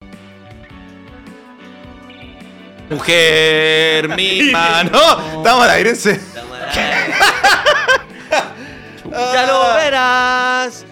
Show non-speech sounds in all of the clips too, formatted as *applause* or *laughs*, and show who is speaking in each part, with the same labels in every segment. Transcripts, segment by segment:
Speaker 1: *laughs* Mujer, mi mano. Estamos al aire, sí. *laughs*
Speaker 2: Ya
Speaker 1: Ah.
Speaker 2: lo verás.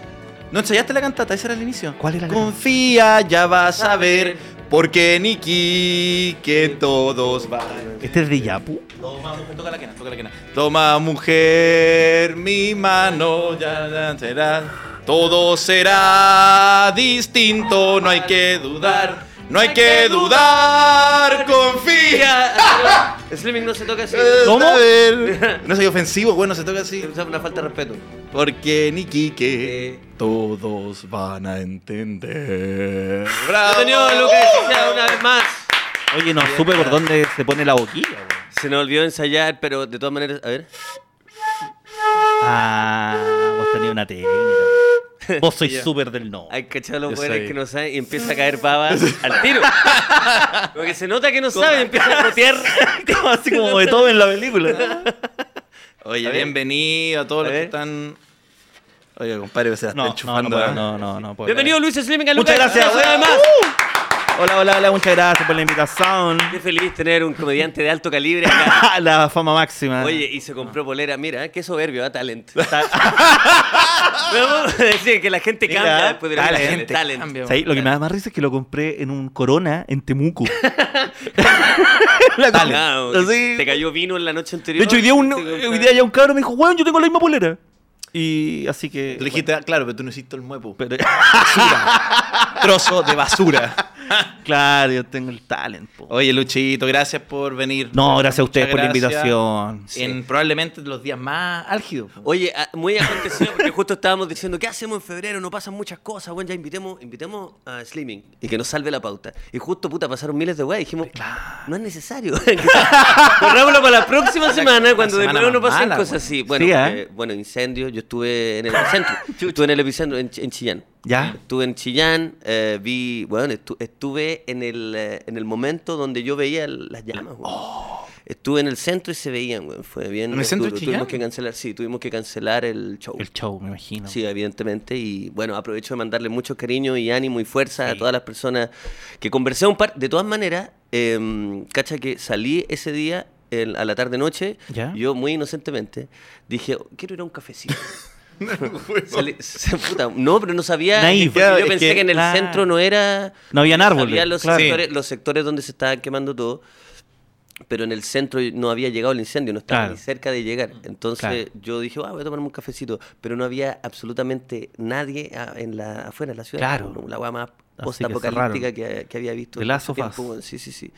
Speaker 1: ¿No ensayaste la cantata? Ese era el inicio.
Speaker 2: ¿Cuál era la
Speaker 1: Confía, ya vas a ver. Porque Niki, que todos van.
Speaker 2: ¿Este es de Yapu?
Speaker 1: Toma, mujer, toca la quena, toca la quena. Toma, mujer, mi mano, ya ya será. Todo será distinto, no hay que dudar. No hay que dudar, confía.
Speaker 3: Mira, Slimming no se toca
Speaker 1: Eh,
Speaker 3: así.
Speaker 2: ¿Cómo?
Speaker 1: A ver. *laughs* No soy ofensivo, bueno, se toca así.
Speaker 3: Es una falta de respeto.
Speaker 1: Porque Niki que todos van a entender.
Speaker 2: *laughs*
Speaker 1: ¡Bravo!
Speaker 3: Bienvenido Lucas Ecija, una vez más.
Speaker 2: Oye, no supe por dónde se pone la boquilla, weón.
Speaker 3: Se nos olvidó ensayar, pero de todas maneras, a ver.
Speaker 2: Ah, vos tenías una técnica. weón. Vos *laughs* sois súper del no.
Speaker 3: Hay que echar a los
Speaker 1: Yo
Speaker 3: buenos
Speaker 1: soy-
Speaker 3: que no saben y empieza a caer baba al tiro. Porque se nota que no saben y empieza a *laughs* rotear.
Speaker 2: Así como de todo en la película.
Speaker 1: Oye,
Speaker 3: A ver.
Speaker 1: bienvenido a todos
Speaker 3: A
Speaker 1: los que
Speaker 3: ver.
Speaker 1: están. Oye, compadre, se la está
Speaker 2: No, no, no,
Speaker 1: enchufando.
Speaker 2: puedo,
Speaker 1: ¿eh?
Speaker 2: no, no, no puedo.
Speaker 3: Bienvenido Luis Slimming a Lucas
Speaker 2: Muchas gracias, Uh.
Speaker 3: Ecija, una vez más.
Speaker 2: Hola, hola, hola, muchas gracias por la invitación. *laughs*
Speaker 3: Qué feliz tener un comediante de alto calibre acá.
Speaker 2: Ah. la fama máxima.
Speaker 3: Oye, y se compró polera. Mira, ¿eh? qué soberbio, ¿ah? talent. *laughs* Vamos a decir que la gente
Speaker 2: Mira,
Speaker 3: cambia después de la
Speaker 1: Talent,
Speaker 3: gente. Talent.
Speaker 1: cambia.
Speaker 2: ¿Sabes? Lo que me da más risa es que lo compré en un Corona en *laughs* Temuco. La
Speaker 3: Talent.
Speaker 2: compré.
Speaker 3: Ah,
Speaker 2: Así.
Speaker 3: Te cayó vino en la noche anterior.
Speaker 2: De hecho, hoy día, un,
Speaker 3: Te compró-
Speaker 2: hoy día ya un cabrón me dijo, weón, yo tengo la misma polera. Y así que...
Speaker 1: Tú le dijiste, ah, claro, pero tú no hiciste el muepo.
Speaker 2: Pero-
Speaker 1: *laughs* Trozo de basura.
Speaker 2: *laughs* claro, yo tengo el talent. po.
Speaker 1: Oye, Luchito, gracias por venir.
Speaker 2: No, gracias a ustedes
Speaker 1: Muchas
Speaker 2: por la
Speaker 1: gracias.
Speaker 2: invitación.
Speaker 1: En probablemente los días más
Speaker 2: *laughs*
Speaker 1: álgidos.
Speaker 3: Oye, ah, muy acontecido porque justo estábamos diciendo, ¿qué hacemos en febrero? No pasan muchas cosas, bueno, ya invitemos, invitemos a Slimming y que nos salve la pauta. Y justo, puta, pasaron miles de weas y dijimos, no es necesario. *laughs* Borrámoslo para la próxima semana cuando de
Speaker 1: semana
Speaker 3: nuevo no
Speaker 1: más
Speaker 3: pasen
Speaker 1: mala,
Speaker 3: cosas
Speaker 1: weón.
Speaker 3: así. Bueno,
Speaker 2: Sí, ¿eh?
Speaker 3: eh, bueno, incendio, yo estuve en
Speaker 2: *laughs*
Speaker 3: el epicentro, estuve en el epicentro en, Chi- en Chillán.
Speaker 2: ¿Ya?
Speaker 3: Estuve en Chillán, eh, vi, bueno, estu- estuve en el, eh, en el momento donde yo veía el- las llamas, weón. Estuve en el centro y se veían, weón. Fue bien.
Speaker 1: Oh. ¿En el centro de
Speaker 3: duro.
Speaker 1: Chillán?
Speaker 3: Tuvimos que cancelar, sí, tuvimos que cancelar el show.
Speaker 2: El show, me imagino.
Speaker 3: Sí, evidentemente. Y bueno, aprovecho de mandarle mucho cariño y ánimo y fuerza a todas las personas que conversé un par. De todas maneras, em, cacha que salí ese día el- a la tarde-noche.
Speaker 2: ¿Ya?
Speaker 3: Yo, muy inocentemente, dije, "Oh, quiero ir a un cafecito. Salí- puta, no, pero no sabía.
Speaker 2: Naif.
Speaker 3: porque
Speaker 1: Claro,
Speaker 3: yo
Speaker 1: es
Speaker 3: pensé
Speaker 1: que-
Speaker 3: que, en el
Speaker 2: claro.
Speaker 3: centro no era.
Speaker 2: No habían
Speaker 3: Había
Speaker 2: árboles.
Speaker 3: los,
Speaker 2: claro.
Speaker 3: sectores, los sectores donde se estaba quemando todo, pero en el centro no había llegado el incendio, no estaba
Speaker 2: Claro.
Speaker 3: ni cerca de llegar. Entonces
Speaker 2: Claro.
Speaker 3: yo dije, ah, voy a tomarme un cafecito, pero no había absolutamente nadie a- en la, afuera de la ciudad.
Speaker 2: Claro.
Speaker 3: La agua más
Speaker 2: que
Speaker 3: post-apocalíptica que, que había visto.
Speaker 2: The
Speaker 3: en
Speaker 2: Last
Speaker 3: mucho
Speaker 2: of Us.
Speaker 3: tiempo. Sí, sí, sí.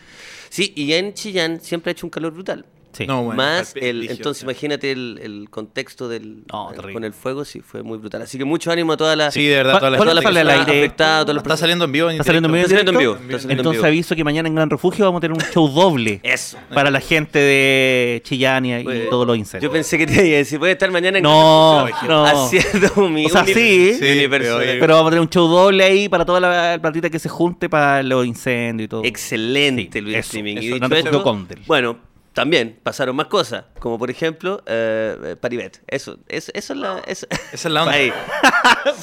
Speaker 3: Sí, y en Chillán siempre ha hecho un calor brutal.
Speaker 2: Sí.
Speaker 1: No, bueno,
Speaker 3: Más
Speaker 1: palpé-
Speaker 3: el,
Speaker 1: dije,
Speaker 3: entonces
Speaker 1: o sea.
Speaker 3: imagínate el, el contexto del
Speaker 2: No,
Speaker 3: eh,
Speaker 2: terrible.
Speaker 3: con el fuego, sí, fue muy brutal. Así que mucho ánimo a toda la
Speaker 1: Sí, de verdad,
Speaker 2: ¿Cuál-
Speaker 1: toda la
Speaker 2: cuál
Speaker 3: toda
Speaker 1: gente
Speaker 3: la
Speaker 1: que
Speaker 2: es la- la
Speaker 3: persona
Speaker 2: idea?
Speaker 3: afectada, todas las
Speaker 1: Está saliendo en vivo. en
Speaker 2: ¿Está saliendo en
Speaker 1: directo.
Speaker 2: vivo?
Speaker 3: Está saliendo en
Speaker 2: directo?
Speaker 3: vivo, está saliendo en
Speaker 2: Entonces
Speaker 3: vivo.
Speaker 2: aviso que mañana en Gran Refugio vamos a tener un show doble
Speaker 3: Eso.
Speaker 2: para la gente de Chillán y, y
Speaker 3: Pues,
Speaker 2: todos los
Speaker 3: Yo
Speaker 2: incendios.
Speaker 3: pensé que te iba a decir, voy a estar mañana en
Speaker 2: No, no.
Speaker 3: haciendo mi
Speaker 2: O sea,
Speaker 3: uni-
Speaker 2: sí,
Speaker 3: mi universo.
Speaker 1: pero-
Speaker 3: de-
Speaker 2: Pero vamos a tener un show doble ahí para toda la platita que se junte para los incendios y todo.
Speaker 3: Excelente,
Speaker 2: Sí,
Speaker 3: Luis
Speaker 2: eso,
Speaker 3: Streaming.
Speaker 2: eso,
Speaker 3: y dicho
Speaker 2: Gran Refugio
Speaker 3: esto,
Speaker 2: Condel.
Speaker 3: bueno, también pasaron más cosas, como por ejemplo eh, eh, Paribet. Eso, eso, eso es la. Eso,
Speaker 1: Esa es la onda.
Speaker 3: Ahí.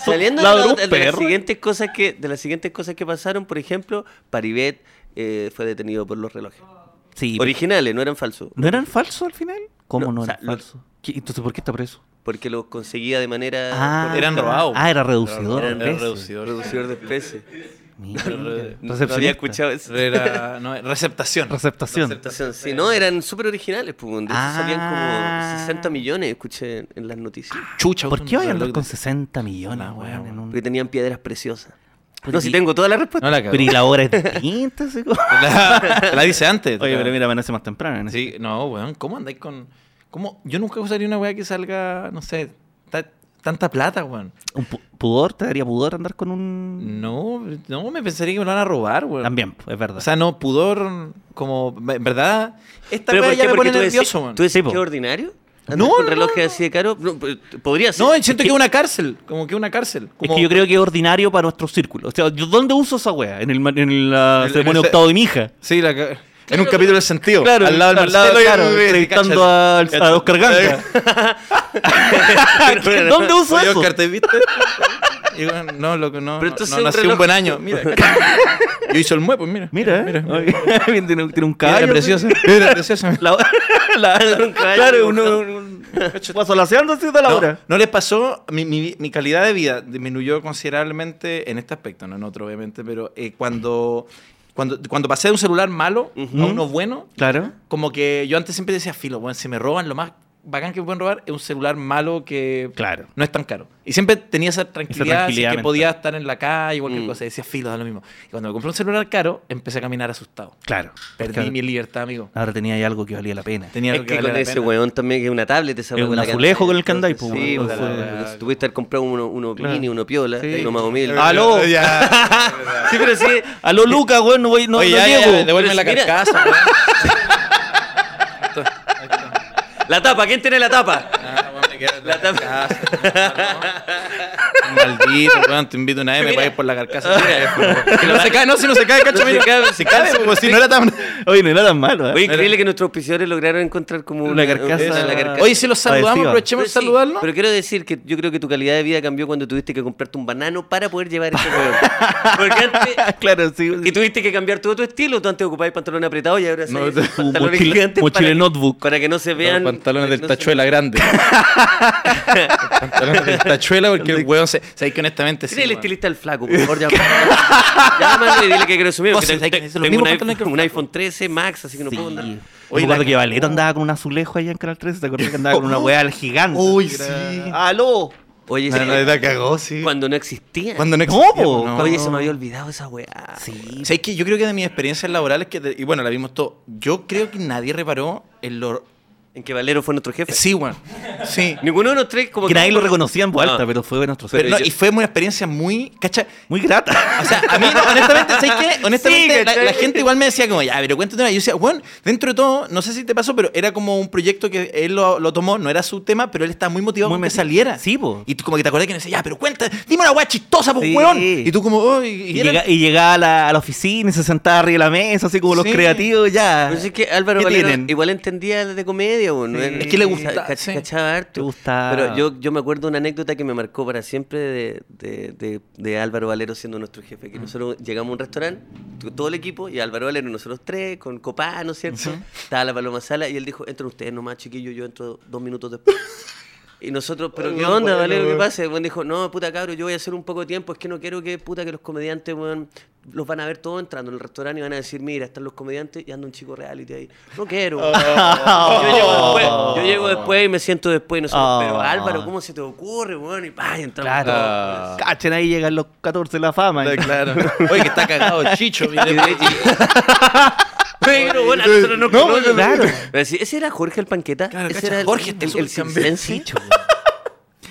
Speaker 3: Saliendo
Speaker 2: La
Speaker 3: de, la-
Speaker 2: de un
Speaker 3: de las
Speaker 2: perro.
Speaker 3: siguientes cosas que, de las siguientes cosas que pasaron, por ejemplo, Paribet eh, fue detenido por los relojes.
Speaker 2: Sí,
Speaker 3: Originales, no eran falsos.
Speaker 2: ¿No eran falsos al final? ¿Cómo
Speaker 3: No,
Speaker 2: no,
Speaker 3: o sea,
Speaker 2: eran
Speaker 3: lo-
Speaker 2: falsos? ¿Qué- Entonces, ¿por qué está preso?
Speaker 3: Porque los conseguía de manera. por-
Speaker 1: eran robados.
Speaker 2: Ah, era reducidor.
Speaker 1: Era
Speaker 2: preso.
Speaker 1: reducidor.
Speaker 3: reductor de especies.
Speaker 2: Mira,
Speaker 3: No
Speaker 2: recepcionista.
Speaker 3: había escuchado eso.
Speaker 1: Era, no, receptación.
Speaker 2: Receptación.
Speaker 3: Representación, sí, no, eran súper originales, pues, de hecho,
Speaker 2: Ah.
Speaker 3: salían como 60 millones, escuché en- en las noticias.
Speaker 1: Chucha,
Speaker 2: ¿Por
Speaker 1: un
Speaker 2: qué voy a
Speaker 1: reloj
Speaker 2: andar
Speaker 1: de- Ah,
Speaker 2: con 60 millones, weón? en un-
Speaker 3: Porque tenían piedras preciosas.
Speaker 2: Pero
Speaker 3: no, si
Speaker 2: y-
Speaker 3: tengo toda la respuesta.
Speaker 1: No la cagó.
Speaker 2: Pero y la hora es distinta, ese co-
Speaker 1: *laughs* La, la dice antes.
Speaker 2: Oye,
Speaker 1: la-
Speaker 2: pero mira, amanece más temprano. ¿no?
Speaker 1: Sí, no, weón, ¿cómo andáis con...? ¿Cómo? Yo nunca usaría una weá que salga, no sé, ta- tanta plata, weón.
Speaker 2: ¿Un pu- pudor? ¿Te daría pudor andar con un...?
Speaker 1: No, no, me pensaría que me lo van a robar, weón.
Speaker 2: También, pues, es verdad.
Speaker 1: O sea, no, pudor, como, en verdad, esta
Speaker 3: ¿por
Speaker 1: weá
Speaker 3: qué?
Speaker 1: ya me
Speaker 3: Porque
Speaker 1: pone
Speaker 3: tú decís-
Speaker 1: nervioso, weón.
Speaker 3: ¿Tú decís
Speaker 2: Sí,
Speaker 3: que
Speaker 2: po.
Speaker 3: es ordinario? ¿Andar
Speaker 1: No,
Speaker 3: con
Speaker 1: no,
Speaker 3: relojes
Speaker 1: no, no.
Speaker 3: así de caro? No, pero podría ser.
Speaker 1: No, siento que es una cárcel, como que una cárcel.
Speaker 2: es
Speaker 1: como-
Speaker 2: que yo creo que es ordinario para nuestro círculo. O sea, ¿yo ¿dónde uso esa wea? En el, ma- en la
Speaker 1: En- en
Speaker 2: ceremonia
Speaker 1: el-
Speaker 2: octavo de mi hija.
Speaker 1: Sí, la ca- en un capítulo del sentido. al lado del
Speaker 2: al lado,
Speaker 1: Marcelo y
Speaker 2: claro,
Speaker 1: el-
Speaker 2: entrevistando
Speaker 1: ¿cachai?
Speaker 2: al- a, Oscar Ganga. *laughs* ¿Dónde
Speaker 1: *laughs*
Speaker 2: uso
Speaker 1: Oye,
Speaker 2: eso?
Speaker 1: Oscar, ¿te viste? Y digo, no, loco, no.
Speaker 3: Pero
Speaker 1: no,
Speaker 3: entonces
Speaker 1: no
Speaker 3: un
Speaker 1: nací
Speaker 3: reloj-
Speaker 1: un buen año. Mira. *laughs* Yo hice el mue, pues mira.
Speaker 2: Mira,
Speaker 1: mira.
Speaker 2: mira,
Speaker 1: mira.
Speaker 2: *laughs* tiene, un- tiene un
Speaker 1: Mira,
Speaker 2: caballo.
Speaker 1: era preciosa. Era preciosa.
Speaker 2: La, la-
Speaker 3: Un caballo
Speaker 2: claro, un,
Speaker 3: dibujado.
Speaker 2: un, un guasolaseando así toda la
Speaker 1: No,
Speaker 2: hora.
Speaker 1: no les pasó, mi, mi- mi calidad de vida disminuyó considerablemente en este aspecto, no en otro obviamente, pero eh, cuando, cuando, cuando pasé de un celular malo a uno bueno,
Speaker 2: Claro.
Speaker 1: como que yo antes siempre decía, filo, bueno, si me roban, lo más bacán que me pueden robar es un celular malo que
Speaker 2: Claro.
Speaker 1: no es tan caro. Y siempre tenía esa tranquilidad, así
Speaker 2: tranquilidad
Speaker 1: que
Speaker 2: mental.
Speaker 1: podía estar en la calle, cualquier
Speaker 3: Mm.
Speaker 1: cosa, decía, filo, da lo mismo. Y cuando me compré un celular caro, empecé a caminar asustado.
Speaker 2: Claro.
Speaker 1: Perdí
Speaker 2: Claro.
Speaker 1: mi libertad, amigo.
Speaker 2: Ahora tenía ahí algo que valía la pena.
Speaker 1: Tenía
Speaker 3: es
Speaker 1: algo
Speaker 3: que,
Speaker 1: valía
Speaker 3: con
Speaker 1: la
Speaker 3: ese
Speaker 1: pena.
Speaker 3: weón también que es una tablet esa
Speaker 2: Es
Speaker 3: weá
Speaker 2: un
Speaker 3: la que
Speaker 2: azulejo
Speaker 3: anda-
Speaker 2: con el candai, po,
Speaker 3: Sí,
Speaker 2: weón.
Speaker 3: pues,
Speaker 1: Puta la
Speaker 3: porque
Speaker 1: weá.
Speaker 3: si tuviste haber comprado uno, uno
Speaker 2: Claro.
Speaker 3: mini, uno piola,
Speaker 2: Sí. Ah,
Speaker 3: uno más humilde.
Speaker 2: Aló.
Speaker 1: Eh,
Speaker 3: *laughs*
Speaker 1: Ya.
Speaker 2: Sí, pero sí. *laughs* Aló, Luca, güey, no, voy, no,
Speaker 1: Oye,
Speaker 2: no
Speaker 1: ya, ya,
Speaker 2: llego.
Speaker 1: devuélveme la
Speaker 3: Pero si- mira.
Speaker 1: carcasa. weón.
Speaker 3: *laughs* La tapa, ¿quién tiene la tapa?
Speaker 2: Ah,
Speaker 1: la Maldito, weón, te invito una M para ir por la carcasa.
Speaker 3: *laughs*
Speaker 1: Si no se cae, no, si no se cae, cacho, mira. Se cae, pues, si no era tan...
Speaker 2: Oye, no era tan malo, ¿eh?
Speaker 3: Oye, increíble que nuestros auspiciadores lograron encontrar como
Speaker 2: Una
Speaker 3: una
Speaker 2: carcasa.
Speaker 3: una- la carcasa.
Speaker 1: Oye, si los saludamos,
Speaker 2: Adhesiva.
Speaker 1: aprovechemos de
Speaker 3: Pero sí,
Speaker 1: saludarlo.
Speaker 3: Pero quiero decir que yo creo que tu calidad de vida cambió cuando tuviste que comprarte un banano para poder llevar ese
Speaker 2: *laughs*
Speaker 3: huevo. Porque antes.
Speaker 2: claro, sí.
Speaker 3: Y tuviste que cambiar todo tu estilo. Tú antes ocupabas pantalón apretado y ahora
Speaker 1: *laughs*
Speaker 3: sí.
Speaker 1: No,
Speaker 3: pantalones
Speaker 2: tu mochila-
Speaker 3: gigantes
Speaker 2: mochila
Speaker 3: para que-
Speaker 2: notebook.
Speaker 3: Para que no se vean.
Speaker 1: los pantalones
Speaker 3: para
Speaker 1: del
Speaker 3: que no se-
Speaker 1: tachuela
Speaker 3: *laughs*
Speaker 1: grande. Los pantalones del tachuela, porque el weón se. Sabéis que honestamente sí.
Speaker 3: Dile al
Speaker 1: weón.
Speaker 3: estilista el flaco, por favor, ya. *laughs* Llámame y dile que quiero subir. porque
Speaker 1: Cosas,
Speaker 3: tengo-
Speaker 1: hay que
Speaker 3: tengo
Speaker 1: hacer los mismos
Speaker 3: un,
Speaker 1: pantalones que el
Speaker 3: iPhone, un iPhone 13 Max, así que no
Speaker 2: Sí.
Speaker 3: puedo andar.
Speaker 2: Oye,
Speaker 1: la-
Speaker 2: recuerdo que Valeto andaba con un azulejo allá en Canal 13, ¿te acuerdas que andaba con una weá al gigante?
Speaker 1: Uy,
Speaker 2: Que era-
Speaker 1: sí.
Speaker 2: ¡Aló!
Speaker 3: Oye,
Speaker 1: La
Speaker 3: sí,
Speaker 1: realidad cagó, sí.
Speaker 3: cuando no existía.
Speaker 1: Cuando no
Speaker 2: No,
Speaker 1: existía,
Speaker 2: po,
Speaker 1: no.
Speaker 3: Oye, se me había olvidado esa weá.
Speaker 2: Ah, Sí.
Speaker 1: ¿Sabes que Yo creo que de mis experiencias laborales, que y bueno, la vimos todo, yo creo que nadie reparó en lo...
Speaker 3: En que Valero fue nuestro jefe.
Speaker 1: Sí, weón. Sí.
Speaker 3: Ninguno de los tres como
Speaker 2: Que nadie lo
Speaker 3: reconoció
Speaker 2: reconocía en voz alta,
Speaker 3: No.
Speaker 2: pero fue de nuestro
Speaker 1: Pero
Speaker 2: ser.
Speaker 1: no, y fue una experiencia muy... ¿Cacha?
Speaker 2: Muy grata.
Speaker 1: *laughs* O sea, a mí, no, honestamente, ¿sabes qué? Honestamente, la,
Speaker 2: Sí, ¿cachai?
Speaker 1: la gente igual me decía como, ya, pero cuéntate una. Y Yo decía, bueno, dentro de todo, no sé si te pasó, pero era como un proyecto que él lo, lo tomó, no era su tema, pero él estaba muy motivado
Speaker 2: Muy
Speaker 1: con que
Speaker 2: meti-
Speaker 1: saliera.
Speaker 2: Sí, po.
Speaker 1: Y tú como que te acordás que me decía, ya, pero cuenta, dime una weá chistosa, pues,
Speaker 2: Sí.
Speaker 1: weón. Y tú como, oh, y, y
Speaker 2: Y,
Speaker 1: era-
Speaker 2: llega- y llegaba a la, a la oficina y se sentaba arriba de la mesa, así como los
Speaker 1: Sí. Pues
Speaker 2: creativos, ya.
Speaker 3: Pero sí Pues que Álvaro
Speaker 2: ¿Qué
Speaker 3: Valero
Speaker 2: tienen? *laughs*
Speaker 3: igual entendía de comedia, bo, ¿no?
Speaker 2: Sí.
Speaker 3: Era-
Speaker 2: Es que le
Speaker 1: gusta-
Speaker 3: ca-
Speaker 1: sí.
Speaker 3: Cachaba harto.
Speaker 2: Le gustaba.
Speaker 3: Pero yo, yo me acuerdo una anécdota que me marcó para siempre de, de- de- de Álvaro Valero siendo nuestro jefe.
Speaker 2: Mm.
Speaker 3: Que nosotros llegamos a un restaurante, tu- todo el equipo, y Álvaro Valero, nosotros tres, con Copá, ¿no es cierto? Estaba la Paloma Sala y él dijo, entren ustedes nomás, chiquillos, yo entro dos minutos después. Y nosotros, pero ¿qué onda, Valero? ¿Qué pasa? El buen dijo, no, puta cabro, yo voy a hacer un poco de tiempo, es que no quiero que, puta, que los comediantes, weón, los van a ver todos entrando en el restaurante y van a decir, mira, están los comediantes y anda un chico reality ahí. No quiero. weón. yo, llego después, yo
Speaker 2: Ah.
Speaker 3: llego después y me siento después. Y nosotros,
Speaker 2: Oh.
Speaker 3: pero Álvaro, ¿cómo se te ocurre, weón? Y pa, y entramos todos.
Speaker 2: Claro. Cachen, ahí llegan los 14 de la fama. y-
Speaker 1: Claro. Oye, que está cagado *laughs* Chicho. mira.
Speaker 3: Oye, pero bueno, nosotros no,
Speaker 2: No,
Speaker 3: conocemos.
Speaker 2: claro.
Speaker 3: Pero sí, ¿Ese era Jorge el Panqueta?
Speaker 1: Claro,
Speaker 3: ¿Ese
Speaker 1: cacha,
Speaker 3: era el,
Speaker 1: Jorge,
Speaker 3: el,
Speaker 1: este
Speaker 3: el,
Speaker 1: subcampeón.
Speaker 3: sinvergüenza?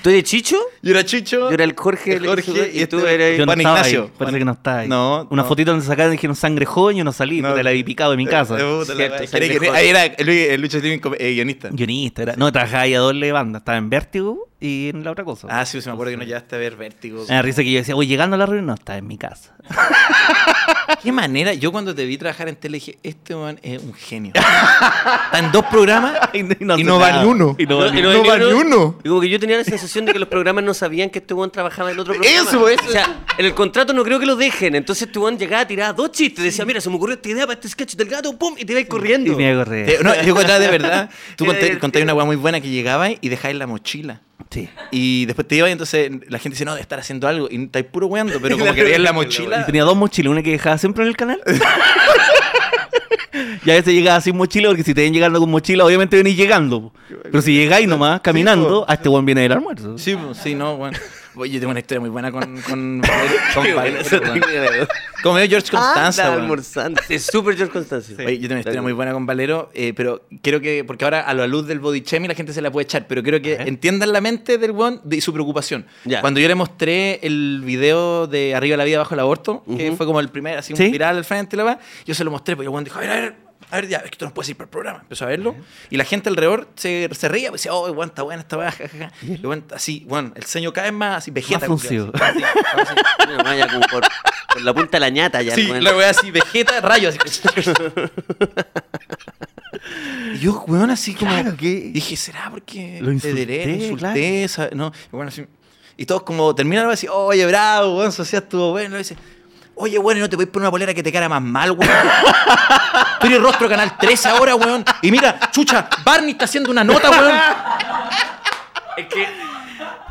Speaker 3: ¿Tú eres Chicho?
Speaker 1: Yo era Chicho.
Speaker 3: Yo era el Jorge.
Speaker 1: El Jorge y
Speaker 3: y tú
Speaker 1: este-
Speaker 3: eres...
Speaker 2: Yo no
Speaker 1: Juan
Speaker 2: estaba
Speaker 1: Ignacio.
Speaker 2: ahí, parece
Speaker 1: Juan-
Speaker 2: que no está ahí.
Speaker 1: No,
Speaker 2: Una
Speaker 1: no.
Speaker 2: fotito donde sacaron dijeron sangre joven, yo no salí,
Speaker 1: No.
Speaker 2: puta, la vi picado de mi casa.
Speaker 1: Eh, puta la
Speaker 3: Cierto,
Speaker 1: weá.
Speaker 3: sangre
Speaker 1: Era que-
Speaker 3: joven.
Speaker 1: ahí era el, el Lucho Steven com- eh, guionista.
Speaker 2: Guionista, era. No, trabajaba ahí a doble banda. Estaba en Vértigo y en la otra cosa.
Speaker 1: Ah, sí, se me acuerdo que no llegaste a ver Vértigo.
Speaker 2: Me da risa que yo decía, oye, llegando a la reunión, no, estaba en mi casa.
Speaker 1: Qué manera. Yo cuando te vi trabajar en tele dije, este man es un genio. Está en dos programas
Speaker 2: *laughs* y
Speaker 1: y
Speaker 2: hace
Speaker 1: no va
Speaker 2: nada.
Speaker 1: ni uno.
Speaker 2: Y no va
Speaker 3: No,
Speaker 2: ni
Speaker 3: y
Speaker 2: uno.
Speaker 1: no va
Speaker 3: ninguno-
Speaker 1: ni uno.
Speaker 3: Digo que yo tenía la sensación de que los programas no sabían que este weón trabajaba en otro programa.
Speaker 1: Eso, eso.
Speaker 3: O sea, en el contrato no creo que lo dejen. Entonces este weón llegaba, tiraba dos chistes, decía, mira, se me ocurrió esta idea para este sketch del gato, pum, y te ibas corriendo.
Speaker 2: Y me iba
Speaker 1: *laughs*
Speaker 2: a correr.
Speaker 1: Te- Eh, no, yo contaba de verdad. Tú
Speaker 3: Era
Speaker 1: conté-
Speaker 3: divertido.
Speaker 1: contabas una weá muy buena que llegabas y dejabas la mochila.
Speaker 2: Sí.
Speaker 1: Y después te ibas y entonces la gente dice, no, de estar haciendo algo. Y estáis puro weando, pero como que veías la mochila.
Speaker 2: Y tenía dos mochilas, una que dejaba siempre en el canal. *laughs* y a veces llegaba sin mochila, porque si te ven llegando con mochila, obviamente venís llegando. po. Pero si llegáis nomás, caminando, a este buen viene del almuerzo.
Speaker 1: Sí, pues, sí, no, bueno. Oye, yo tengo una historia muy buena con, con, con Valero, weón. Como medio George Constanza,
Speaker 3: Anda
Speaker 1: weón.
Speaker 3: almorzando. Es súper George Constanza.
Speaker 1: Oye, yo tengo una
Speaker 3: *laughs*
Speaker 1: historia muy buena con Valero, eh, pero quiero que, porque ahora a la luz del body shaming la gente se la puede echar, pero quiero que
Speaker 2: A ver.
Speaker 1: entiendan la mente del weón de- y su preocupación.
Speaker 3: Ya.
Speaker 1: Cuando yo le mostré el video de Arriba la vida, bajo el aborto, que
Speaker 3: Ujú.
Speaker 1: fue como el primer, así un
Speaker 2: ¿Sí?
Speaker 1: viral al frente, la weá, yo se lo mostré, porque el weón dijo, a ver, a ver, a ver, ya, es que tú no puedes ir para el programa. Empezó a verlo, y la gente alrededor se, se reía, pues, decía, oh, weón, está buena, está buena, jajaja. Y el weón, así, weón, el ceño cada vez más, así, vegeta. culiao,
Speaker 2: fruncido.
Speaker 1: así, así, así.
Speaker 3: Mira, vaya como por, por la punta de la ñata ya.
Speaker 1: Sí,
Speaker 3: weón.
Speaker 1: la weá así, vegeta, rayo, así. Y *laughs* yo, weón, así como.
Speaker 2: Claro, ¿qué?
Speaker 1: Dije, ¿será porque
Speaker 2: Lo
Speaker 1: te
Speaker 2: insulté,
Speaker 1: deré, lo insulté?
Speaker 2: claro.
Speaker 1: esa- No, y bueno, así. Y todos como terminaron así, oye, bravo, weón, sociedad estuvo bueno. Y dice, oye, bueno, ¿y no te podés poner una polera que te cara más mal, weón. *laughs* Tú eres rostro de Canal 13 ahora, weón. Y mira, chucha, Barney está haciendo una nota, weón.
Speaker 3: Es que.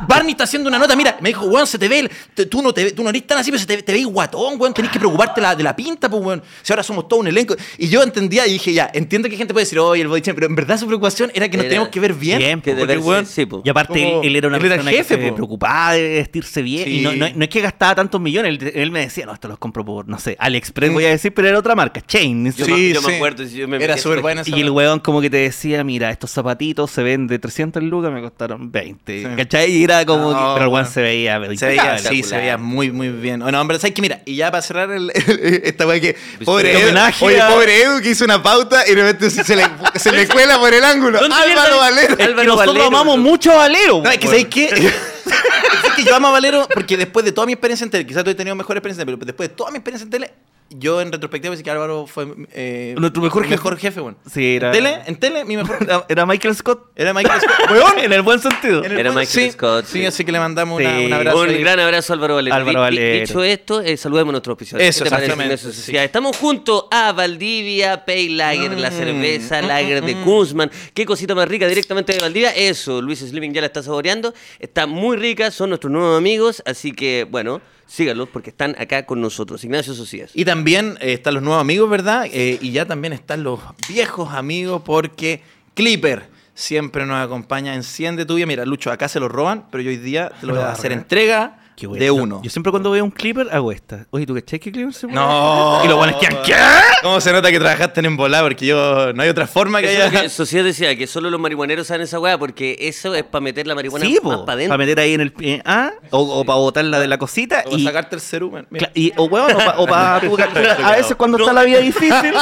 Speaker 1: Barney está haciendo una nota, mira, me dijo, weón, se te ve, el- te- tú, no te, ve- tú no eres tan así, pero se te, te veis guatón, weón, tenés que preocuparte la- de la pinta, pues, weón. Si ahora somos todo un elenco. Y yo entendía y dije, ya, entiendo que gente puede decir, oye, el body shame", pero en verdad su preocupación era que nos
Speaker 3: Era-
Speaker 1: teníamos que ver bien.
Speaker 2: Bien,
Speaker 3: que de
Speaker 1: porque,
Speaker 3: verse-
Speaker 1: weón,
Speaker 3: sí, po.
Speaker 2: Y aparte,
Speaker 1: Como-
Speaker 2: él, él era una
Speaker 1: él era el
Speaker 2: persona que
Speaker 1: jefe,
Speaker 2: se
Speaker 1: po.
Speaker 2: preocupaba de vestirse bien. Y no,
Speaker 1: Sí.
Speaker 2: no- no es que gastaba tantos millones. Él, él me decía, no, esto los compro por, no sé, AliExpress voy a decir, pero era otra marca, Chain.
Speaker 3: Yo
Speaker 1: Sí,
Speaker 3: me- yo me
Speaker 1: sí.
Speaker 3: acuerdo, yo me metí
Speaker 1: Era
Speaker 3: a
Speaker 1: súper
Speaker 3: esa
Speaker 1: buena esa
Speaker 2: Y el
Speaker 1: weá.
Speaker 2: weón como que te decía, mira, estos zapatitos se ven de 300 lucas, me costaron 20.
Speaker 1: Sí.
Speaker 2: ¿Cachai? Y era
Speaker 1: No,
Speaker 2: como... que- pero el weón
Speaker 1: bueno.
Speaker 2: se veía... pero
Speaker 1: Se veía,
Speaker 2: impecable.
Speaker 1: sí, se veía muy, muy bien. Bueno, hombre, ¿sabes qué? Mira, y ya para cerrar el, esta weá que. Pobre
Speaker 2: Este
Speaker 1: Edu,
Speaker 2: homenaje
Speaker 1: oye,
Speaker 2: a-
Speaker 1: pobre Edu que hizo una pauta y de repente se se le, se
Speaker 2: *laughs*
Speaker 1: le cuela por el ángulo.
Speaker 3: ¿Dónde
Speaker 1: Álvaro
Speaker 3: mierda es?
Speaker 1: Valero.
Speaker 2: Es que
Speaker 3: Álvaro
Speaker 2: nosotros
Speaker 3: Valero,
Speaker 2: amamos
Speaker 3: weón.
Speaker 2: mucho a Valero.
Speaker 1: No, es que
Speaker 2: weón.
Speaker 1: ¿sabéis qué? *laughs* es que yo amo a Valero porque después de toda mi experiencia en tele, quizás tú he tenido mejor experiencia en tele, pero después de toda mi experiencia en tele, yo en retrospectiva decía que Álvaro fue eh,
Speaker 2: Nuestro mejor jefe.
Speaker 1: mejor jefe, bueno.
Speaker 2: Sí, era...
Speaker 1: En tele, en tele, mi mejor
Speaker 2: *laughs* era- era Michael Scott.
Speaker 1: era Michael Scott. Weón,
Speaker 2: en el buen sentido.
Speaker 1: en el-
Speaker 3: Era Michael
Speaker 1: sí,
Speaker 3: Scott,
Speaker 1: Sí,
Speaker 3: sí.
Speaker 1: así que le mandamos una-
Speaker 2: Sí.
Speaker 1: un abrazo.
Speaker 3: Un
Speaker 1: ahí.
Speaker 3: gran abrazo, Álvaro Valero.
Speaker 2: Álvaro
Speaker 3: Di- di-
Speaker 2: Valero.
Speaker 3: Dicho esto, eh, saludemos a nuestros auspiciadores.
Speaker 1: Eso,
Speaker 3: ¿Qué te parece,
Speaker 1: exactamente,
Speaker 3: Ignacio
Speaker 1: sí.
Speaker 3: Sociedad? Estamos junto a Valdivia Pay Lager,
Speaker 1: Mm.
Speaker 3: la cerveza Lager de Guzmán. Qué cosita más rica directamente de Valdivia. Eso, Luis Slimming ya la está saboreando. Está muy rica, son nuestros nuevos amigos. Así que, bueno, síganlos porque están acá con nosotros. Ignacio Sociedad.
Speaker 1: Y también eh, están los nuevos amigos, ¿verdad? Eh, y ya también están los viejos amigos porque Clipper siempre nos acompaña. Enciende tu vida. Mira, Lucho, acá se lo roban, pero yo hoy día te lo voy a hacer entrega
Speaker 2: Qué bueno.
Speaker 1: de uno.
Speaker 2: Yo siempre cuando veo un clipper hago esta. Oye, ¿tú cachai que clipper se pone?
Speaker 1: No.
Speaker 2: Y los buenos quedan, ¿qué?
Speaker 1: ¿Cómo se nota que trabajaste en embolá? Porque yo no hay otra forma que
Speaker 3: Eso es lo que
Speaker 1: *laughs* haya.
Speaker 3: Sociedad decía que solo los marihuaneros saben esa weá porque eso es para meter la marihuana
Speaker 2: Sí,
Speaker 3: más
Speaker 2: po.
Speaker 3: para
Speaker 2: Para
Speaker 3: adentro.
Speaker 2: meter ahí en el... eh, ah, o, para botarla de la cosita
Speaker 1: O
Speaker 2: y...
Speaker 1: sacarte el cerumen. Mira.
Speaker 2: Cla- Y, o weón, o pa-
Speaker 1: *laughs*
Speaker 2: o pa- tu- a veces cuando está la vida difícil.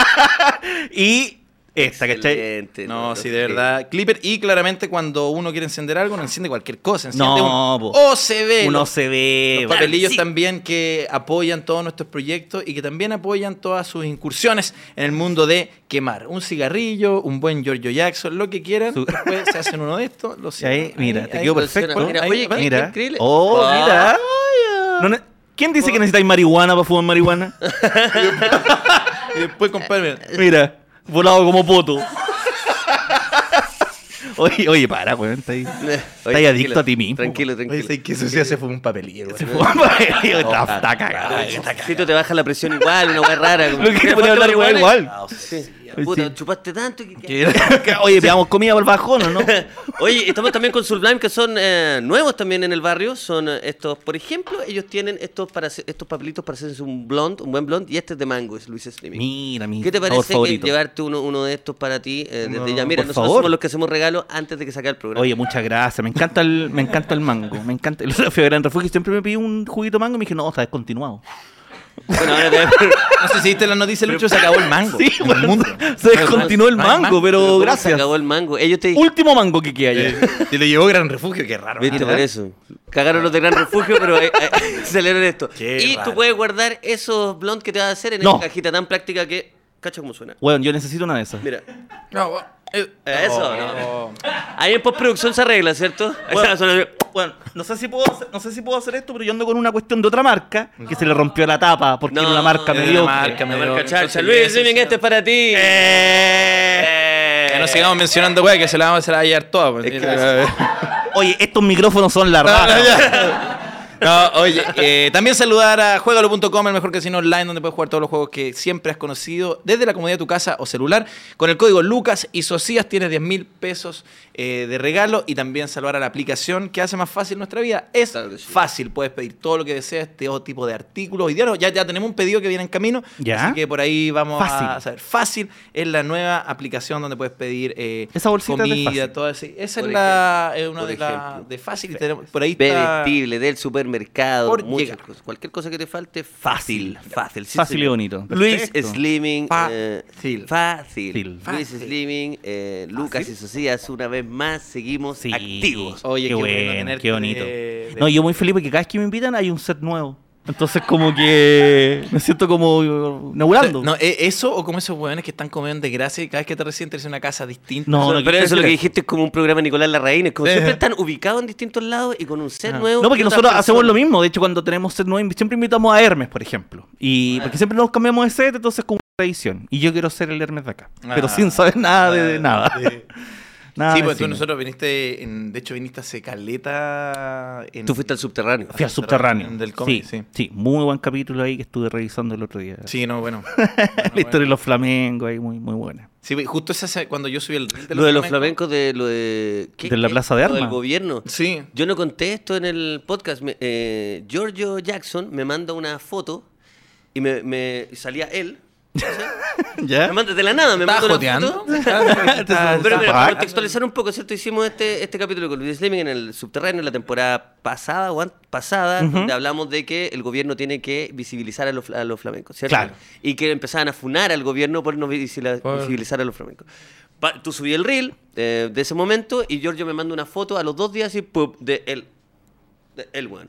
Speaker 2: *laughs* y esta, ¿cachai?
Speaker 3: Excelente,
Speaker 1: No, sí, de
Speaker 3: sí.
Speaker 1: verdad. Clipper, y claramente cuando uno quiere encender algo, no enciende cualquier cosa. Enciende
Speaker 2: No, po.
Speaker 1: un OCB.
Speaker 2: Uno
Speaker 1: los-
Speaker 2: se ve.
Speaker 1: Los
Speaker 2: weón.
Speaker 1: papelillos
Speaker 3: sí.
Speaker 1: también que apoyan todos nuestros proyectos y que también apoyan todas sus incursiones en el mundo de quemar. Un cigarrillo, un buen Giorgio Jackson, lo que quieran.
Speaker 2: Su-
Speaker 1: Después se hacen uno de estos. Lo
Speaker 2: *laughs* Y ahí,
Speaker 1: cierran,
Speaker 2: mira,
Speaker 1: ahí,
Speaker 2: te
Speaker 1: ahí,
Speaker 2: quedó
Speaker 1: lo
Speaker 3: funciona.
Speaker 2: perfecto.
Speaker 1: Mira,
Speaker 2: Ahí,
Speaker 1: oye, qué
Speaker 2: mira.
Speaker 3: increíble.
Speaker 2: Oh,
Speaker 3: Wow.
Speaker 2: mira. No ne- ¿Quién dice que necesitáis marihuana para fumar marihuana?
Speaker 1: Y después, compadre, mira.
Speaker 2: Mira, volado como poto. Oye, oye, para, weón. Está ahí.
Speaker 3: *laughs* Oye,
Speaker 2: ahí adicto
Speaker 3: tranquilo,
Speaker 2: a ti mismo.
Speaker 3: Tranquilo,
Speaker 1: Oye,
Speaker 3: tranquilo.
Speaker 1: ¿sabes qué? Eso sí hace fue un papelillo. *laughs* güey.
Speaker 2: Se fuma papelillo, Está, está cagado.
Speaker 3: *laughs* Si tú te baja la presión igual, una weá rara.
Speaker 2: *laughs*
Speaker 3: como-
Speaker 2: Lo que te pone a hablar igual, igual.
Speaker 3: Sí. Puta,
Speaker 2: Ah, Sí.
Speaker 3: chupaste tanto que- que-
Speaker 2: *laughs* Oye, veamos comida para el bajón, ¿o ¿no?
Speaker 3: Oye, estamos también con Sublime, que son eh, nuevos también en el barrio. Son eh, estos, por ejemplo, ellos tienen estos para hacer- estos papelitos para hacerse un blond, un buen blond, y este es de mango, es Luis Slimming.
Speaker 2: Mira, mi
Speaker 3: ¿Qué te
Speaker 2: sabor
Speaker 3: parece que
Speaker 2: favorito.
Speaker 3: llevarte uno, uno de estos para ti eh, desde
Speaker 1: No,
Speaker 3: ya? Mira,
Speaker 2: por
Speaker 3: nosotros
Speaker 2: favor.
Speaker 3: somos los que hacemos regalos antes de que saque el programa.
Speaker 2: Oye, muchas gracias. Me encanta el, me encanta el mango. Me encanta. El otro día fui a Gran Refugio y siempre me pidió un juguito mango y me dije, no, está descontinuado. *laughs*
Speaker 3: Bueno, ahora te voy a-
Speaker 1: No sé si viste la noticia, Lucho, se acabó el mango.
Speaker 2: Sí,
Speaker 1: en el
Speaker 2: bueno,
Speaker 1: mundo.
Speaker 2: se descontinuó el
Speaker 1: No hay mango,
Speaker 2: mango, pero
Speaker 3: ¿Cómo Se
Speaker 2: gracias.
Speaker 3: acabó el mango. Ellos te
Speaker 2: Último mango que queda ya.
Speaker 1: Y le llevó Gran Refugio, qué raro.
Speaker 3: Viste
Speaker 1: ¿eh?
Speaker 3: por eso. Cagaron los de Gran Refugio, pero eh, eh, *laughs* salieron esto.
Speaker 1: Qué
Speaker 3: y tú
Speaker 1: raro.
Speaker 3: puedes guardar esos blondes que te vas a hacer en
Speaker 2: No.
Speaker 3: esa cajita tan práctica que. ¿Cacha cómo suena?
Speaker 2: Bueno, yo necesito una de esas.
Speaker 3: Mira.
Speaker 1: No, bueno, eh,
Speaker 3: Eso,
Speaker 1: no.
Speaker 3: Ahí en postproducción se arregla, ¿cierto? Ahí
Speaker 2: Bueno.
Speaker 3: suena *laughs* así.
Speaker 2: Bueno, no sé, si puedo hacer, no sé si puedo hacer esto, pero yo ando con una cuestión de otra marca que se le rompió la tapa porque era una
Speaker 1: era
Speaker 2: marca
Speaker 1: una
Speaker 2: mediocre.
Speaker 1: marca
Speaker 3: La
Speaker 1: mediocre.
Speaker 3: marca charcha.
Speaker 1: Entonces,
Speaker 3: Luis,
Speaker 1: eso,
Speaker 3: Simming,
Speaker 1: sí.
Speaker 3: este es para ti.
Speaker 1: Que no sigamos mencionando, güey, que se la vamos a hacer ayer toda. pues.
Speaker 2: Oye, estos micrófonos son la
Speaker 1: No,
Speaker 2: raja.
Speaker 1: no, Ah, ya. No, oye, eh, también saludar a juegalo.com, el mejor casino online donde puedes jugar todos los juegos que siempre has conocido desde la comodidad de tu casa o celular. Con el código Lucas y Socias tienes 10 mil pesos eh, de regalo y también saludar a la aplicación que hace más fácil nuestra vida. Es
Speaker 3: Claro que sí.
Speaker 1: fácil, puedes pedir todo lo que deseas, todo tipo de artículos. Hoy día no, ya, ya tenemos un pedido que viene en camino,
Speaker 2: Ya.
Speaker 1: así que por ahí vamos a
Speaker 2: Fácil.
Speaker 1: saber. Fácil es la nueva aplicación donde puedes pedir eh,
Speaker 2: Esa bolsita es de
Speaker 1: comida,
Speaker 2: Fácil.
Speaker 1: todo así. Esa
Speaker 3: Por
Speaker 1: es la, es una
Speaker 3: por
Speaker 1: de las
Speaker 3: ejemplo.
Speaker 1: de fácil. y tenemos- por ahí está.
Speaker 3: Bebestible, del supermercado,
Speaker 1: Por
Speaker 3: muchas
Speaker 1: llegar.
Speaker 3: cosas. Cualquier cosa que te falte, fácil. Fácil, sí,
Speaker 2: Fácil y
Speaker 3: señor.
Speaker 2: bonito.
Speaker 3: Luis
Speaker 2: Perfecto.
Speaker 3: Slimming. eh,
Speaker 1: Fácil.
Speaker 3: fácil.
Speaker 2: Fácil. ¿Ah,
Speaker 3: Luis Slimming, eh, Lucas y Socias, una vez más seguimos
Speaker 2: Sí.
Speaker 3: activos.
Speaker 1: Oye,
Speaker 2: qué,
Speaker 1: qué bueno
Speaker 2: bueno,
Speaker 1: tenerte
Speaker 2: qué bonito.
Speaker 1: de- de-
Speaker 2: No, yo muy feliz porque cada vez que me invitan hay un set nuevo. Entonces, como que me siento como inaugurando.
Speaker 1: No, ¿e- ¿Eso o como esos weones que están comiendo de gracia y cada vez que te reciben te en una casa distinta?
Speaker 2: No,
Speaker 3: Pero-
Speaker 2: no,
Speaker 3: pero
Speaker 2: que-
Speaker 3: eso es lo que dijiste es como un programa de Nicolás Larraín, es como
Speaker 1: Eh.
Speaker 3: siempre están ubicados en distintos lados y con un set
Speaker 2: Ah.
Speaker 3: nuevo.
Speaker 2: No, porque
Speaker 3: y otras
Speaker 2: nosotros hacemos
Speaker 3: personas.
Speaker 2: lo mismo. De hecho, cuando tenemos set nuevo, siempre invitamos a Hermes, por ejemplo. Y porque siempre nos cambiamos de set, entonces como una tradición. Y yo quiero ser el Hermes de acá.
Speaker 1: Ah.
Speaker 2: pero sin saber nada de, de nada. *laughs*
Speaker 3: *laughs*
Speaker 2: Nada
Speaker 1: sí,
Speaker 2: de
Speaker 1: pues tú
Speaker 2: cine.
Speaker 1: nosotros viniste, en- de hecho viniste hace caleta. En,
Speaker 3: Tú fuiste al subterráneo.
Speaker 2: Fui al subterráneo.
Speaker 1: Del cómic,
Speaker 2: sí,
Speaker 1: sí.
Speaker 2: sí. muy buen capítulo ahí que estuve revisando el otro día.
Speaker 1: *laughs* Sí, no,
Speaker 3: *laughs*
Speaker 1: bueno.
Speaker 2: *laughs* La historia de los flamencos ahí, muy, muy buena.
Speaker 1: Sí, pues, justo esa se- cuando yo subí el reel
Speaker 3: lo de los flamencos, de lo de.
Speaker 2: Ah, De la Plaza de
Speaker 3: Lo del
Speaker 2: Armas.
Speaker 3: gobierno.
Speaker 1: Sí.
Speaker 3: Yo no conté esto en el podcast. me- eh, Giorgio Jackson me manda una foto y me, me- salía él.
Speaker 2: *laughs* *laughs* ¿Ya?
Speaker 3: Me manda de la nada, me
Speaker 1: ¿Estaba
Speaker 3: manda una
Speaker 1: joteando? *laughs*
Speaker 2: *laughs*
Speaker 3: foto.
Speaker 1: Estaba-
Speaker 3: Pero mira, para
Speaker 2: Zapac.
Speaker 3: contextualizar un poco, ¿cierto? Hicimos este, este capítulo con Luis Slimming en el subterráneo la temporada pasada, o an- pasada, donde hablamos de que el gobierno tiene que visibilizar a los, fla- a los flamencos, ¿cierto?
Speaker 2: Claro.
Speaker 3: Y que empezaban a funar al gobierno por no visila-
Speaker 1: Por-
Speaker 3: visibilizar a los flamencos. Pa- tú subí el reel eh, de ese momento y Giorgio me manda una foto a los dos días y ¡pup! de él. de él, weón.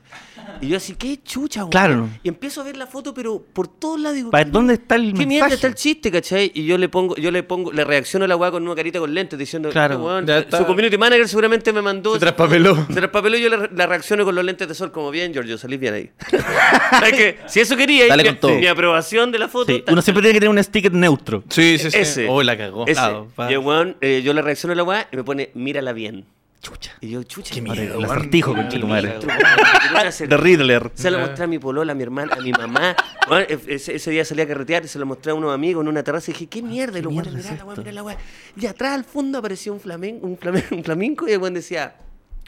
Speaker 3: Y yo así, qué chucha, weón.
Speaker 2: Claro.
Speaker 3: Y empiezo a ver la foto, pero por todos lados digo,
Speaker 2: ¿Para dónde está el
Speaker 3: ¿Qué mierda
Speaker 2: mensaje?
Speaker 3: está el chiste, cachai? Y yo le pongo, yo le pongo, le reacciono a la weá con una carita con lentes diciendo,
Speaker 2: Claro,
Speaker 3: "Este weón,
Speaker 1: ya está.
Speaker 3: su community manager seguramente me mandó.
Speaker 1: Se traspapeló.
Speaker 3: Se traspapeló y yo le- la reacciono con los lentes de sol, como bien, Giorgio, salís bien ahí. *laughs* es que, si eso quería,
Speaker 1: Dale
Speaker 3: mi,
Speaker 1: con todo.
Speaker 3: mi aprobación de la foto.
Speaker 2: Sí,
Speaker 3: ta-
Speaker 2: uno siempre tiene que tener un sticker neutro.
Speaker 1: Sí, sí, sí.
Speaker 3: Ese.
Speaker 1: Oh, la cagó.
Speaker 3: ese.
Speaker 1: Claro, pa.
Speaker 3: y el weón, eh, yo le reacciono a la weá y me pone, mírala bien.
Speaker 2: Chucha.
Speaker 3: Y yo, chucha,
Speaker 1: Qué
Speaker 3: madre,
Speaker 1: miedo,
Speaker 2: El
Speaker 1: weón.
Speaker 2: acertijo,
Speaker 1: Qué
Speaker 2: conchetumare.
Speaker 3: mierda,
Speaker 1: *laughs*
Speaker 3: weón, quiero hacer-
Speaker 2: De Riddler.
Speaker 3: Se lo mostré a mi polola, a mi hermana, a mi *laughs* mamá. Bueno, e- ese, ese día salí a carretear y se lo mostré a unos amigos en una terraza y dije, Ah, ¿qué mierda? Y los
Speaker 2: mierda
Speaker 3: guardas,
Speaker 2: es
Speaker 3: mirá la weá,
Speaker 2: esto?"
Speaker 3: mirá la weá. Y atrás al fondo apareció un flamenco, un flamenco, un flamenco y el buen decía,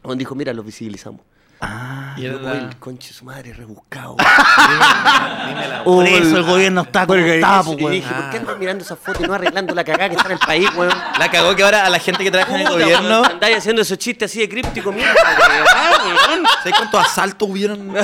Speaker 3: Juan dijo, mira, los visibilizamos.
Speaker 1: Y era
Speaker 3: Yo,
Speaker 1: la-
Speaker 3: "Oye, Ah, el conche de su madre, *laughs* rebuscado.
Speaker 2: Por eso el gobierno está como está, po,
Speaker 3: pues, y
Speaker 2: weón.
Speaker 3: dije, ¿por qué andas mirando esa foto y no arreglando la cagada que está en el país, *laughs* weón?
Speaker 1: La cagó que ahora a la gente que trabaja en el
Speaker 3: Puta,
Speaker 1: gobierno.
Speaker 3: weón, Andáis haciendo esos chistes así de críptico, mierda, *laughs* ah, weón.
Speaker 1: ¿Sabes cuántos asaltos hubieron?
Speaker 3: *laughs*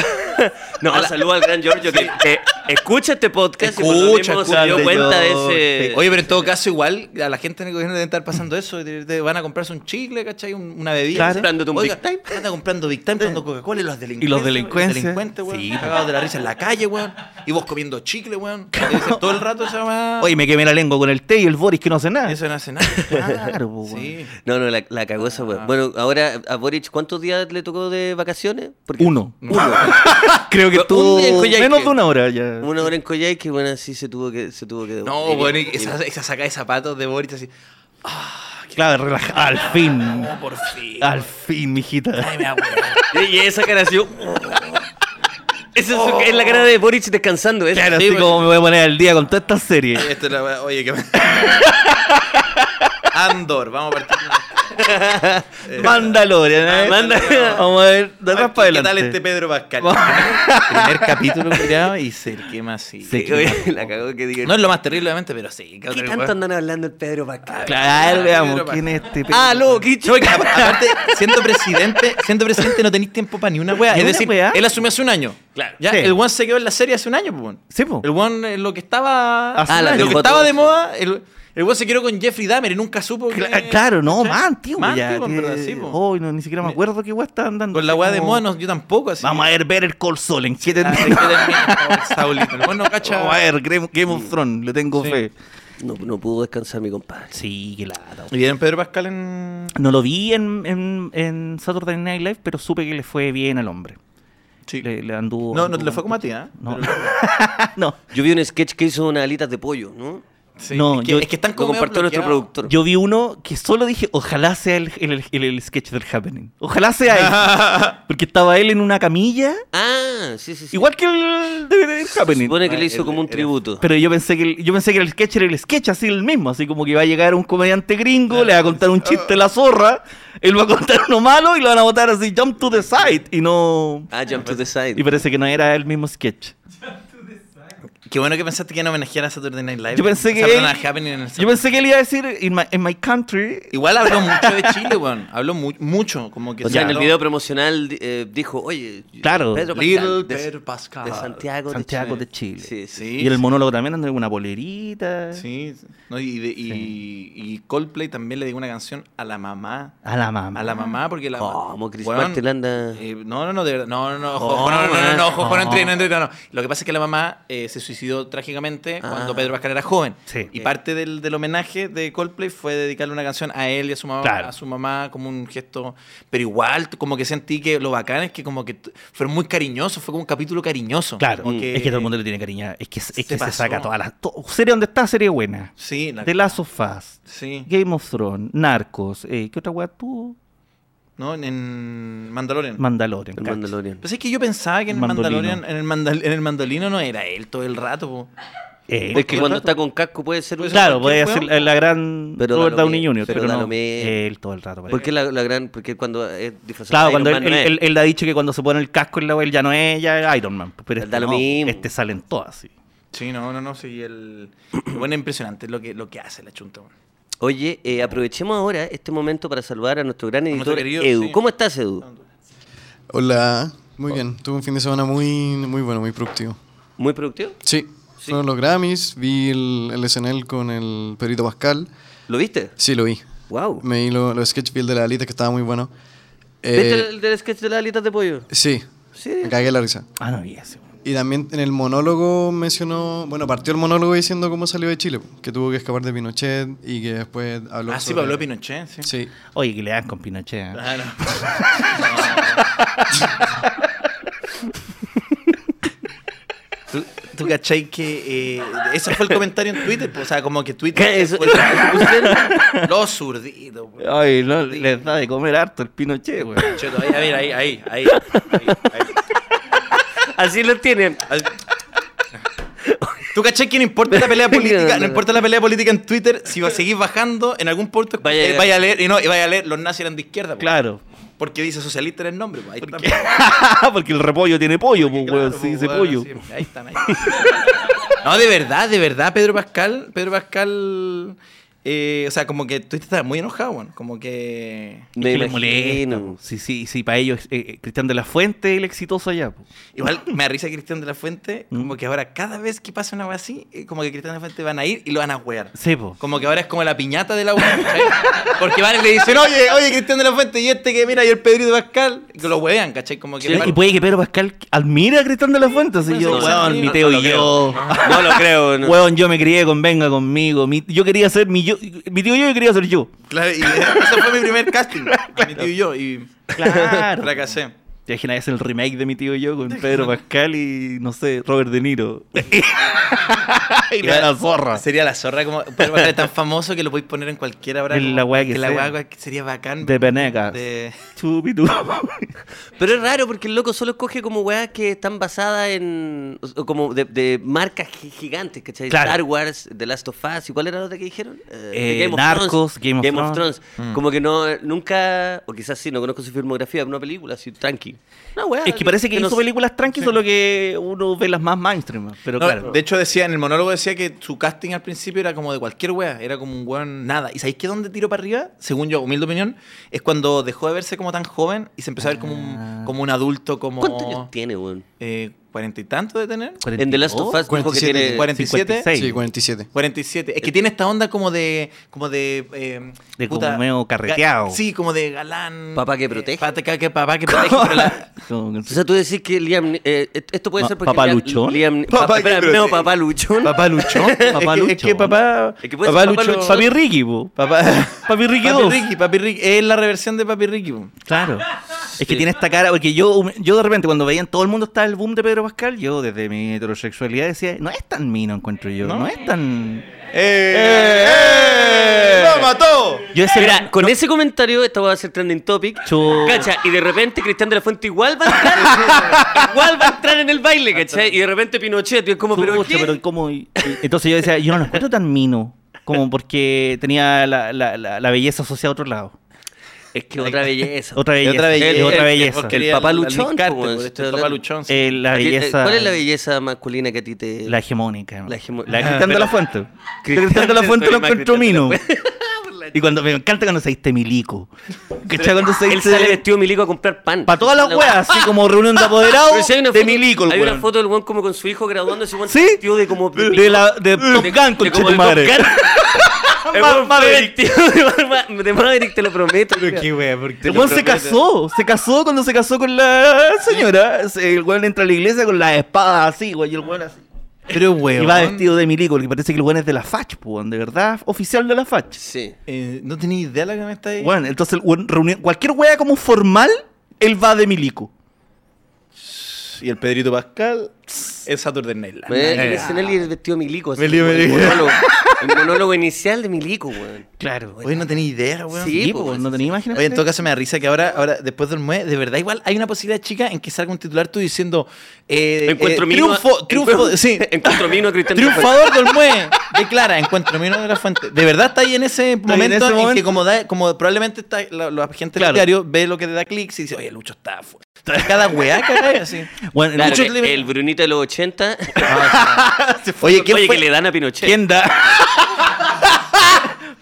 Speaker 3: No, saludo al gran Giorgio que, que escucha este podcast y por lo
Speaker 1: Escucha,
Speaker 3: mismo
Speaker 1: escucha
Speaker 3: se dio
Speaker 1: al de
Speaker 3: cuenta de
Speaker 1: George.
Speaker 3: ese...
Speaker 1: Sí. Oye, pero en todo caso, igual a la gente en el gobierno debe estar pasando eso. de- de- van a comprarse un chicle, ¿cachai? Un- una bebida.
Speaker 2: Claro.
Speaker 1: ¿sí?
Speaker 3: Comprándote un
Speaker 1: Oiga,
Speaker 3: Big Time.
Speaker 1: Anda comprando Big Time, comprando Coca-Cola y los delincuentes.
Speaker 2: Y los
Speaker 1: weón,
Speaker 2: delincuentes.
Speaker 1: delincuentes, weón.
Speaker 2: Sí.
Speaker 1: Cagados de la risa en la calle, weón. Y vos comiendo chicle, weón. Debe ser todo el rato esa weá.
Speaker 2: Oye, me quemé la lengua con el té y el Boris que no hace nada.
Speaker 1: Eso no hace nada.
Speaker 2: Claro, po, weón.
Speaker 1: Sí.
Speaker 3: No, no, la, la cagó esa
Speaker 1: Ah.
Speaker 3: weá. Bueno, ahora a Boric, ¿cuántos días le tocó
Speaker 1: *laughs*
Speaker 3: de vacaciones? Porque-
Speaker 2: Uno.
Speaker 3: Uno.
Speaker 2: *laughs* Creo que
Speaker 3: Un
Speaker 2: estuvo
Speaker 3: día en Coyhaique.
Speaker 2: menos de una hora ya.
Speaker 3: Una hora en Coyhaique que bueno, sí se tuvo que... Se tuvo que
Speaker 1: No,
Speaker 3: y-
Speaker 1: weón.
Speaker 3: y-
Speaker 1: y Esa, esa saca de zapatos de Boris así.
Speaker 2: Claro, relaja-
Speaker 1: *laughs*
Speaker 2: Al fin.
Speaker 1: No, por fin.
Speaker 2: Al fin, mijita.
Speaker 1: Ay, me da weón.
Speaker 3: Y, y esa cara así... oh. Esa es, su- es la cara de Boric descansando. ¿eh? esa.
Speaker 2: Claro,
Speaker 1: Sí,
Speaker 2: así
Speaker 1: pues-
Speaker 2: como me voy a poner al día con toda esta serie.
Speaker 1: Esto es la weá. Oye, que.
Speaker 2: *laughs*
Speaker 1: Andor, vamos a partir.
Speaker 2: *laughs*
Speaker 1: Eh,
Speaker 2: Mandalorian, ¿eh?
Speaker 3: Ah, manda-
Speaker 2: Vamos a ver, de atrás para
Speaker 1: ¿Qué
Speaker 2: adelante.
Speaker 1: tal este Pedro
Speaker 2: *laughs*
Speaker 1: Pascal? Primer capítulo mirado y se quema así.
Speaker 2: Se
Speaker 3: Que, oye, *laughs* la cagó que diga...
Speaker 1: No es lo más terrible, obviamente, pero sí.
Speaker 3: ¿Qué
Speaker 1: cabrón,
Speaker 3: tanto
Speaker 1: weón.
Speaker 3: andan hablando el Pedro Pascal?
Speaker 2: Claro, veamos,
Speaker 1: Pedro
Speaker 2: ¿quién es este Pedro?
Speaker 3: Ah, loco, qué
Speaker 1: Ah, No, porque a- Aparte, siendo presidente, siendo presidente no tenéis tiempo para ni una wea.
Speaker 2: Ni
Speaker 1: Es
Speaker 2: una
Speaker 1: decir,
Speaker 2: wea.
Speaker 1: él asumió hace un año.
Speaker 3: Claro.
Speaker 1: Ya,
Speaker 2: Sí.
Speaker 1: el one se quedó en la serie hace un año, pues. weón.
Speaker 2: Sí, po.
Speaker 1: El one, eh, lo que estaba. hace
Speaker 2: Ah,
Speaker 1: un
Speaker 2: la
Speaker 1: año, lo que
Speaker 3: dejó
Speaker 1: estaba
Speaker 3: todo
Speaker 1: de
Speaker 3: eso.
Speaker 1: moda, el, el one se quedó con Jeffrey Dahmer y nunca supo. que-
Speaker 2: Cla- claro, no,
Speaker 1: ¿cachai?
Speaker 2: más antiguo
Speaker 1: Más
Speaker 2: ya.
Speaker 1: antiguo, en verdad, sí,
Speaker 2: que- oh,
Speaker 1: po.
Speaker 2: Hoy no, ni siquiera me acuerdo qué weá estaban dando.
Speaker 1: Con la wea de
Speaker 2: Como-
Speaker 1: moda, no, yo tampoco. Así. *laughs*
Speaker 2: Vamos a ver Better Call Saul en siete
Speaker 1: Ah,
Speaker 2: días.
Speaker 1: ¿de qué termina, Saulito? El weón no cacha.
Speaker 2: Vamos a ver Game, Game of Thrones, le tengo
Speaker 1: Sí.
Speaker 2: fe.
Speaker 3: No, no pudo descansar mi compadre.
Speaker 2: Sí, qué lata.
Speaker 1: ¿Y vieron Pedro Pascal en.?
Speaker 2: No lo vi en, en, en Saturday Night Live, pero supe que le fue bien al hombre.
Speaker 1: Sí.
Speaker 2: Le, le anduvo.
Speaker 1: No, no
Speaker 2: anduvo-
Speaker 1: te lo fue como a ti, ¿eh?
Speaker 2: No.
Speaker 1: Pero-
Speaker 2: *laughs* no.
Speaker 3: Yo vi un sketch que hizo unas alitas de pollo, ¿no?
Speaker 2: *laughs*
Speaker 1: Sí,
Speaker 2: No,
Speaker 1: es que,
Speaker 2: yo-
Speaker 1: es que están
Speaker 3: Lo
Speaker 1: como medio
Speaker 3: compartió nuestro
Speaker 1: bloqueados.
Speaker 3: productor.
Speaker 2: Yo vi uno que solo dije, ojalá sea el, el, el- el sketch del Happening. Ojalá sea él.
Speaker 1: *laughs*
Speaker 2: Porque estaba él en una camilla,
Speaker 3: Ah, sí, sí, sí.
Speaker 2: igual que el de, de- el
Speaker 3: Se
Speaker 2: Happening.
Speaker 3: supone que
Speaker 1: Ah,
Speaker 3: le hizo
Speaker 1: el-
Speaker 3: como un
Speaker 1: el-
Speaker 3: tributo.
Speaker 2: Pero yo pensé que el, yo pensé que el sketch era el sketch así el mismo, así como que va a llegar un comediante gringo, le va a contar un chiste a la zorra, él va a contar uno malo y lo van a botar así jump to the side y no
Speaker 3: Ah, Jump to the Side.
Speaker 2: y parece que no era el mismo sketch.
Speaker 1: Qué bueno que pensaste que no homenajeara a Saturday Night Live.
Speaker 2: Yo pensé que
Speaker 1: O sea,
Speaker 2: él-
Speaker 1: perdón, a Happening en el
Speaker 2: Yo pensé que él iba a decir In my, in my country.
Speaker 1: Igual
Speaker 2: *laughs*
Speaker 1: habló mucho de Chile, weón. Habló mu- mucho, como que...
Speaker 3: O
Speaker 1: se
Speaker 3: sea, en el
Speaker 1: habló-
Speaker 3: video promocional di- eh, dijo, oye,
Speaker 2: Claro.
Speaker 1: Little
Speaker 3: Pascal de-
Speaker 1: Pedro Pascal.
Speaker 3: de Santiago,
Speaker 2: Santiago
Speaker 3: de
Speaker 2: de
Speaker 3: Chile.
Speaker 2: Chile.
Speaker 3: Sí, sí.
Speaker 1: Sí,
Speaker 2: Y el monólogo también anda con una polerita.
Speaker 1: Sí, no, y, de- y- y Coldplay también le dedicó una canción a la mamá.
Speaker 2: A la mamá.
Speaker 1: A la mamá, porque la
Speaker 3: ¿Cómo? Chris
Speaker 1: Weón,
Speaker 3: Martin anda-
Speaker 1: eh, no, no, no, de verdad. No, no, no, ojo,
Speaker 3: ¿Cómo,
Speaker 1: ojo, no, no, no, no, no, ojo, ojo, no
Speaker 2: eh?
Speaker 1: entre, no entre, no, no. Lo que pasa es que la mamá eh, se suicidó trágicamente
Speaker 3: Ah.
Speaker 1: cuando Pedro Pascal era joven.
Speaker 2: Sí.
Speaker 1: Y parte del, del homenaje de Coldplay fue dedicarle una canción a él y a su mamá,
Speaker 2: Claro.
Speaker 1: a su mamá como un gesto. Pero igual, como que sentí que lo bacán es que como que t- fueron muy cariñosos, fue como un capítulo cariñoso.
Speaker 2: Claro,
Speaker 1: Como
Speaker 2: es que todo el mundo le tiene cariño. Es que es que
Speaker 1: se
Speaker 2: se,
Speaker 1: pasó.
Speaker 2: saca todas las. to- serie donde está, serie buena.
Speaker 1: Sí, la-
Speaker 2: The Last of Us,
Speaker 1: sí.
Speaker 2: Game of Thrones, Narcos. eh, ¿Qué otra weá tú?
Speaker 1: ¿No? En- En Mandalorian.
Speaker 2: Mandalorian.
Speaker 3: El
Speaker 2: cacho.
Speaker 3: Mandalorian.
Speaker 1: Pues es que yo pensaba que en,
Speaker 2: Mandolino.
Speaker 1: Mandalorian, en, el mandal- en el mandolino no era él todo el rato. po.
Speaker 2: Eh,
Speaker 3: Es que
Speaker 1: el
Speaker 3: cuando
Speaker 1: rato.
Speaker 3: está con casco puede ser un...
Speaker 2: claro,
Speaker 1: cualquier
Speaker 2: puede ser
Speaker 1: weón.
Speaker 2: la, la gran
Speaker 3: Pero da
Speaker 2: Robert
Speaker 3: lo
Speaker 2: Downey
Speaker 3: mismo,
Speaker 2: Jr.,
Speaker 3: pero
Speaker 2: pero,
Speaker 3: da
Speaker 2: no.
Speaker 3: lo mismo.
Speaker 2: Él todo el rato. parece.
Speaker 3: Porque la, la gran... Porque cuando es disfrazado
Speaker 2: pues, Claro,
Speaker 3: de
Speaker 2: cuando él,
Speaker 3: Iron Man no
Speaker 2: él-
Speaker 3: es.
Speaker 2: él- él ha dicho que cuando se pone el casco en la él ya no es ya es Iron Man. Pero
Speaker 3: Da
Speaker 2: este,
Speaker 3: lo
Speaker 2: no,
Speaker 3: mismo.
Speaker 2: este salen todas así.
Speaker 1: Sí, no, no, no, sí. *clears throat* El... Bueno, es impresionante lo que, lo que hace la chunta. weón.
Speaker 3: Oye, eh, aprovechemos ahora este momento para saludar a nuestro gran
Speaker 1: nuestro
Speaker 3: editor
Speaker 1: querido,
Speaker 3: Edu.
Speaker 1: sí.
Speaker 3: ¿Cómo estás, Edu?
Speaker 4: Hola, muy bien. Tuve un fin de semana muy, muy bueno, muy productivo.
Speaker 3: ¿Muy productivo?
Speaker 4: Sí, fueron los Grammys, vi el, el SNL con el Pedrito Pascal.
Speaker 3: ¿Lo viste?
Speaker 4: Sí, lo vi.
Speaker 3: Wow.
Speaker 4: Me vi lo- los sketch build de la Alita que estaba muy bueno. Eh,
Speaker 3: ¿Viste el, del sketch de las alitas de pollo?
Speaker 4: Sí,
Speaker 3: Sí.
Speaker 4: me cagué la risa.
Speaker 2: Ah, no, y ese.
Speaker 4: Y también en el monólogo mencionó, bueno, partió el monólogo diciendo cómo salió de Chile, que tuvo que escapar de Pinochet y que después habló.
Speaker 1: Ah, sí,
Speaker 4: sobre-
Speaker 1: Pablo Pinochet, sí.
Speaker 4: Sí.
Speaker 2: Oye, que le dan con Pinochet. ¿eh?
Speaker 1: Ah, no. *laughs* ¿Tú, tú cachai que eh, ese fue el comentario en Twitter? pues, o sea, como que Twitter.
Speaker 3: ¿Qué? Eso-
Speaker 1: fue- Los zurditos. weón.
Speaker 2: Ay, no, les da de comer harto el Pinochet, güey.
Speaker 1: Cheto, ahí, a ver, ahí, ahí, ahí. ahí, ahí.
Speaker 3: Así lo tienen.
Speaker 1: Al- ¿Tú caché que no importa la
Speaker 2: *laughs*
Speaker 1: pelea
Speaker 3: No,
Speaker 1: política?
Speaker 3: no, no.
Speaker 1: No importa la pelea política en Twitter, si va- seguís bajando, en algún punto
Speaker 3: Vaya a
Speaker 1: eh,
Speaker 3: llegar.
Speaker 1: vaya a leer, y no, y vaya a leer, los nazis eran de izquierda, po.
Speaker 2: *laughs* Claro.
Speaker 1: porque dice socialista en el nombre, po. ahí están.
Speaker 2: *laughs* Porque el repollo tiene pollo, pues,
Speaker 1: Claro,
Speaker 2: *laughs* weón.
Speaker 1: po,
Speaker 2: Sí, ese
Speaker 1: weón,
Speaker 2: pollo.
Speaker 1: sí, ahí están, ahí están. No, de verdad, de verdad, Pedro Pascal, Pedro Pascal, eh, o sea, como que Twitter está muy enojado, bueno, como que...
Speaker 2: Es que le
Speaker 3: imagino.
Speaker 2: molesta. po. Sí, sí, sí, para ellos, eh, eh, Cristian de la Fuente es el exitoso allá. po.
Speaker 1: Igual me da risa Cristian de la Fuente,
Speaker 2: ¿Mm?
Speaker 1: como que ahora cada vez que pasa una wea así, eh, como que Cristian de la Fuente van a ir y lo van a wear.
Speaker 2: Sí, po.
Speaker 1: Como que ahora es como la piñata de la web. Porque van y le dicen, oye, oye, Cristian de la Fuente, y este que mira, y el Pedrito Pascal, y que lo huevean, ¿cachai? Como que.
Speaker 2: Y puede que Pedro Pascal admira a Cristian de la Fuente. Así
Speaker 1: Puede
Speaker 2: yo,
Speaker 1: ser que
Speaker 2: weón,
Speaker 1: sí.
Speaker 2: mi
Speaker 1: No,
Speaker 2: teo
Speaker 1: no lo
Speaker 2: y yo.
Speaker 3: No lo creo. no.
Speaker 2: Weón, yo me crié con Venga conmigo. mi- yo quería ser mi yo. Mi tío y yo, yo quería ser yo.
Speaker 1: Claro, y ese fue mi primer casting, mi tío y yo, y
Speaker 2: Claro.
Speaker 1: fracasé.
Speaker 2: ¿Te imaginas es el remake de mi tío y yo con Pedro Pascal y, no sé, Robert De Niro? y la, la zorra.
Speaker 1: Sería la zorra como. Pedro Pascal es tan famoso que lo podéis poner en cualquier ahora.
Speaker 2: En
Speaker 1: como
Speaker 2: la wea que
Speaker 1: la
Speaker 2: sea.
Speaker 1: wea que sería bacán.
Speaker 2: De Venegas.
Speaker 1: de-
Speaker 2: Chupitu. *laughs*
Speaker 3: Pero es raro porque el loco solo escoge como weas que están basadas en. o- o como de, de marcas gi- gigantes, ¿cachai?
Speaker 2: Claro.
Speaker 3: Star Wars, The Last of Us, ¿y cuál era la otra que dijeron? Eh,
Speaker 2: Eh,
Speaker 3: Game of
Speaker 2: Narcos,
Speaker 3: Thrones.
Speaker 2: Game of Thrones. Mm.
Speaker 3: Como que no, nunca, o quizás sí, no conozco su filmografía, pero una película así, tranqui. Una wea.
Speaker 2: es que parece que,
Speaker 3: no
Speaker 2: hizo
Speaker 3: sé.
Speaker 2: películas tranqui, solo que uno ve las más mainstream. Pero
Speaker 1: No,
Speaker 2: claro.
Speaker 1: De hecho, decía, en el monólogo decía que su casting al principio era como de cualquier wea, era como un weón nada. ¿Y sabéis que dónde tiró para arriba? Según yo, humilde opinión, es cuando dejó de verse como tan joven y se empezó a ver como un,
Speaker 2: Ah.
Speaker 1: como un adulto, como.
Speaker 3: ¿Cuántos años tiene, weón?
Speaker 1: eh, ¿Cuarenta y tanto de tener? Eh,
Speaker 3: En The Last of Us dijo que
Speaker 4: 47.
Speaker 3: tiene.
Speaker 1: Cuarenta- 47.
Speaker 2: 56.
Speaker 4: Sí, 47.
Speaker 1: 47. Es que tiene esta onda como de. Como de. eh,
Speaker 2: De como medio
Speaker 1: ga-
Speaker 2: carreteado.
Speaker 1: Sí, como de galán.
Speaker 3: Papá que
Speaker 1: eh,
Speaker 3: protege.
Speaker 1: pata- que, que papá que
Speaker 2: *laughs*
Speaker 1: protege. pero la-
Speaker 2: Como-
Speaker 3: O sea, tú decís que Liam. eh, et- esto puede
Speaker 2: Ma-
Speaker 3: ser porque.
Speaker 2: ¿Papá
Speaker 3: Liam-
Speaker 2: Luchón?
Speaker 3: Liam-
Speaker 1: Papá
Speaker 3: papá,
Speaker 1: que
Speaker 3: espera,
Speaker 1: protege.
Speaker 3: no, papá Luchón.
Speaker 2: Papá *laughs* Luchón. Papá
Speaker 1: es, que,
Speaker 2: Luchón.
Speaker 1: es que papá.
Speaker 3: Es que puede ser
Speaker 1: papá
Speaker 3: papá
Speaker 1: Lucho.
Speaker 3: Luchón.
Speaker 2: Papi Ricky, po.
Speaker 1: Papá.
Speaker 2: Papi Ricky
Speaker 1: Papi
Speaker 2: 2.
Speaker 1: Ricky, Papi Ricky. Es la reversión de Papi Ricky. po.
Speaker 2: Claro. Es que tiene esta cara, porque yo, yo de repente cuando veían todo el mundo estaba el boom de Pedro Pascal, yo desde mi heterosexualidad decía, no es tan mino encuentro yo,
Speaker 1: ¿No?
Speaker 2: no, es tan...
Speaker 1: ¡Eh! ¡Lo mató!
Speaker 2: Yo decía,
Speaker 3: Mira, con ese comentario, esta va a ser trending topic.
Speaker 2: Chu.
Speaker 3: Cacha, y de repente Cristian de la Fuente igual va
Speaker 2: *laughs*
Speaker 3: a entrar, igual va a entrar en el baile, ¿cachai? Y de repente Pinochet, y es como,
Speaker 2: Pucha,
Speaker 3: pero,
Speaker 2: pero,
Speaker 3: ¿qué?
Speaker 2: ¿cómo? Y- y- Entonces yo decía, yo no lo encuentro tan mino, como porque tenía la, la- la- la belleza asociada a otro lado.
Speaker 3: Es que otra belleza.
Speaker 2: Otra belleza.
Speaker 1: otra belleza.
Speaker 2: es otra
Speaker 1: que
Speaker 2: belleza.
Speaker 1: vos
Speaker 3: El
Speaker 1: querías
Speaker 3: papá
Speaker 1: al- al
Speaker 3: luchón,
Speaker 1: Miscarte, por
Speaker 3: pues,
Speaker 1: este
Speaker 3: estoy
Speaker 1: papá
Speaker 3: hablando.
Speaker 1: luchón. sí.
Speaker 2: Eh, la
Speaker 3: ¿A ti-
Speaker 2: belleza.
Speaker 3: ¿Cuál es la belleza masculina que a ti te.
Speaker 2: La hegemónica. ¿no?
Speaker 3: La hegemo-
Speaker 2: La de Cristian de la
Speaker 3: *laughs*
Speaker 2: Fuente. Cristian
Speaker 3: Cristian
Speaker 2: de la Fuente lo
Speaker 3: Soy más
Speaker 2: encuentro
Speaker 3: Cristian de la
Speaker 2: mino.
Speaker 3: *laughs*
Speaker 2: Y cuando me encanta cuando se diste milico. ¿Cachai? Cuando se
Speaker 3: Él sale
Speaker 2: dice.
Speaker 3: vestido de milico a comprar pan.
Speaker 2: Para todas las
Speaker 3: La-
Speaker 2: weas, así como reunión
Speaker 3: *laughs*
Speaker 2: de
Speaker 3: Pero
Speaker 2: apoderados
Speaker 3: si hay una
Speaker 2: de
Speaker 3: foto-
Speaker 2: milico, el
Speaker 3: Hay
Speaker 2: weón.
Speaker 3: una foto del weón como con su hijo graduándose. weón,
Speaker 2: ¿Sí?
Speaker 3: vestido de como.
Speaker 2: de, la, de Top Gun,
Speaker 3: de
Speaker 2: conche
Speaker 3: como
Speaker 2: tu
Speaker 3: el
Speaker 2: madre.
Speaker 3: Top Gun. El weón
Speaker 2: Maverick.
Speaker 3: vestido de Mar- de Maverick, te lo prometo.
Speaker 1: Pero
Speaker 3: mira.
Speaker 1: qué wea, porque te
Speaker 2: El
Speaker 1: lo
Speaker 2: weón se
Speaker 1: prometo.
Speaker 2: casó, se casó cuando se casó con la señora. Se- El weón entra a la iglesia con la espada así, güey, y el weón así.
Speaker 1: Pero weón.
Speaker 2: Y va vestido de milico, porque parece que el weón es de la FACH, pues, weón, de verdad, oficial de la FACH.
Speaker 3: Sí.
Speaker 1: Eh, no tenía idea de la que me está ahí.
Speaker 2: Bueno, entonces el weón reunión- cualquier wea como formal, él va de milico.
Speaker 1: Y el Pedrito Pascal es Saturday Night Live.
Speaker 3: Bueno,
Speaker 1: Eh,
Speaker 3: es en el vestido de milico. así,
Speaker 1: Vestido de
Speaker 3: como el
Speaker 1: milico. Eh,
Speaker 3: monólogo-
Speaker 1: *laughs*
Speaker 3: El monólogo inicial de milico, weón.
Speaker 2: Claro,
Speaker 1: Oye, no tenía idea, weón.
Speaker 3: Sí,
Speaker 2: Sí,
Speaker 3: pues,
Speaker 2: pues,
Speaker 3: sí,
Speaker 2: no
Speaker 3: sí.
Speaker 2: tenía imaginación.
Speaker 1: Oye, en todo caso me da risa que ahora, ahora después del mes, de verdad igual hay una posibilidad chica en que salga un titular tú diciendo eh,
Speaker 3: Encuentro
Speaker 1: eh,
Speaker 3: mino a-
Speaker 1: triunfo,
Speaker 3: *laughs*
Speaker 1: triunfo,
Speaker 3: encuentro-
Speaker 1: sí,
Speaker 3: Encuentro mino a Cristian
Speaker 1: triunfador del MUE declara encuentro mino de la fuente. De verdad está ahí en ese momento en,
Speaker 2: ese
Speaker 1: que
Speaker 2: momento.
Speaker 1: como, da- como probablemente está, la, la gente
Speaker 2: Claro.
Speaker 1: del diario ve lo que te da clics y dice, oye, Lucho está fu- cada weá que hay así.
Speaker 2: Bueno,
Speaker 3: Claro,
Speaker 2: Lucho-
Speaker 3: el, el Brunito de
Speaker 1: *laughs*
Speaker 3: los 80.
Speaker 1: Oye, ¿quién
Speaker 3: Oye,
Speaker 1: fue?
Speaker 3: que le dan a Pinochet.
Speaker 2: ¿Quién da? *laughs*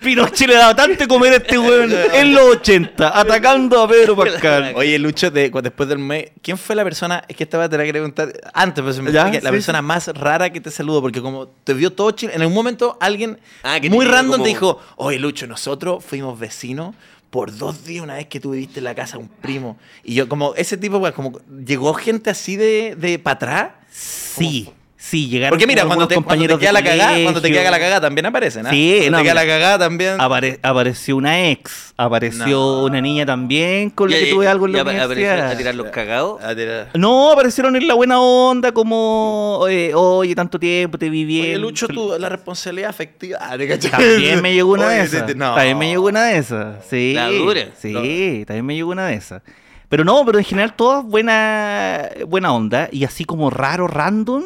Speaker 2: Pinochet le daba tanto comer a este weón en los 80, atacando
Speaker 1: *laughs*
Speaker 2: a Pedro Pascal.
Speaker 1: Oye, Lucho, de- cu- después del mes, ¿quién fue la persona? Es que estaba te la quería preguntar antes, pero se me
Speaker 2: Ya,
Speaker 1: fue que la
Speaker 2: sí,
Speaker 1: persona más rara que te saludó, porque como te vio todo Chile, en algún momento alguien
Speaker 3: Ah, que te
Speaker 1: muy
Speaker 3: dijo
Speaker 1: random te
Speaker 3: como-
Speaker 1: dijo, oye, Lucho, nosotros fuimos vecinos por dos días una vez que tú viviste en la casa de un primo. Y yo como, ese tipo, weón, como llegó gente así de, de para atrás.
Speaker 2: Sí, sí, llegaron
Speaker 1: Porque mira,
Speaker 2: como
Speaker 1: cuando
Speaker 2: algunos
Speaker 1: te, cuando te
Speaker 2: compañeros
Speaker 1: queda la
Speaker 2: de
Speaker 1: cagada, cuando te
Speaker 2: colegio.
Speaker 1: queda la cagada también aparecen, ¿ah?
Speaker 2: Sí,
Speaker 1: cuando
Speaker 2: no,
Speaker 1: te queda la
Speaker 2: mira. Ah,
Speaker 1: cagada también.
Speaker 2: Apare- apareció una ex, apareció
Speaker 1: No.
Speaker 2: una niña también con la
Speaker 3: Ya,
Speaker 2: que
Speaker 3: ya,
Speaker 2: tuve algo en la
Speaker 3: ya apare- apareció A
Speaker 2: universidad.
Speaker 3: tirar los cagados.
Speaker 1: Ah, tira.
Speaker 2: No, aparecieron en la buena onda como, eh, oye, tanto tiempo, te vi bien.
Speaker 1: Oye, Lucho, tú, la responsabilidad afectiva. Ah, ¿te cachai?
Speaker 2: También me llegó una
Speaker 1: Oye,
Speaker 2: de
Speaker 1: te-
Speaker 2: esas.
Speaker 1: te- no.
Speaker 2: También me llegó una de esas. Sí.
Speaker 3: La dura.
Speaker 2: Sí,
Speaker 1: No.
Speaker 2: también me llegó una de esas. Pero no, pero en general todas buena, buena onda. Y así como raro, random.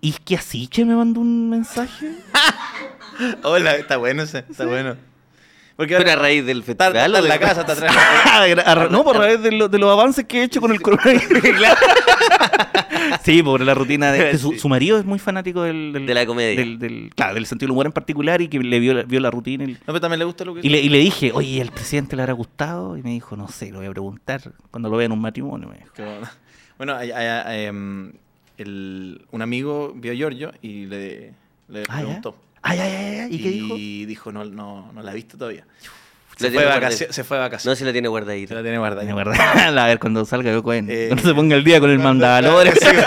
Speaker 2: Y es que así, che, me mandó un mensaje.
Speaker 1: Hola, está bueno ese, está bueno. Porque
Speaker 3: Pero a
Speaker 1: ahora
Speaker 3: raíz del
Speaker 1: está,
Speaker 3: festival.
Speaker 1: está
Speaker 3: ¿o
Speaker 1: en
Speaker 3: de-
Speaker 1: la casa, está atrás.
Speaker 2: *laughs* Arra- no, por a través de, lo- de los avances que he hecho con el coronavirus. sí, por la rutina de... que Su, su marido es muy fanático del, del-
Speaker 3: De la comedia.
Speaker 2: Del, del- claro, del sentido del humor en particular y que le vio la, vio la rutina. y-
Speaker 1: No, pero también le gusta lo que.
Speaker 2: Y le, y le dije, oye, ¿al presidente le habrá gustado? Y me dijo, no sé, lo voy a preguntar cuando lo vea en un matrimonio. Me dijo.
Speaker 1: *laughs* Qué bueno. Bueno, ay- ay- ay, em, el- un amigo vio a Giorgio y le, le
Speaker 2: Ah, ya.
Speaker 1: preguntó.
Speaker 2: Ay, ay, ay, ay, ¿y qué dijo?
Speaker 1: Y dijo, no, no, no la ha visto todavía.
Speaker 3: la
Speaker 1: Se
Speaker 3: tiene
Speaker 1: fue, de
Speaker 3: guardadita.
Speaker 1: vacaciones, se fue de
Speaker 3: No
Speaker 1: vacaciones.
Speaker 3: se la tiene guardadita.
Speaker 1: se la tiene *laughs* guardada.
Speaker 2: De *laughs* verdad, a ver, cuando salga yo Cohen,
Speaker 1: Eh,
Speaker 2: cuando se ponga el día con el mandadores.
Speaker 1: Tiene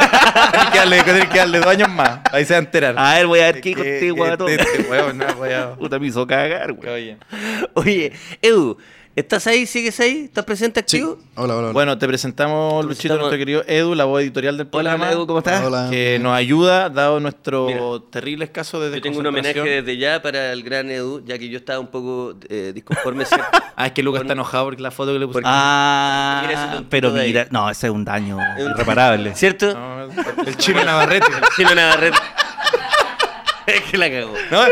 Speaker 1: que darle, tiene que darle dos años más. Ahí se va a enterar.
Speaker 2: *laughs* A ver, voy a ver Ah, qué
Speaker 1: Que-
Speaker 2: contigo, guato.
Speaker 1: que este huevo, no, huevo.
Speaker 2: Puta, me hizo cagar, güey.
Speaker 1: Oye.
Speaker 3: *laughs* Oye, Edu, ¿estás ahí? ¿Sigues ahí? ¿Estás presente
Speaker 4: Sí.
Speaker 3: activo?
Speaker 4: Hola, hola. hola.
Speaker 1: Bueno, te presentamos,
Speaker 3: Te
Speaker 1: Luchito,
Speaker 3: presentamos-
Speaker 1: nuestro querido Edu, la voz editorial del
Speaker 2: Hola,
Speaker 1: programa.
Speaker 2: Edu, ¿cómo estás?
Speaker 4: Hola.
Speaker 1: Que nos ayuda, dado nuestro
Speaker 3: Mira.
Speaker 1: terribles casos de
Speaker 3: Yo tengo un homenaje
Speaker 1: desconcentración.
Speaker 3: desde ya para el gran Edu, ya que yo estaba un poco eh, disconforme.
Speaker 1: *laughs*
Speaker 3: ¿cierto?
Speaker 1: Ah, es que Lucas está enojado porque la foto que le Ah, puse.
Speaker 2: *laughs*
Speaker 3: Mira ese
Speaker 2: Ah,
Speaker 3: tontito
Speaker 2: pero
Speaker 3: de ahí.
Speaker 2: mira, no, ese es un daño
Speaker 3: *laughs*
Speaker 2: irreparable.
Speaker 3: ¿Cierto?
Speaker 1: No, el chino Navarrete.
Speaker 3: Chino Navarrete. *laughs* es que la cagó.
Speaker 1: No,
Speaker 3: Así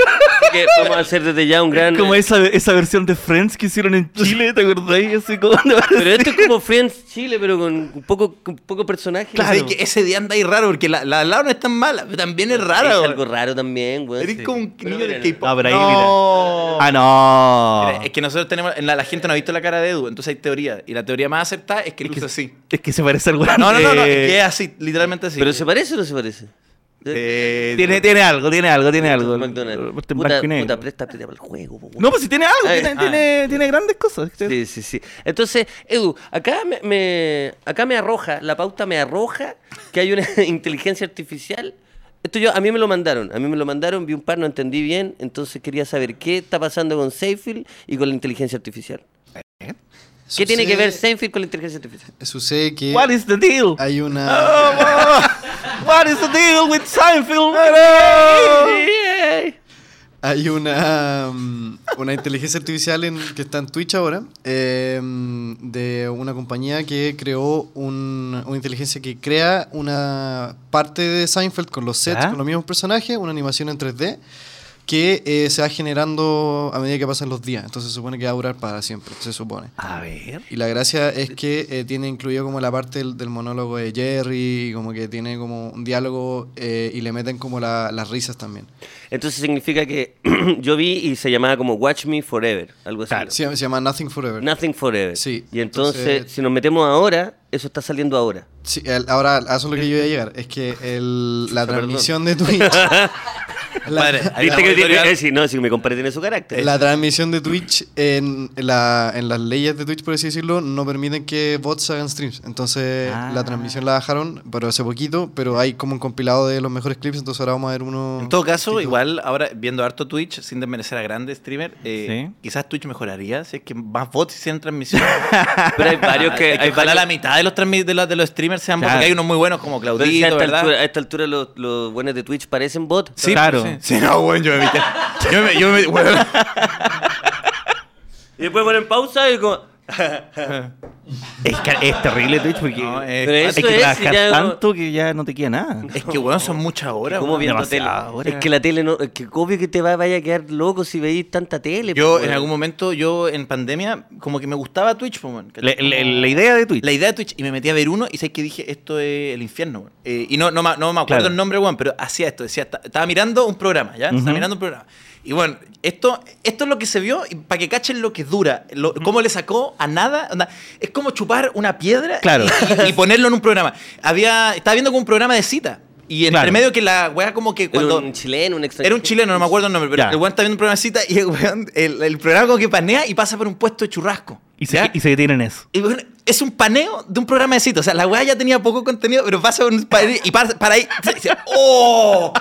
Speaker 3: que vamos a hacer desde ya un gran.
Speaker 2: Como esa, esa versión de Friends que hicieron en Chile, ¿te acordáis? Así como... *laughs*
Speaker 3: Pero esto es como Friends Chile, pero con un poco, con poco personaje.
Speaker 1: claro. Es que ese día anda ahí raro porque la, la Lau no es tan mala, pero también es rara.
Speaker 3: Es
Speaker 1: güey.
Speaker 3: algo raro también, güey.
Speaker 1: Eres
Speaker 3: Sí.
Speaker 1: como un
Speaker 3: Pero
Speaker 1: niño de
Speaker 3: miren,
Speaker 1: K-pop.
Speaker 2: No, pero ahí,
Speaker 1: no.
Speaker 2: Ah, no.
Speaker 1: Mira, Es que nosotros tenemos. La, la gente no ha visto la cara de Edu, entonces hay teoría. Y la teoría más aceptada es que luce así.
Speaker 2: Es que Eh, se parece al weón.
Speaker 1: No, no, no, no, es
Speaker 2: de-
Speaker 1: que es así, literalmente así.
Speaker 3: ¿Pero se parece o no se parece?
Speaker 1: Eh,
Speaker 2: Tiene, tiene algo, tiene algo, tiene algo. Puta,
Speaker 3: McDonald's. Puta,
Speaker 2: en blanco y negro.
Speaker 3: puta, presta, presta para el juego, po, güey.
Speaker 2: No, pues si tiene algo,
Speaker 3: Eh,
Speaker 2: tiene,
Speaker 1: ah.
Speaker 2: tiene, tiene grandes cosas.
Speaker 3: Sí, sí, sí. Entonces, Edu, acá me, me- acá me arroja, la pauta me arroja que hay una *laughs* inteligencia artificial. Esto yo, a mí me lo mandaron, a mí me lo mandaron, vi un par, no entendí bien, entonces quería saber qué está pasando con Seinfeld y con la inteligencia artificial. ¿Qué
Speaker 4: Sucede-
Speaker 3: tiene que ver Seinfeld con la inteligencia artificial?
Speaker 4: Sucede que
Speaker 2: What is the deal?
Speaker 4: hay una...
Speaker 2: What is the deal with Seinfeld?
Speaker 4: ¡Oh! Hay una, mm, una inteligencia artificial en, que está en Twitch ahora, eh, mm, de una compañía que creó un- una inteligencia que crea una parte de Seinfeld con los sets,
Speaker 2: ¿Ya?
Speaker 4: con los mismos personajes, una animación en 3D, que eh, se va generando a medida que pasan los días. Entonces se supone que va a durar para siempre, se supone.
Speaker 2: A ver.
Speaker 4: Y la gracia es que eh, tiene incluido como la parte del, del monólogo de Jerry, y como que tiene como un diálogo eh, y le meten como la- las risas también.
Speaker 3: Entonces significa que *clears throat* yo vi y se llamaba como Watch Me Forever, algo así.
Speaker 4: Se, llama- se llama Nothing Forever.
Speaker 3: Nothing Forever.
Speaker 4: Sí,
Speaker 3: Y entonces,
Speaker 4: entonces-
Speaker 3: si nos metemos ahora, eso está saliendo ahora.
Speaker 4: Sí, el- ahora, a eso es lo que yo iba a llegar. Es que
Speaker 1: *laughs*
Speaker 4: el- la
Speaker 3: Chucha,
Speaker 4: transmisión de Twitch. la,
Speaker 1: Padre, ahí
Speaker 3: Viste
Speaker 1: está
Speaker 3: que
Speaker 1: editorial.
Speaker 3: tiene, eh, sí, no, si mi compadre tiene su carácter.
Speaker 4: la transmisión de Twitch en, en la- en las leyes de Twitch, por así decirlo, no permiten que bots hagan streams. Entonces
Speaker 2: Ah.
Speaker 4: la transmisión la bajaron, pero hace poquito, pero hay como un compilado de los mejores clips, entonces ahora vamos a ver uno.
Speaker 1: En todo caso,
Speaker 4: tipo-
Speaker 1: igual ahora viendo harto Twitch, sin desmerecer a grandes streamers, eh,
Speaker 2: Sí.
Speaker 1: quizás Twitch mejoraría si es que más bots hicieran transmisión.
Speaker 3: Pero hay *laughs* varios que.
Speaker 1: hay
Speaker 3: hay
Speaker 1: ojalá
Speaker 3: varios-
Speaker 1: la mitad de los, transmi- de la- de los streamers sean bots,
Speaker 2: Claro.
Speaker 1: porque hay unos muy buenos como
Speaker 3: pero si
Speaker 1: Claudito,
Speaker 3: a esta
Speaker 1: ¿verdad?
Speaker 3: altura- a esta altura los, los buenos de Twitch parecen bot.
Speaker 1: Sí,
Speaker 2: Claro.
Speaker 1: pues, Sí, Sí, no, bueno, yo me metí. Yo me, yo me- bueno.
Speaker 3: Y después ponen pausa y como.
Speaker 2: Es, que- es terrible Twitch porque
Speaker 1: No, eh,
Speaker 3: Pero
Speaker 2: hay
Speaker 3: eso
Speaker 2: que
Speaker 3: es,
Speaker 2: trabajar
Speaker 3: y ya-
Speaker 2: tanto que ya no te queda nada.
Speaker 1: *laughs* Es que, weón, son muchas horas.
Speaker 3: ¿Cómo
Speaker 1: weón.
Speaker 3: viendo tele?
Speaker 2: demasiado ahora.
Speaker 3: Es que la tele no. Es que obvio que te va, vaya a quedar loco si veis tanta tele.
Speaker 1: Yo
Speaker 3: pues,
Speaker 1: en
Speaker 3: weón.
Speaker 1: algún momento, yo en pandemia, como que me gustaba Twitch, po, weón,
Speaker 2: Le-
Speaker 1: ¿cachai?
Speaker 2: le- la idea de Twitch.
Speaker 1: La idea de Twitch, y me metí a ver uno, y sé que dije, esto es el infierno, weón. Eh, y no, no, ma- no me acuerdo
Speaker 2: Claro.
Speaker 1: el nombre, weón, pero hacía esto, decía, "Ta- estaba mirando un programa, ¿ya?
Speaker 2: Ujú.
Speaker 1: Estaba mirando un programa. Y bueno, esto, esto es lo que se vio, para que cachen lo que dura, lo- cómo le sacó a nada. onda, es como chupar una piedra
Speaker 2: Claro.
Speaker 1: y, y- y ponerlo en un programa. Había, estaba viendo como un programa de cita. Y entre
Speaker 2: Claro.
Speaker 1: medio que la weá como que
Speaker 3: Era
Speaker 1: cuando...
Speaker 3: un chileno, un extranjero.
Speaker 1: Era un chileno, no me acuerdo el nombre, pero
Speaker 2: Ya.
Speaker 1: el weón está viendo un programa de cita y el, weón- el, el programa como que panea y pasa por un puesto de churrasco.
Speaker 2: Y se,
Speaker 1: ¿ya?
Speaker 2: y se detienen en eso.
Speaker 1: Y bueno, es un paneo de un programa de cita. O sea, la weá ya tenía poco contenido, pero pasa por un paneo y para, para ahí. se- se- ¡Oh!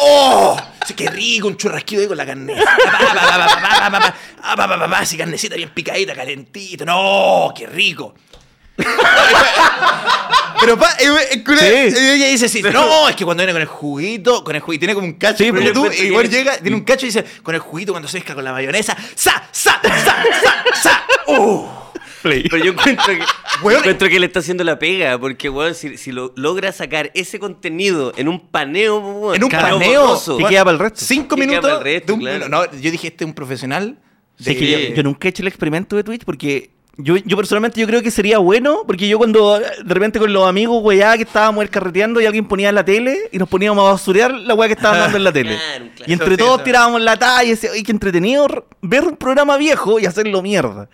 Speaker 1: ¡Oh! Sí, ¡Qué rico! Un churrasquito ahí con la carne. Así carnecita bien picadita, calentito. ¡No! ¡Qué rico! *laughs* Pero pa, eh, eh, con el-
Speaker 2: Sí.
Speaker 1: eh, ella dice sí, no, es que cuando viene con el juguito, con el juguito, tiene como un cacho,
Speaker 2: Sí,
Speaker 1: pero
Speaker 2: pues,
Speaker 1: tú,
Speaker 2: pensé
Speaker 1: y
Speaker 2: que-
Speaker 1: bueno, llega, tiene un cacho y dice, con el juguito cuando se mezcla con la mayonesa, sa, sa, sa, sa, sa, ¡Uh!
Speaker 3: Pero yo encuentro que,
Speaker 1: *laughs* Weón.
Speaker 3: encuentro que le está haciendo la pega, porque weón, si, si lo logra sacar ese contenido en un paneo, weón,
Speaker 1: En un
Speaker 3: claro,
Speaker 1: paneo.
Speaker 3: borroso.
Speaker 2: ¿Qué queda para el resto?
Speaker 1: Cinco
Speaker 3: ¿Qué queda para
Speaker 1: minutos.
Speaker 3: el resto,
Speaker 1: de un-
Speaker 3: claro.
Speaker 1: no, yo dije, este es un profesional.
Speaker 2: Sí,
Speaker 1: de-
Speaker 2: que yo, yo nunca he hecho el experimento de Twitch porque yo, yo personalmente yo creo que sería bueno porque yo cuando eh, de repente con los amigos weá que estábamos ahí carreteando y alguien ponía en la tele y nos poníamos a basurear la weá que estaban dando en la tele.
Speaker 3: *laughs* Claro, claro.
Speaker 2: Y entre
Speaker 1: Eso sí,
Speaker 2: todos
Speaker 1: eso.
Speaker 2: tirábamos la talla y decía, oye, qué entretenido r- ver un programa viejo y hacerlo mierda.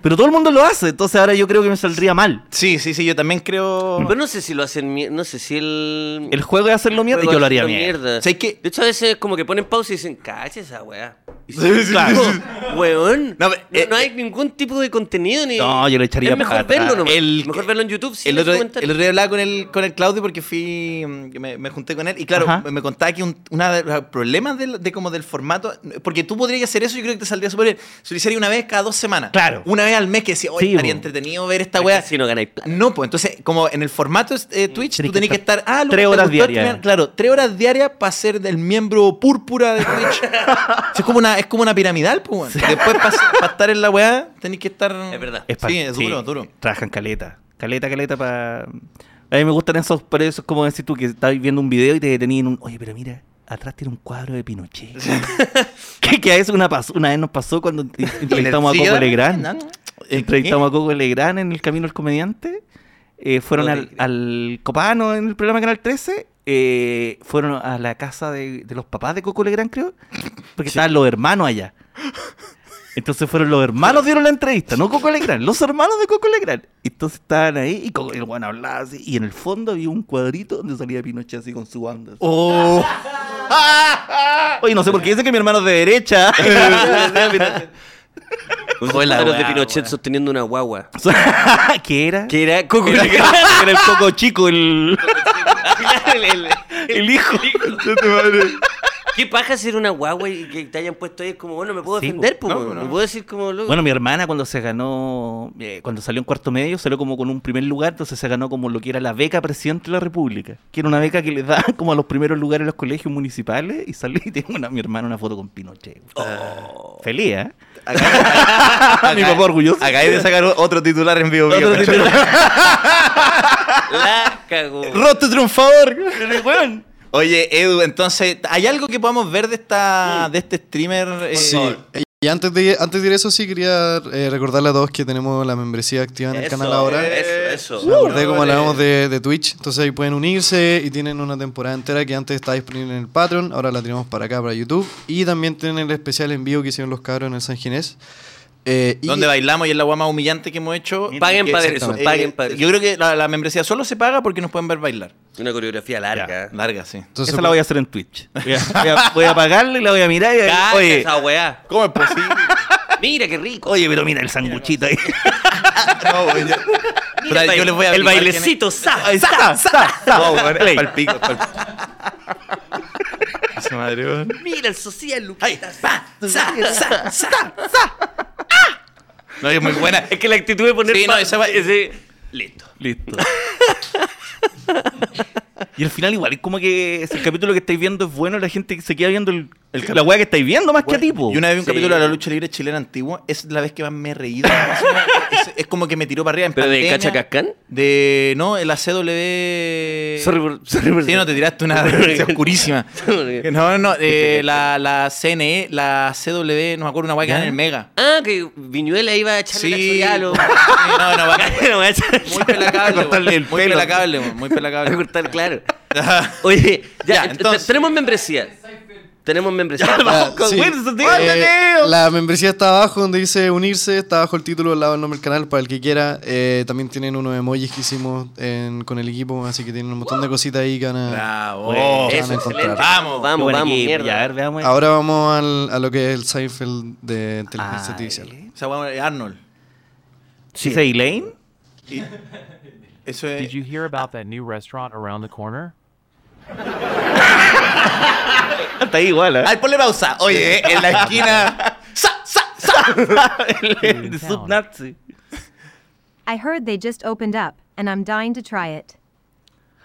Speaker 2: Pero todo el mundo lo hace, entonces ahora yo creo que me saldría mal.
Speaker 1: Sí, sí, sí, yo también creo.
Speaker 3: Pero no sé si lo hacen, mie- no sé si el...
Speaker 2: El juego de hacerlo mierda
Speaker 3: juego
Speaker 2: yo lo haría
Speaker 3: hacerlo
Speaker 2: mierda.
Speaker 1: O sea, es que-
Speaker 3: De hecho, a veces como que ponen pausa y dicen, cacha esa weá. Y
Speaker 1: Sí, *laughs*
Speaker 3: dicen,
Speaker 1: sí,
Speaker 3: "Claro,
Speaker 1: sí,
Speaker 3: weón,
Speaker 1: No,
Speaker 3: no,
Speaker 1: pero, eh,
Speaker 3: no hay ningún tipo de contenido ni...
Speaker 2: No, yo lo echaría
Speaker 3: Es mejor
Speaker 2: para atrás.
Speaker 3: verlo nomás.
Speaker 1: El-
Speaker 3: Mejor verlo en YouTube sin
Speaker 1: el, otro,
Speaker 3: ese
Speaker 1: el
Speaker 3: comentario.
Speaker 1: otro día hablaba con el, con el Claudio porque fui mm, me, me junté con él y claro,
Speaker 2: Ajá.
Speaker 1: me, me contaba que un- una de los problemas del, de como del formato, porque tú podrías hacer eso, yo creo que te saldría súper bien. Si lo hicieras una vez cada dos semanas.
Speaker 2: Claro.
Speaker 1: Una vez al mes que decía, oye,
Speaker 2: Sí,
Speaker 1: estaría
Speaker 2: po.
Speaker 1: entretenido ver esta
Speaker 3: Es que
Speaker 1: weá.
Speaker 3: así no ganáis
Speaker 1: *laughs*
Speaker 3: plata.
Speaker 1: No, pues entonces, como en el formato eh, Twitch,
Speaker 2: Tenés
Speaker 1: tú
Speaker 2: que
Speaker 1: tenés que
Speaker 2: estar
Speaker 1: estar. Ah, lo que
Speaker 2: tres
Speaker 1: te
Speaker 2: horas
Speaker 1: gustó,
Speaker 2: diarias.
Speaker 1: terminar- Claro, tres horas diarias para ser del miembro púrpura de
Speaker 2: *laughs*
Speaker 1: Twitch. Sí, es, como una, es como una piramidal, pues. weón. Después, para estar en la weá, tenés que estar.
Speaker 3: Es verdad.
Speaker 2: pa-
Speaker 1: sí, es duro, duro.
Speaker 2: Trabajan caleta. Caleta, caleta para. A mí me gustan esos, por eso es como decir tú que estás viendo un video y te detenís en un. Oye, pero mira, atrás tiene un cuadro de *laughs* Pinochet. que, que a eso una, pas- una vez nos pasó cuando en- entrevistamos a
Speaker 1: Sí,
Speaker 2: Coco
Speaker 1: dale,
Speaker 2: Legrand.
Speaker 1: dale.
Speaker 2: Eh, Entrevistamos a Coco Legrand en El Camino del Comediante. Eh, fueron
Speaker 3: No te
Speaker 2: al,
Speaker 3: creo.
Speaker 2: al Copano en el programa Canal 13. eh, fueron a la casa de, de los papás de Coco Legrand, creo. Porque estaban los hermanos allá. Entonces fueron los hermanos dieron la entrevista, no Coco Legrand, los hermanos de Coco Legrand. Entonces estaban ahí y Coco, el bueno hablaba así. Y en el fondo había un cuadrito donde salía Pinochet así con su banda. así. *laughs*
Speaker 1: Oh.
Speaker 2: Oye, no sé por qué dice que mi hermano es de derecha.
Speaker 3: Los
Speaker 1: la
Speaker 3: cuadros de
Speaker 1: weá,
Speaker 3: Pinochet
Speaker 1: weá.
Speaker 3: sosteniendo una guagua.
Speaker 2: *laughs* ¿Qué era?
Speaker 3: Que era
Speaker 1: *laughs*
Speaker 3: Coco
Speaker 2: Era, *laughs*
Speaker 3: Legrand. *laughs*
Speaker 2: era el Coco chico, el,
Speaker 3: el- el-
Speaker 2: el hijo.
Speaker 3: ¿Qué paja ser una guagua y que te hayan puesto ahí? Es como, bueno, me puedo
Speaker 2: Sí,
Speaker 3: defender, pues,
Speaker 1: no,
Speaker 3: weón.
Speaker 1: no.
Speaker 3: Me puedo decir como loco.
Speaker 2: Bueno, mi hermana cuando se ganó, eh, cuando salió en cuarto medio, salió como con un primer lugar, entonces se ganó como lo que era la beca presidente de la República, que era una beca que les daban *laughs* como a los primeros lugares en los colegios municipales, y salí y tengo una, mi hermana una foto con Pinochet. Feliz, ¿eh? *laughs* Mi papá orgulloso.
Speaker 1: Acabáis de sacar otro titular en vivo.
Speaker 2: Otro
Speaker 1: mío.
Speaker 2: *laughs* titular.
Speaker 3: la cagó.
Speaker 1: *laughs* Roto triunfador.
Speaker 2: Pero, weón,
Speaker 1: Oye, Edu, entonces, ¿hay algo que podamos ver de esta de este streamer? eh?
Speaker 4: Sí. Y antes de, antes de ir a eso, sí quería eh, recordarle a todos que tenemos la membresía activa en el canal ahora.
Speaker 1: eh,
Speaker 3: Eso, eso.
Speaker 4: Me acordé como hablábamos de, de Twitch, entonces ahí pueden unirse y tienen una temporada entera que antes estaba disponible en el Patreon, ahora la tenemos para acá, para YouTube. Y también tienen el especial en vivo que hicieron los cabros en el San Ginés. Eh, y-
Speaker 1: donde bailamos y es la guama más humillante que hemos hecho.
Speaker 3: Paguen
Speaker 1: Que-
Speaker 3: para ver eso,
Speaker 1: Exactamente.
Speaker 3: paguen para ver
Speaker 1: Yo creo que la, la membresía solo se paga porque nos pueden ver bailar.
Speaker 3: Una coreografía larga.
Speaker 1: Larga, sí.
Speaker 4: entonces,
Speaker 2: Esa la voy a
Speaker 1: pues-
Speaker 2: hacer en Twitch. Voy a, voy a- voy a apagarla y la voy a mirar y voy a-
Speaker 3: Cacha
Speaker 2: oye,
Speaker 3: esa weá.
Speaker 1: ¿Cómo es posible?
Speaker 3: Mira qué rico.
Speaker 2: oye, pero mira el sanguchito ahí.
Speaker 1: no, güey, *laughs* yo-
Speaker 3: Mira,
Speaker 1: Pero yo les voy a
Speaker 3: el
Speaker 1: averiguar
Speaker 3: bailecito, sa,
Speaker 2: Ahí está, está, está.
Speaker 1: No, güey,
Speaker 2: Play.
Speaker 1: pa'l pico, pa'l pico. Esa madre, güey.
Speaker 3: Mira el social, Luquitas.
Speaker 2: *laughs*
Speaker 1: No, es muy buena.
Speaker 3: Es que la actitud de poner.
Speaker 1: Sí, no,
Speaker 3: pa-
Speaker 1: esa va-
Speaker 3: ese- Listo.
Speaker 2: Listo. *laughs* y al final igual, es como que es el capítulo que estáis viendo es bueno, la gente se queda viendo el, la weá que estáis viendo más que a tipo. *laughs*
Speaker 1: Y una vez vi un
Speaker 3: Sí.
Speaker 1: capítulo de la lucha libre chilena antigua, es la vez que más me he reído. es, es como que me tiró para arriba. En
Speaker 3: ¿Pero de
Speaker 1: pandemia,
Speaker 3: Cachacascán?
Speaker 1: De. No, el ACW.
Speaker 3: Sorry por- *laughs* sorry por-
Speaker 1: Sí, no, te tiraste una referencia oscurísima.
Speaker 3: *laughs* Sorry.
Speaker 1: No, no, eh, la, la CNE, la CW, no me acuerdo, una guay que era en el Mega.
Speaker 3: Ah, que Viñuela iba a echarle
Speaker 1: Sí.
Speaker 3: la
Speaker 1: *laughs*
Speaker 3: chorialo.
Speaker 1: Sí, no, no,
Speaker 3: *laughs*
Speaker 1: va.
Speaker 3: No, voy a echar-
Speaker 1: Muy pelacable.
Speaker 2: *laughs* Cortarle
Speaker 1: güey.
Speaker 2: el
Speaker 1: Muy
Speaker 2: pelo.
Speaker 1: pelacable, güey, muy
Speaker 3: Voy a *laughs*
Speaker 1: pelacable.
Speaker 3: cortar, claro. Oye, ya, eh,
Speaker 1: Ya,
Speaker 3: te-
Speaker 1: entonces.
Speaker 3: tenemos membresía. Tenemos membresía.
Speaker 4: Ah, sí.
Speaker 2: Wilson, tío.
Speaker 4: Eh,
Speaker 2: Ándale.
Speaker 4: la membresía está abajo donde dice unirse, está abajo el título, al lado del nombre del canal para el que quiera. Eh, también tienen unos emojis que hicimos en- con el equipo, así que tienen un montón de cositas ahí que van a-
Speaker 1: Bravo.
Speaker 2: Bueno,
Speaker 4: van a
Speaker 3: Eso,
Speaker 4: encontrar.
Speaker 3: excelente.
Speaker 1: Vamos.
Speaker 2: Qué
Speaker 3: vamos,
Speaker 2: buen
Speaker 3: vamos,
Speaker 2: equipo,
Speaker 3: mierda.
Speaker 2: ya, a ver, veamos.
Speaker 4: Ahora vamos al- a lo que es el Seinfeld de inteligencia
Speaker 2: Ah,
Speaker 4: artificial.
Speaker 1: Esa guay, Arnold.
Speaker 2: Sí. ¿Dice Elaine?
Speaker 1: Eso
Speaker 5: Did
Speaker 1: es.
Speaker 5: you hear about that new restaurant around the corner?
Speaker 2: Está ahí igual, ¿eh?
Speaker 1: Ay, ponle pausa. Oye, eh, en la
Speaker 3: *laughs*
Speaker 1: esquina. ¡Sa, sa, sa! *laughs*
Speaker 2: *laughs* El de Subnazi.
Speaker 6: I heard they just opened up, and I'm dying to try it.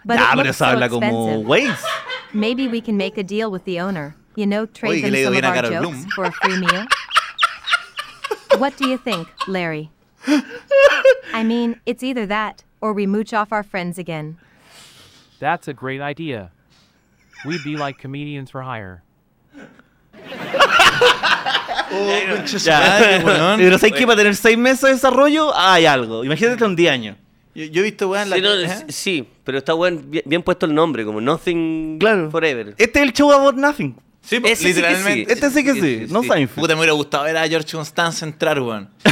Speaker 6: But
Speaker 2: Ya,
Speaker 6: it
Speaker 2: Ah, pero
Speaker 6: looks
Speaker 2: eso
Speaker 6: so
Speaker 2: habla
Speaker 6: expensive.
Speaker 2: como Waze.
Speaker 1: *laughs*
Speaker 6: Maybe we can make a deal with the owner. You know,
Speaker 1: Oye,
Speaker 6: trade
Speaker 1: que le ha
Speaker 6: them
Speaker 1: ido
Speaker 6: some
Speaker 1: bien
Speaker 6: of
Speaker 1: a
Speaker 6: our
Speaker 1: Carol
Speaker 6: jokes
Speaker 1: Bloom.
Speaker 6: for a free meal. what do you think, Larry? I mean, it's either that, or we mooch off our friends again.
Speaker 5: That's a great idea. We'd be like comedians for hire.
Speaker 1: Madre,
Speaker 2: Ya.
Speaker 1: weón.
Speaker 2: Pero ¿sabes que para tener seis meses de desarrollo hay algo? Imagínate con 10 años.
Speaker 1: Yo, yo he visto
Speaker 2: Ah,
Speaker 1: weón en la.
Speaker 3: Sí, no,
Speaker 1: ¿eh?
Speaker 3: sí, sí, pero está buen, bien, bien puesto el nombre, como Nothing Forever.
Speaker 2: Este es el show about nothing.
Speaker 1: Sí, pues,
Speaker 3: Ese sí que
Speaker 1: literalmente.
Speaker 3: sí.
Speaker 2: Este sí que sí,
Speaker 3: Sí, sí,
Speaker 2: no
Speaker 3: sí.
Speaker 2: Seinfeld.
Speaker 1: Puta, me hubiera gustado ver a George Constanza entrar, weón. Yo-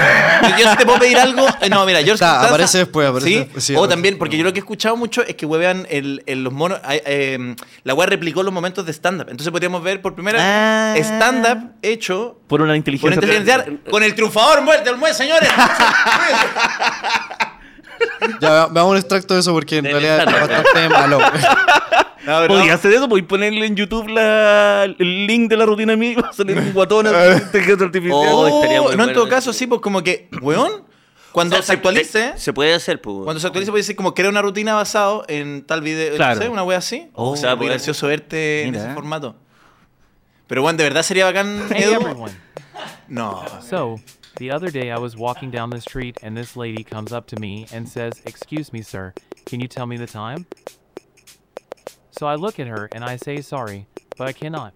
Speaker 1: Yo si te puedo pedir algo. eh, No, mira, George
Speaker 4: Está,
Speaker 1: Constanza.
Speaker 4: aparece después, aparece
Speaker 1: ¿sí?
Speaker 4: después, sí,
Speaker 1: o
Speaker 4: aparece.
Speaker 1: también, porque yo lo que he escuchado mucho es que huevean el, el- los monos. ay, eh, la web replicó los momentos de stand-up. Entonces podríamos ver por primera
Speaker 2: Ah.
Speaker 1: vez stand-up hecho.
Speaker 2: Por una
Speaker 1: Por
Speaker 2: inteligencia.
Speaker 1: inteligencia artificial, con el triunfador muerte del muerto,
Speaker 4: *laughs*
Speaker 1: señores.
Speaker 4: Ya, veamos un extracto de eso porque en
Speaker 3: Del
Speaker 4: realidad es
Speaker 3: Seinfeld.
Speaker 4: bastante
Speaker 3: *laughs*
Speaker 4: malo.
Speaker 1: No, pero-
Speaker 2: Podría hacer eso, podéis ponerle en YouTube la, el link de la rutina mía y *laughs* va a salir un
Speaker 1: *laughs*
Speaker 2: guatón de inteligencia artificial.
Speaker 3: Oh, estaría muy
Speaker 1: no, en
Speaker 3: bueno
Speaker 1: todo
Speaker 3: eso.
Speaker 1: caso, sí, pues como que, weón, cuando
Speaker 3: O sea,
Speaker 1: se actualice,
Speaker 3: Se puede hacer, pues.
Speaker 1: cuando se actualice, puede decir como crea una rutina basado en tal video, no
Speaker 2: Claro.
Speaker 1: sé, una wea así.
Speaker 2: Oh,
Speaker 1: o sea, muy
Speaker 3: mira.
Speaker 1: gracioso verte
Speaker 2: Mira.
Speaker 1: en ese formato. Pero, weón, de verdad sería
Speaker 2: *laughs*
Speaker 1: bacán,
Speaker 5: Hey,
Speaker 1: Edu?
Speaker 5: everyone.
Speaker 1: No.
Speaker 5: So, the other day I was walking down the street and this lady comes up to me and says, Excuse me, sir, can you tell me the time? So I look at her and I say sorry, but I cannot.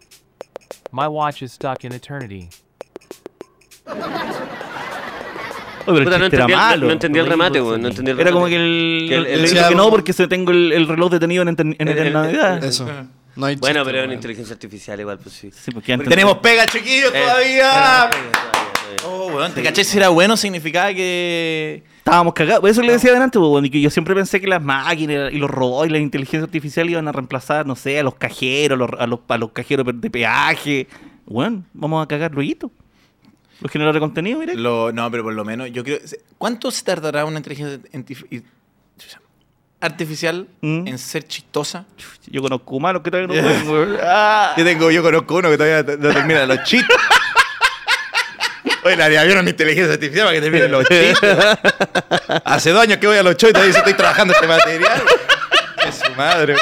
Speaker 5: My watch is stuck in eternity.
Speaker 2: Oye, pero el
Speaker 3: Puta, no
Speaker 2: chiste era
Speaker 3: entendí el-
Speaker 2: malo.
Speaker 3: no entendí el remate, weón, no entendí el
Speaker 2: Era como
Speaker 3: remate.
Speaker 2: que el.
Speaker 3: Que el-
Speaker 2: el-
Speaker 3: el-
Speaker 2: dijo que
Speaker 4: el-
Speaker 2: no, porque se tengo el, el reloj detenido en, eten- en
Speaker 3: El- el-
Speaker 2: eternidad.
Speaker 4: Eso. No hay
Speaker 3: Bueno, pero
Speaker 4: chiste,
Speaker 3: es una
Speaker 4: weón.
Speaker 3: inteligencia artificial igual, pues sí.
Speaker 2: Sí, porque antes-
Speaker 1: Tenemos pega, chiquillos,
Speaker 3: Eh,
Speaker 1: todavía.
Speaker 3: todavía, todavía, todavía.
Speaker 1: Oh, weón, te caché si era bueno, significaba que.
Speaker 2: Estábamos cagados. Eso le decía delante, weón, y que yo siempre pensé que las máquinas y los robots y la inteligencia artificial iban a reemplazar, no sé, a los cajeros, a los, a los, a los cajeros de peaje. Bueno, vamos a cagar luego. Los generadores de contenido, mire.
Speaker 1: Lo- no, pero por lo menos, yo creo. ¿Cuánto se tardará una inteligencia enti- artificial
Speaker 2: Mm.
Speaker 1: en ser chistosa?
Speaker 2: Yo conozco humanos
Speaker 1: *laughs*
Speaker 2: que todavía no pueden, weón.
Speaker 1: Ah. Yo tengo, yo conozco uno que todavía te- no termina los chistes. Oye, la vieron mi inteligencia artificial para que termine los chistes. Hace dos años que voy a los shows y todavía dice, estoy trabajando este material. Es su madre.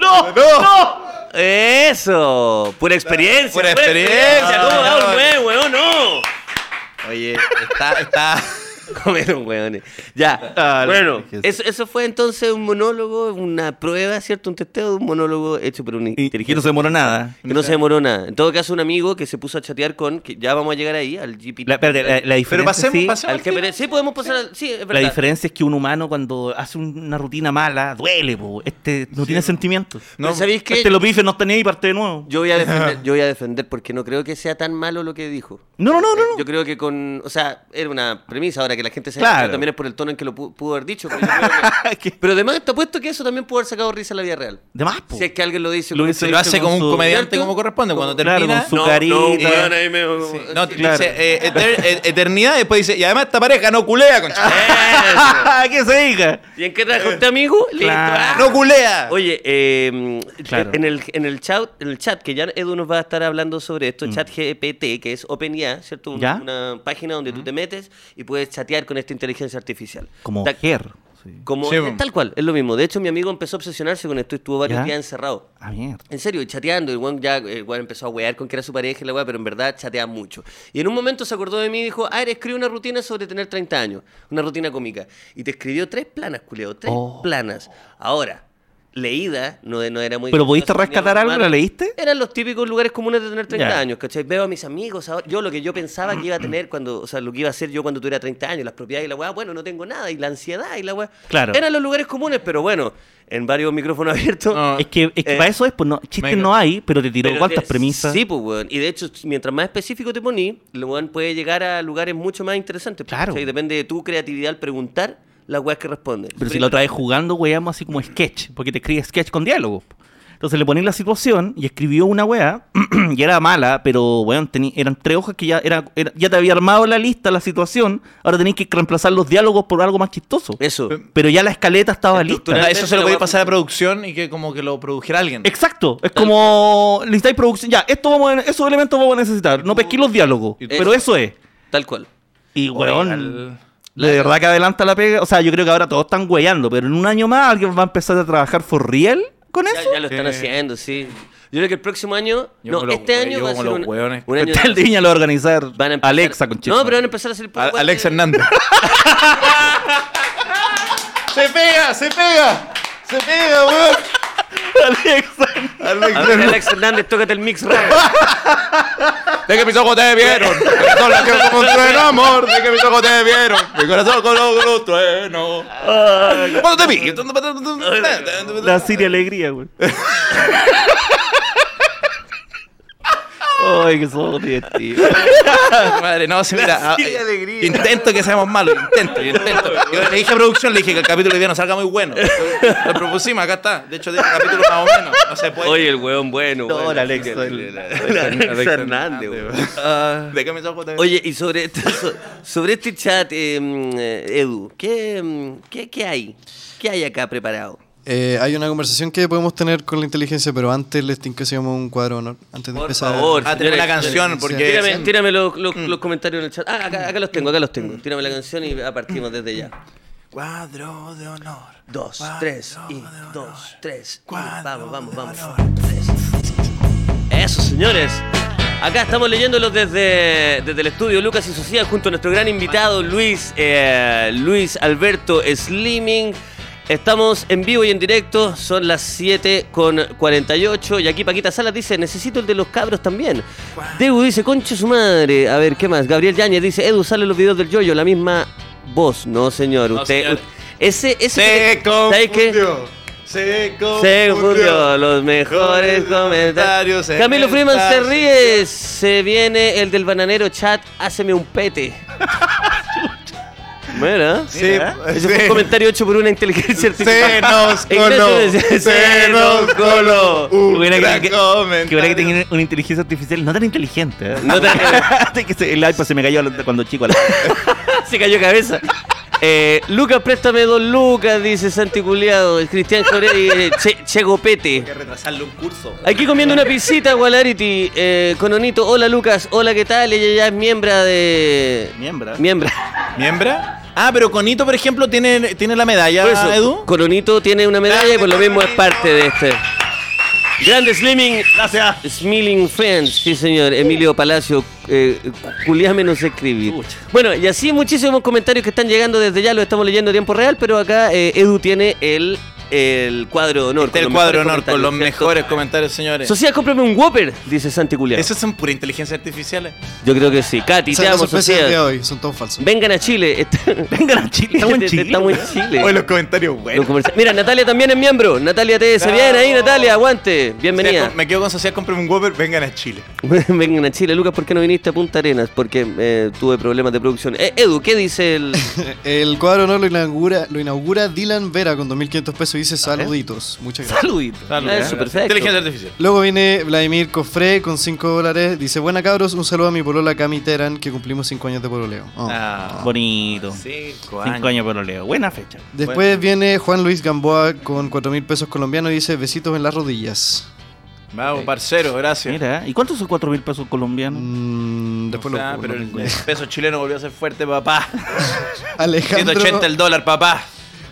Speaker 2: ¡No!
Speaker 1: ¡No!
Speaker 3: Eso, pura experiencia. pues. Ah.
Speaker 1: Pura experiencia,
Speaker 3: ¿Cómo
Speaker 1: no,
Speaker 3: va,
Speaker 1: no.
Speaker 3: weón, weón, no?
Speaker 1: Oye, está, está.
Speaker 3: *laughs* Comieron hueones. Ya.
Speaker 2: Ah,
Speaker 3: bueno,
Speaker 2: dije
Speaker 3: eso, eso fue entonces un monólogo, una prueba, ¿cierto? Un testeo de un monólogo hecho por
Speaker 2: *laughs*
Speaker 3: un
Speaker 2: Y,
Speaker 3: inteligente.
Speaker 2: que no se demoró nada.
Speaker 3: Que no se demoró nada. En todo caso, un amigo que se puso a chatear con, que ya vamos a llegar ahí, al GPT.
Speaker 2: La, espérate, la- la diferencia,
Speaker 1: Pero pasemos,
Speaker 2: sí,
Speaker 1: pasemos
Speaker 3: al
Speaker 1: al
Speaker 3: GPT. Sí, podemos pasar al. Sí, es verdad.
Speaker 2: la diferencia es que un humano cuando hace una rutina mala, duele, po. Este no tiene sentimientos.
Speaker 1: No,
Speaker 3: Pero ¿Sabéis qué?
Speaker 2: Este lo pife, no está ni ahí, parte de nuevo.
Speaker 3: Yo voy
Speaker 2: *laughs*
Speaker 3: a defender, yo voy a defender porque no creo que sea tan malo lo que dijo.
Speaker 2: No, no, no, no. no. *laughs*
Speaker 3: Yo creo que con, o sea, era una premisa ahora que la gente se
Speaker 2: Claro.
Speaker 3: pero también es por el tono en que lo pu- pudo haber dicho. Pero, yo
Speaker 2: *laughs*
Speaker 3: creo que-
Speaker 2: ¿Qué?
Speaker 3: pero además está puesto que eso también pudo haber sacado risa en la vida real.
Speaker 2: De más, po. *laughs*
Speaker 3: Si es que alguien lo dice.
Speaker 2: Lo
Speaker 3: con-
Speaker 2: hizo-
Speaker 1: Se lo hace
Speaker 2: con
Speaker 1: como un
Speaker 2: su-
Speaker 1: comediante
Speaker 3: ¿Cierto?
Speaker 1: como corresponde. Cuando
Speaker 2: Claro,
Speaker 1: termina.
Speaker 2: con su carita.
Speaker 3: weón, ahí me-
Speaker 1: Sí, No,
Speaker 3: Sí.
Speaker 2: Claro.
Speaker 1: dice eh, eter- eh, eternidad, después dice, y además esta pareja no culea, concha.
Speaker 3: Eso.
Speaker 2: ¿Qué Ah, se diga?
Speaker 3: *laughs* ¿Y en qué trajo este amigo? Listo.
Speaker 2: Claro.
Speaker 3: Ah.
Speaker 1: No culea.
Speaker 3: Oye, eh,
Speaker 2: Claro.
Speaker 3: en, el, en, el chat, en el chat, que ya Edu nos va a estar hablando sobre esto, chat GPT, que es OpenIA, ¿cierto? Un-
Speaker 2: Mm. ¿Ya? Mm.
Speaker 3: Una página donde tú te metes y puedes chatear con esta inteligencia artificial.
Speaker 2: Como
Speaker 3: Ta-
Speaker 2: Ger. Sí.
Speaker 3: como
Speaker 1: Sí,
Speaker 3: eh,
Speaker 1: bueno.
Speaker 3: Tal cual, es lo mismo. De hecho, mi amigo empezó a obsesionarse con esto y estuvo varios
Speaker 2: ¿Ya?
Speaker 3: días encerrado.
Speaker 2: Ah, mierda.
Speaker 3: En serio, y chateando, el weón ya el weón empezó a wear con que era su pareja y la weá, pero en verdad chatea mucho. Y en un momento se acordó de mí y dijo, ah, escribe una rutina sobre tener 30 años, una rutina cómica. Y te escribió tres planas, culeo, tres
Speaker 2: Oh.
Speaker 3: planas. Ahora, leída, no, no era muy...
Speaker 2: ¿Pero pudiste
Speaker 3: no tenía
Speaker 2: rescatar algo? ¿La
Speaker 3: formato.
Speaker 2: leíste?
Speaker 3: Eran los típicos lugares comunes de tener 30
Speaker 2: Ya.
Speaker 3: años, ¿cachai? Veo a mis amigos ahora. Yo lo que yo pensaba que iba a tener cuando, o sea, lo que iba a hacer yo cuando tuviera 30 años, las propiedades y la weá, bueno, no tengo nada, y la ansiedad y la weá.
Speaker 2: Claro.
Speaker 3: Eran los lugares comunes, pero bueno, en varios micrófonos abiertos.
Speaker 1: No,
Speaker 2: Es que, es que
Speaker 3: Eh,
Speaker 2: para eso es, pues no, chistes
Speaker 1: venga.
Speaker 2: no hay, pero te tiró
Speaker 3: Pero
Speaker 2: cuántas
Speaker 3: te-
Speaker 2: premisas.
Speaker 3: Sí, pues, weón. Y de hecho, mientras más específico te poní, el weón puede llegar a lugares mucho más interesantes. pues,
Speaker 2: Claro.
Speaker 3: ¿cachai? depende de tu creatividad al preguntar las weas que respondes.
Speaker 2: Pero si la otra vez jugando, weamos así como sketch, porque te escribe sketch con diálogo. Entonces le ponen la situación y escribió una weá, *clears throat* y era mala, pero weón, tení- eran tres hojas que ya, era, era- ya te había armado la lista, la situación, ahora tenéis que reemplazar los diálogos por algo más chistoso.
Speaker 3: Eso.
Speaker 2: Pero ya la escaleta estaba lista.
Speaker 3: Estructural.
Speaker 1: Eso se lo podía pasar a producción y que como que lo produjera alguien.
Speaker 2: Exacto, es como necesitáis producción, ya, esto vamos a- esos elementos vamos a necesitar, no pesquís los diálogos,
Speaker 1: Y-
Speaker 2: pero eso es.
Speaker 3: Tal cual.
Speaker 2: Y weón,
Speaker 1: al-
Speaker 2: de verdad que adelanta la pega, o sea, yo creo que ahora todos están weyando, pero en un año más alguien va a empezar a trabajar for real con
Speaker 3: Ya,
Speaker 2: eso.
Speaker 3: ya lo están
Speaker 1: Eh.
Speaker 3: haciendo, sí. Yo creo que el próximo año.
Speaker 1: Yo
Speaker 3: no,
Speaker 1: con los
Speaker 3: este
Speaker 1: hue-
Speaker 3: año
Speaker 1: yo
Speaker 3: va a
Speaker 1: con
Speaker 3: ser
Speaker 1: los
Speaker 3: un,
Speaker 1: hueones.
Speaker 3: un año.
Speaker 2: Está el Viña lo va a organizar
Speaker 3: van a empezar-
Speaker 2: Alexa con
Speaker 3: No, pero van a empezar a hacer.
Speaker 1: A- Alex
Speaker 3: Hernández
Speaker 1: Hernández. *laughs* se pega, se pega. Se pega, weón.
Speaker 2: Alexa.
Speaker 1: Alex
Speaker 3: A ver,
Speaker 1: Hernández.
Speaker 3: Alex Hernández, tócate el
Speaker 2: *laughs*
Speaker 3: mix raro.
Speaker 1: De que mis ojos te
Speaker 3: *laughs*
Speaker 1: vieron, mi corazón latió como un trueno, amor. De que mis ojos te vieron, mi corazón coló como un trueno. ¿Cuándo te vi?
Speaker 2: La Siria Alegría,
Speaker 3: *laughs*
Speaker 2: güey. Ay, que somos divertidos.
Speaker 1: Madre, no, se mira. ah, eh, Intento que seamos malos, intento, yo intento. Yo le dije a producción, le dije que el capítulo de hoy día no salga muy bueno. Lo propusimos, acá está. De hecho, de este capítulo más o menos. No se puede.
Speaker 3: Oye, el weón bueno.
Speaker 2: No,
Speaker 3: bueno.
Speaker 2: el Alex-
Speaker 3: El-
Speaker 2: el-
Speaker 3: el- el Alex Hernández, weón.
Speaker 1: Ah, De que mis ojos te vieron.
Speaker 3: Oye, y sobre, esto- *laughs* so- sobre este chat, eh, mm, eh, Edu, ¿qué, mm, qué, qué hay? ¿Qué hay acá preparado?
Speaker 4: Eh, hay una conversación que podemos tener con la inteligencia, pero antes les tengo que hacer un cuadro de honor. Antes de
Speaker 3: Por
Speaker 4: empezar.
Speaker 3: favor.
Speaker 1: Ah, tenemos la canción
Speaker 3: Tírame,
Speaker 1: porque. Mm.
Speaker 3: tírame los, los- los comentarios en el chat. Ah, acá, acá los tengo, acá los tengo. Tírame la canción y ah, partimos desde ya.
Speaker 1: Cuadro de honor.
Speaker 3: Dos,
Speaker 1: Cuadro
Speaker 3: tres, y
Speaker 1: de honor.
Speaker 3: dos, tres. y
Speaker 1: Cuadro
Speaker 3: vamos, vamos,
Speaker 1: de
Speaker 3: vamos.
Speaker 1: honor.
Speaker 3: Tres. Eso, señores. Acá estamos leyéndolos desde, desde el estudio Lucas y Socia junto a nuestro gran invitado Luis, eh, Luis Alberto Slimming. Estamos en vivo y en directo, son las 7 con 48 y aquí Paquita Salas dice, necesito el de los cabros también. Debu dice, concha su madre. A ver, ¿qué más? Gabriel Yáñez dice, Edu, sale los videos del yoyo, la misma voz. No, señor,
Speaker 1: No,
Speaker 3: usted...
Speaker 1: señor.
Speaker 3: Ese, ese...
Speaker 1: Se
Speaker 3: ¿sabes qué?
Speaker 1: confundió. Se
Speaker 3: Se
Speaker 1: confundió.
Speaker 3: confundió los mejores comentarios.
Speaker 1: en
Speaker 3: Camilo
Speaker 1: el
Speaker 3: Freeman se
Speaker 1: taxi.
Speaker 3: ríe. Se viene el del bananero chat. Háceme
Speaker 1: *laughs*
Speaker 3: un pete. Mira.
Speaker 1: Sí,
Speaker 3: Ese fue un comentario hecho por una inteligencia
Speaker 1: Se
Speaker 3: artificial.
Speaker 1: nos coló.
Speaker 3: Ignacio decía,
Speaker 1: Se nos coló. Un
Speaker 2: Hubiera que-
Speaker 1: gran
Speaker 2: que-
Speaker 1: comentario.
Speaker 2: Que verdad que tenía una inteligencia artificial no tan inteligente. ¿eh?
Speaker 3: No
Speaker 2: *laughs*
Speaker 3: te-
Speaker 2: Que se- el iPad se me cayó cuando chico.
Speaker 3: se cayó cabeza. Eh, Lucas, préstame dos lucas, dice Santi Culeado. El Cristian Joreri, eh, che, Chego Pete.
Speaker 1: que retrasarle un curso.
Speaker 3: Aquí comiendo una pisita, Gualarity, eh, con Onito. Hola Lucas, hola, ¿qué tal? Ella ya es miembra de...
Speaker 2: Miembra.
Speaker 3: Miembra.
Speaker 1: ¿Miembra? Ah, pero Conito, por ejemplo, tiene, tiene la medalla,
Speaker 3: Por eso,
Speaker 1: Edu.
Speaker 3: Colonito tiene una medalla y por lo mismo es parte de este. Grande Slimming. *laughs* Gracias. Smiling Friends. Sí, señor. Emilio Palacio. Eh, Julián menos escribir. Bueno, y así muchísimos comentarios que están llegando desde ya. Lo estamos leyendo en tiempo real, pero acá eh, Edu tiene el, el cuadro de honor.
Speaker 1: Está Este el
Speaker 3: con los
Speaker 1: cuadro
Speaker 3: mejores
Speaker 1: honor con los
Speaker 3: comentarios,
Speaker 1: mejores comentarios, señores.
Speaker 3: ¿cierto? Sociedad, cómprame un Whopper, dice Santi Julián.
Speaker 1: Esas son pura inteligencia artificial.
Speaker 3: Yo creo que sí. Katy,
Speaker 4: Esa
Speaker 3: te
Speaker 4: es la
Speaker 3: amo,
Speaker 4: sorpresa del día de
Speaker 3: Sociedad.
Speaker 4: hoy. Son todos falsos.
Speaker 3: Vengan a Chile. *laughs* Vengan a Chile. Estamos en Chile.
Speaker 2: ¿eh?
Speaker 3: Estamos en Chile.
Speaker 1: Oye, los comentarios
Speaker 3: Los
Speaker 1: buenos.
Speaker 3: comerciales. Mira, Natalia también es miembro. Natalia TS. Bien ahí, Natalia. Aguante.
Speaker 1: Sociedad,
Speaker 3: Bienvenida.
Speaker 1: com- Me quedo con Sociedad, cómprame un Whopper, vengan a Chile.
Speaker 3: *laughs* Vengan a Chile. Lucas, ¿por qué no viniste a Punta Arenas? Porque eh, tuve problemas de producción. Eh, Edu, ¿qué dice *laughs* el...?
Speaker 4: Eh, El cuadro no lo inaugura, lo inaugura Dylan Vera con 2.500 pesos y dice saluditos. Muchas gracias.
Speaker 3: Saludito.
Speaker 1: Salud,
Speaker 3: Eso,
Speaker 1: ¿eh?
Speaker 3: perfecto.
Speaker 1: Inteligencia artificial.
Speaker 4: Luego viene Vladimir Cofré con 5 dólares. Dice, buena cabros, un saludo a mi polola Cami Teran que cumplimos 5 años de pololeo. Oh.
Speaker 1: Ah,
Speaker 2: Bonito.
Speaker 1: cinco
Speaker 2: Cinco años pero leo. Buena fecha.
Speaker 4: Después viene Juan Luis Gamboa con 4.000 pesos colombianos y dice, besitos en las rodillas.
Speaker 1: Vamos, parcero, gracias.
Speaker 2: Mira, ¿y cuántos son cuatro mil pesos colombianos?
Speaker 4: Mm,
Speaker 1: O
Speaker 4: después lo-
Speaker 1: sea, Ah,
Speaker 4: lo
Speaker 1: pero el
Speaker 4: tengo.
Speaker 1: el peso chileno volvió a ser fuerte, papá.
Speaker 4: Alejandro,
Speaker 1: 180 el dólar, papá.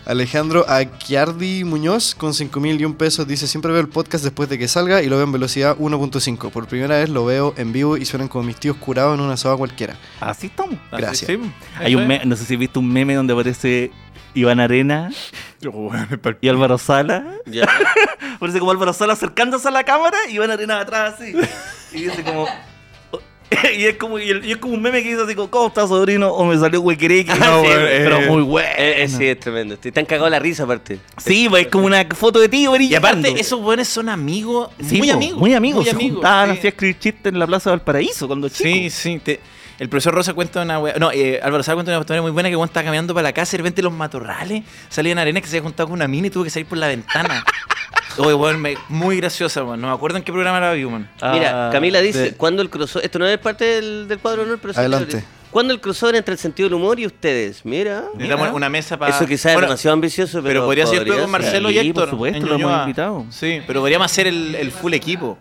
Speaker 4: Alejandro Aquiardi Muñoz con 5.000 y un pesos dice, siempre veo el podcast después de que salga y lo veo en velocidad 1.5. Por primera vez lo veo en vivo y suenan como mis tíos curados en una soda cualquiera.
Speaker 2: Así estamos.
Speaker 4: Gracias.
Speaker 1: Sí, sí,
Speaker 2: Hay un
Speaker 1: eso es.
Speaker 2: me- no sé si viste un meme donde aparece Iván Arena
Speaker 1: Oh,
Speaker 2: y Álvaro Sala. *laughs*
Speaker 3: Ya.
Speaker 2: Parece como Álvaro Sala acercándose a la cámara y Iván Arena atrás así. Y dice como. *laughs* Y es, como, y el- y es como un meme que dice así como, ¿cómo estás, sobrino? O me salió
Speaker 3: Ah,
Speaker 2: *laughs* huequereque.
Speaker 1: No,
Speaker 2: Sí,
Speaker 1: bueno,
Speaker 2: pero
Speaker 1: eh,
Speaker 2: muy bueno.
Speaker 3: Eh, eh, sí, es tremendo. Te han cagado la risa, aparte.
Speaker 2: Sí, pues es como una foto de ti, pues,
Speaker 1: Y aparte, esos buenos son amigos, muy amigos.
Speaker 2: Muy amigos. se juntaban
Speaker 1: sí.
Speaker 2: así a escribir chistes en la Plaza del Paraíso cuando chicos.
Speaker 1: Sí, sí. te- el profesor Rosa cuenta una wea. No, eh, Álvaro Sala cuenta una historia muy buena que Juan estaba caminando para la casa y de repente los matorrales salían arenas que se había juntado con una mina y tuvo que salir por la ventana. Oye, weón, me- muy graciosa, weón. No me acuerdo en qué programa la vi, weón.
Speaker 3: Mira,
Speaker 2: Ah,
Speaker 3: Camila dice,
Speaker 4: de-
Speaker 3: cuando el crossover... Esto no es parte del, del cuadro, no, pero... sí,
Speaker 4: Adelante.
Speaker 3: pero- ¿Cuándo el crossover entre el sentido del humor y ustedes? Mira.
Speaker 1: Necesitamos
Speaker 3: mira.
Speaker 1: una mesa para.
Speaker 3: Eso quizás es demasiado ambicioso, pero...
Speaker 1: Pero podría ser con
Speaker 3: ser.
Speaker 1: Marcelo
Speaker 2: Sí,
Speaker 1: y Héctor.
Speaker 2: por supuesto,
Speaker 1: en
Speaker 2: lo hemos
Speaker 1: Ñuñoa.
Speaker 2: invitado.
Speaker 1: Sí, pero podríamos hacer el, el full equipo.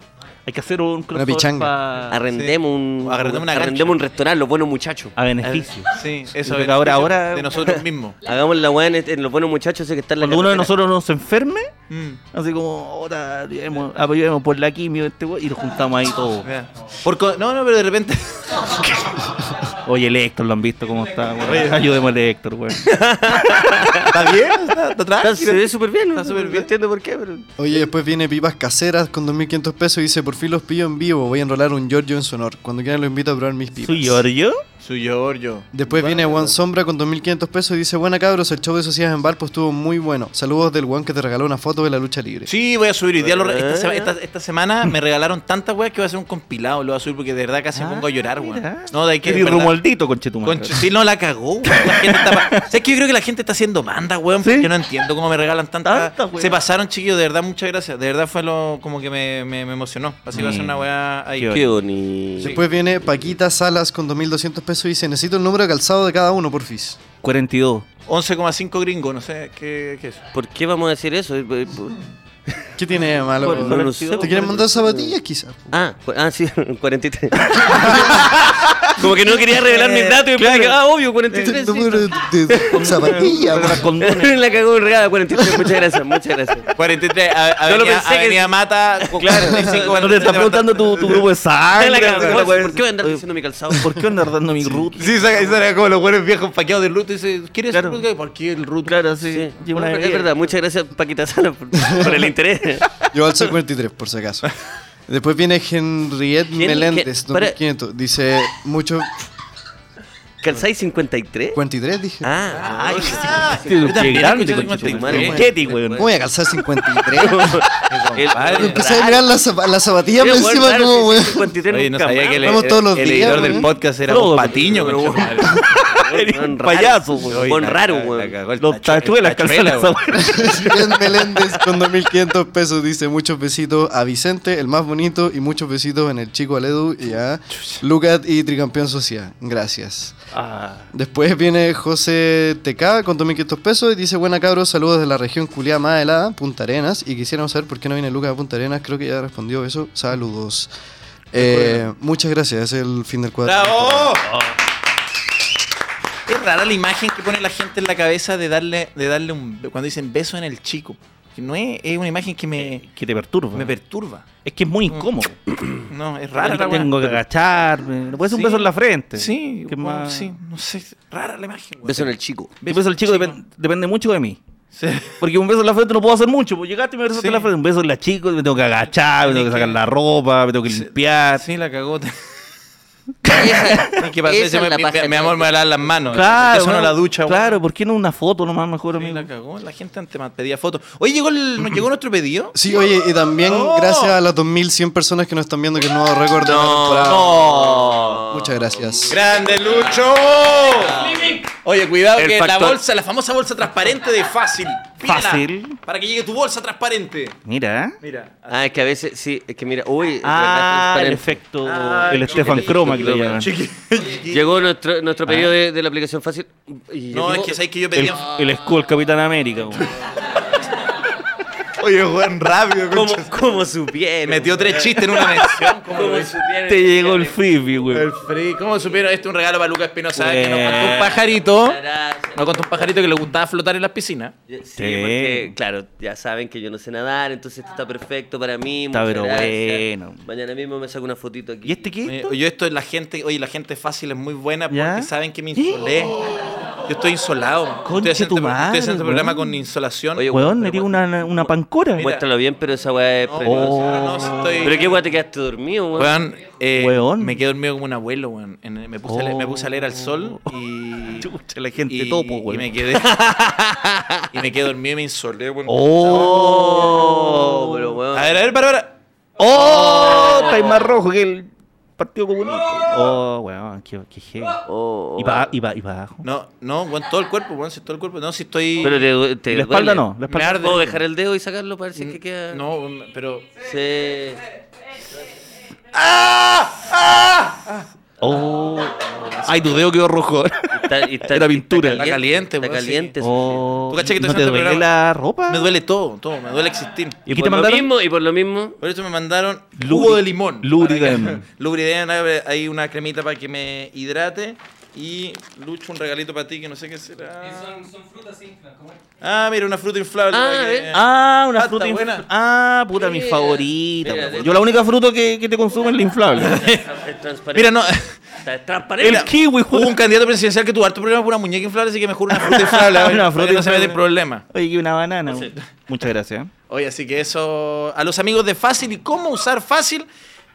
Speaker 2: Hay que hacer un crossover
Speaker 4: pichanga.
Speaker 2: pa-
Speaker 3: Arrendemos un...
Speaker 1: Arrendemos una
Speaker 3: Arrendemos
Speaker 1: cancha.
Speaker 3: un restaurante, los buenos muchachos.
Speaker 2: a beneficio.
Speaker 1: Sí,
Speaker 2: Yo
Speaker 1: eso
Speaker 2: creo
Speaker 1: es.
Speaker 2: que ahora- ahora-
Speaker 1: De nosotros mismos.
Speaker 3: Hagamos la weá en, este, en los buenos muchachos ese que están en la
Speaker 2: Cuando uno de
Speaker 3: carretera.
Speaker 2: nosotros nos enferme,
Speaker 1: Mm,
Speaker 2: así como, ahora ayudemos- apoyemos por la quimio, este we- y lo juntamos ahí todo.
Speaker 1: mira. Por co- no, no, pero de repente.
Speaker 2: Oye, el Héctor, lo han visto cómo está, weón. Ayudemos al Héctor, weón.
Speaker 1: ¿Está bien? ¿Está, está
Speaker 3: Ah, Está-
Speaker 1: atrás?
Speaker 3: se ve súper bien,
Speaker 1: Está súper
Speaker 3: no
Speaker 1: bien.
Speaker 3: entiendo por qué, pero...
Speaker 4: Oye, después viene Pipas Caseras con 2.500 pesos y dice, por fin los pillo en vivo, voy a enrolar un Giorgio en su honor. Cuando quieran lo invito a probar mis
Speaker 3: pues.
Speaker 4: pipas.
Speaker 2: ¿Soy Giorgio?
Speaker 1: Soy Giorgio.
Speaker 4: Después viene Juan Sombra con 2.500 pesos y dice, buena cabros, el show de Sociedades en Valpo estuvo muy bueno. Saludos del Juan que te regaló una foto de la lucha libre.
Speaker 1: Sí, voy a subir. hoy día lo re- esta, sema-
Speaker 3: Ah.
Speaker 1: esta- esta semana me regalaron tantas weas que voy a hacer un compilado. Lo voy a subir porque de verdad casi
Speaker 3: Ah,
Speaker 1: me pongo a llorar, weón. No, de ahí que.
Speaker 2: Y
Speaker 1: en verdad-
Speaker 2: Romualdito, conchetumare.
Speaker 1: Conche- sí, no la cagó. weón. La gente está pa-
Speaker 3: *laughs*
Speaker 1: ¿Sabes que Yo creo que la gente está haciendo manda, weón.
Speaker 2: Sí.
Speaker 1: Yo no entiendo cómo me regalan tantas.
Speaker 2: Tanta wea.
Speaker 1: Se pasaron, chiquillos. De verdad, muchas gracias. De verdad fue lo como que me, me- me emocionó. Así que va a ser
Speaker 2: Mm.
Speaker 1: una wea ahí.
Speaker 2: Qué
Speaker 3: Qué bonito.
Speaker 4: Después viene Paquita Salas con 2.200 pesos y dice, necesito el número de calzado de cada uno, porfis.
Speaker 2: 42.
Speaker 1: 11,5 gringo, no sé qué, qué es.
Speaker 3: ¿Por qué vamos a decir eso? Eh, eh, po-
Speaker 4: ¿Qué tiene de malo?
Speaker 2: Por-
Speaker 4: po?
Speaker 2: por-
Speaker 3: no sé,
Speaker 4: ¿Te quieren mandar zapatillas quizás?
Speaker 3: Ah, cu- ah, sí,
Speaker 2: *laughs*
Speaker 3: *laughs* 43. *laughs* Como que no quería revelar
Speaker 1: Eh,
Speaker 3: mis datos y después dije, ah, obvio, 43. sí.
Speaker 4: Número de,
Speaker 3: *laughs*
Speaker 4: de zapatillas. po.
Speaker 3: La cagó en regada, 43. Muchas gracias, muchas
Speaker 2: Ah,
Speaker 3: gracias.
Speaker 1: 43, a,
Speaker 3: Yo lo
Speaker 1: avenida,
Speaker 3: pensé que-
Speaker 1: avenida Mata, *laughs* claro,
Speaker 2: No te está preguntando tu, tu grupo de sangre.
Speaker 3: La cagó, eh,
Speaker 2: weón.
Speaker 3: ¿Por qué voy a andar diciendo mi calzado?
Speaker 2: ¿Por qué andar dando mi ruta?
Speaker 1: Sí, esa esa era como los buenos viejos paqueados de luto. Dice, ¿quieres
Speaker 2: Claro.
Speaker 1: ruta? ¿Por qué el ruto?
Speaker 2: Claro, sí.
Speaker 3: Sí.
Speaker 2: Llevo una
Speaker 3: Bueno, es
Speaker 2: bebida.
Speaker 3: verdad, muchas gracias, Paquita Sala, por, por
Speaker 2: *laughs*
Speaker 3: el interés.
Speaker 4: Yo al 53, por si acaso. Después viene Henriette
Speaker 3: ¿Quién-
Speaker 4: Meléndez,
Speaker 3: quién- para-
Speaker 4: 2.500. Dice, mucho...
Speaker 3: ¿Calzáis 53?
Speaker 4: 53 dije.
Speaker 3: Ah, ay,
Speaker 2: Qué
Speaker 1: también
Speaker 2: grande,
Speaker 1: escuché
Speaker 2: conchetumare.
Speaker 3: el-
Speaker 2: Getty,
Speaker 3: *laughs*
Speaker 2: weón. *laughs*
Speaker 4: ¿Cómo voy a calzar 53?
Speaker 3: el-
Speaker 4: Empecé a mirar las zap- las zapatillas por encima como, weón.
Speaker 3: 53
Speaker 1: Oye, no sabía que el,
Speaker 4: Vamos
Speaker 1: el-
Speaker 4: todos los
Speaker 1: el
Speaker 4: días,
Speaker 1: editor
Speaker 4: weón.
Speaker 1: del
Speaker 4: *laughs*
Speaker 1: podcast era
Speaker 2: Todo,
Speaker 1: un patiño, pero
Speaker 3: pero-
Speaker 1: bueno.
Speaker 3: Un
Speaker 2: payaso,
Speaker 3: weón. Un raro, weón.
Speaker 2: Los tachuelas, calzones, esa weón.
Speaker 4: Bien Meléndez con 2.500 pesos dice muchos besitos a Vicente, el más bonito, y muchos besitos en el chico Aledu y a Lucas y Tricampeón Sociedad. Gracias.
Speaker 1: Ah.
Speaker 4: Después viene José TK con 2.500 pesos y dice, buena cabros, saludos de la región culiá más helada, Punta Arenas, y quisiéramos saber por qué no viene Lucas a Punta Arenas, creo que ya respondió eso. Saludos. Eh, muchas gracias, es el fin del cuadro.
Speaker 1: ¡Bravo! Es rara la imagen que pone la gente en la cabeza de darle, de darle un cuando dicen beso en el chico. Que que no es, es una imagen que me,
Speaker 2: Que te perturba.
Speaker 1: me perturba.
Speaker 2: es que es muy incómodo.
Speaker 1: No, es rara la weá.
Speaker 2: tengo que agacharme. No puedes un
Speaker 1: Sí.
Speaker 2: beso en la frente.
Speaker 1: Sí,
Speaker 2: Que
Speaker 1: weón,
Speaker 2: más-
Speaker 1: sí, no sé, es rara la imagen. weón.
Speaker 3: Beso en el chico.
Speaker 2: El beso del chico depen- depende mucho de mí.
Speaker 1: Sí.
Speaker 2: Porque un beso en la frente no puedo hacer mucho. Pues llegaste y me besaste
Speaker 1: Sí.
Speaker 2: en la frente. Un beso en la chico, me tengo que agachar, me tengo que
Speaker 1: que-
Speaker 2: sacar la ropa, me tengo que limpiar.
Speaker 1: Sí, la cagó. *laughs*
Speaker 3: Esa-
Speaker 1: ¿Qué pasa? Yo
Speaker 3: esa es
Speaker 1: me-
Speaker 3: la
Speaker 1: mi,
Speaker 3: paja
Speaker 1: mi amor me va a lavar las manos.
Speaker 2: Claro,
Speaker 1: Eso no
Speaker 2: bueno,
Speaker 1: la ducha, weón.
Speaker 2: Claro, ¿por qué no una foto nomás mejor
Speaker 1: Sí,
Speaker 2: amigo?
Speaker 1: la cagó. La gente antes más pedía fotos. Oye, llegó, el- ¿nos llegó nuestro pedido.
Speaker 4: Sí, oye, y también
Speaker 1: ¡No!
Speaker 4: gracias a las 2100 personas que nos están viendo, que es nuevo récord de la temporada.
Speaker 1: No.
Speaker 4: Muchas gracias.
Speaker 1: Grande Lucho. Oye, cuidado
Speaker 3: El
Speaker 1: que la
Speaker 3: factor-
Speaker 1: bolsa, la famosa bolsa transparente de fácil. Pídela
Speaker 2: Fácil.
Speaker 1: Para que llegue tu bolsa transparente.
Speaker 2: Mira. ¿eh?
Speaker 1: Mira.
Speaker 3: Ah, es que a veces, sí, es que mira, uy,
Speaker 2: Ah,
Speaker 3: para
Speaker 2: el efecto,
Speaker 1: Ah,
Speaker 2: Oh, el
Speaker 1: no,
Speaker 2: Stefan
Speaker 1: el
Speaker 2: Croma que le
Speaker 3: Croma.
Speaker 2: llaman.
Speaker 1: Chiqui-
Speaker 3: Llegó nuestro, nuestro pedido de, de la aplicación fácil. y
Speaker 1: No,
Speaker 3: llegó-
Speaker 1: es que sabéis que yo
Speaker 2: El,
Speaker 1: pedía.
Speaker 2: el Skull Capitán América.
Speaker 1: *laughs*
Speaker 2: güey.
Speaker 1: Oye, Juan, rápido.
Speaker 3: ¿Cómo, cómo supieron?
Speaker 1: Metió tres chistes en una mención.
Speaker 3: ¿Cómo supieron?
Speaker 2: Te llegó el Phoebe, güey.
Speaker 1: El free. ¿Cómo supieron este un regalo para Lucas Espinosa? Que nos
Speaker 2: Bueno.
Speaker 1: contó un pajarito.
Speaker 3: Gracias.
Speaker 1: Nos contó un pajarito que le gustaba flotar en las piscinas.
Speaker 3: Sí, porque, claro, ya saben que yo no sé nadar, entonces esto está perfecto para mí.
Speaker 2: Está
Speaker 3: muchas
Speaker 2: pero
Speaker 3: gracias.
Speaker 2: bueno.
Speaker 3: Mañana mismo me saco una fotito aquí.
Speaker 2: ¿Y este qué?
Speaker 1: Oye, Yo esto es la gente, oye, la gente fácil es muy buena porque
Speaker 2: ¿Ya?
Speaker 1: saben que me
Speaker 2: ¿Qué?
Speaker 1: insolé. Yo estoy insolado.
Speaker 2: Conche
Speaker 1: estoy haciendo,
Speaker 2: tu
Speaker 1: este-
Speaker 2: madre,
Speaker 1: estoy haciendo este programa
Speaker 2: weón.
Speaker 1: con insolación.
Speaker 3: Oye,
Speaker 2: Weón,
Speaker 3: pero
Speaker 2: me dio
Speaker 3: bueno.
Speaker 2: una, una pancora.
Speaker 1: Mira.
Speaker 3: Muéstralo bien, pero esa weá es
Speaker 1: No,
Speaker 2: Oh.
Speaker 3: preciosa.
Speaker 1: no, no, si estoy-
Speaker 3: Pero qué weá te quedaste dormido, weón.
Speaker 1: Weón, eh,
Speaker 2: Weón.
Speaker 1: me quedé dormido como un abuelo, weón. En- me, puse a le- me puse a leer al sol y.
Speaker 2: Chucha, la Oh. *laughs* gente
Speaker 1: y-
Speaker 2: topo, weón.
Speaker 1: Y me quedé. *laughs* y me quedé dormido y me insolé, weón.
Speaker 2: ¡Oh!
Speaker 3: Oh, pero weón.
Speaker 1: A ver, a ver, para, para.
Speaker 2: ¡Oh! Está ahí más rojo que el Partido Comunista. ¡Oh, weón! ¡Qué, qué heavy.
Speaker 3: Oh, oh.
Speaker 2: Y para y pa, y pa abajo.
Speaker 1: No, no, weón, todo el cuerpo, weón. Si todo el cuerpo. No, si estoy.
Speaker 3: Pero te, du- te
Speaker 2: Y la espalda
Speaker 3: duele.
Speaker 2: no, la
Speaker 3: Me
Speaker 2: espalda-
Speaker 3: arde. ¿Puedo dejar el dedo y sacarlo para ver si es que queda?
Speaker 1: No, weón, pero.
Speaker 3: Sí.
Speaker 1: ¡Ah!
Speaker 2: ¡Oh! ¡Ay, tu dedo quedó rojo!
Speaker 3: Está- y está-
Speaker 2: Era
Speaker 3: y
Speaker 2: pintura.
Speaker 1: Está caliente,
Speaker 3: Está
Speaker 1: weón, sí.
Speaker 3: caliente. sí.
Speaker 2: ¡Oh!
Speaker 1: ¿Tú caché que
Speaker 2: ¿No
Speaker 1: estoy
Speaker 2: te
Speaker 1: haciendo
Speaker 2: duele
Speaker 1: programa?
Speaker 2: la ropa?
Speaker 1: Me duele todo, todo. Me duele existir.
Speaker 2: ¿Y
Speaker 3: Por
Speaker 2: qué te
Speaker 3: lo
Speaker 2: mandaron?
Speaker 3: mismo, y por lo mismo.
Speaker 1: Por eso me mandaron
Speaker 2: Lubri-
Speaker 1: jugo de limón. *laughs*
Speaker 2: Lubriden.
Speaker 1: Para que- Lubriden, abre- hay una cremita para que me hidrate. Y Lucho, un regalito para ti que no sé qué será. Eh, son, frutas inflables. Ah, mira, una fruta inflable.
Speaker 3: Ah,
Speaker 1: para que-
Speaker 3: ¿ves?
Speaker 2: Ah, una
Speaker 1: Ah, está
Speaker 2: fruta inf-
Speaker 1: buena.
Speaker 2: Ah, puta, mi
Speaker 3: Mira,
Speaker 2: favorita.
Speaker 3: mira,
Speaker 2: weón.
Speaker 3: de-
Speaker 2: Yo la única fruta que, que te consumo es
Speaker 1: *laughs*
Speaker 2: la inflable.
Speaker 3: Es transparente.
Speaker 1: Mira, no.
Speaker 3: Está- es transparente.
Speaker 2: el kiwi,
Speaker 1: Hubo un
Speaker 2: juega.
Speaker 1: candidato presidencial que tuvo harto problema por una muñeca inflable, así que mejor una
Speaker 2: *laughs*
Speaker 1: fruta inflable.
Speaker 2: Una
Speaker 1: una
Speaker 2: fruta
Speaker 1: fruta no se mete
Speaker 2: inflable.
Speaker 1: el problema.
Speaker 2: Oye, que una banana. weón. Muchas *laughs* gracias.
Speaker 1: Oye, así que eso. A los amigos de Fácil y cómo usar Fácil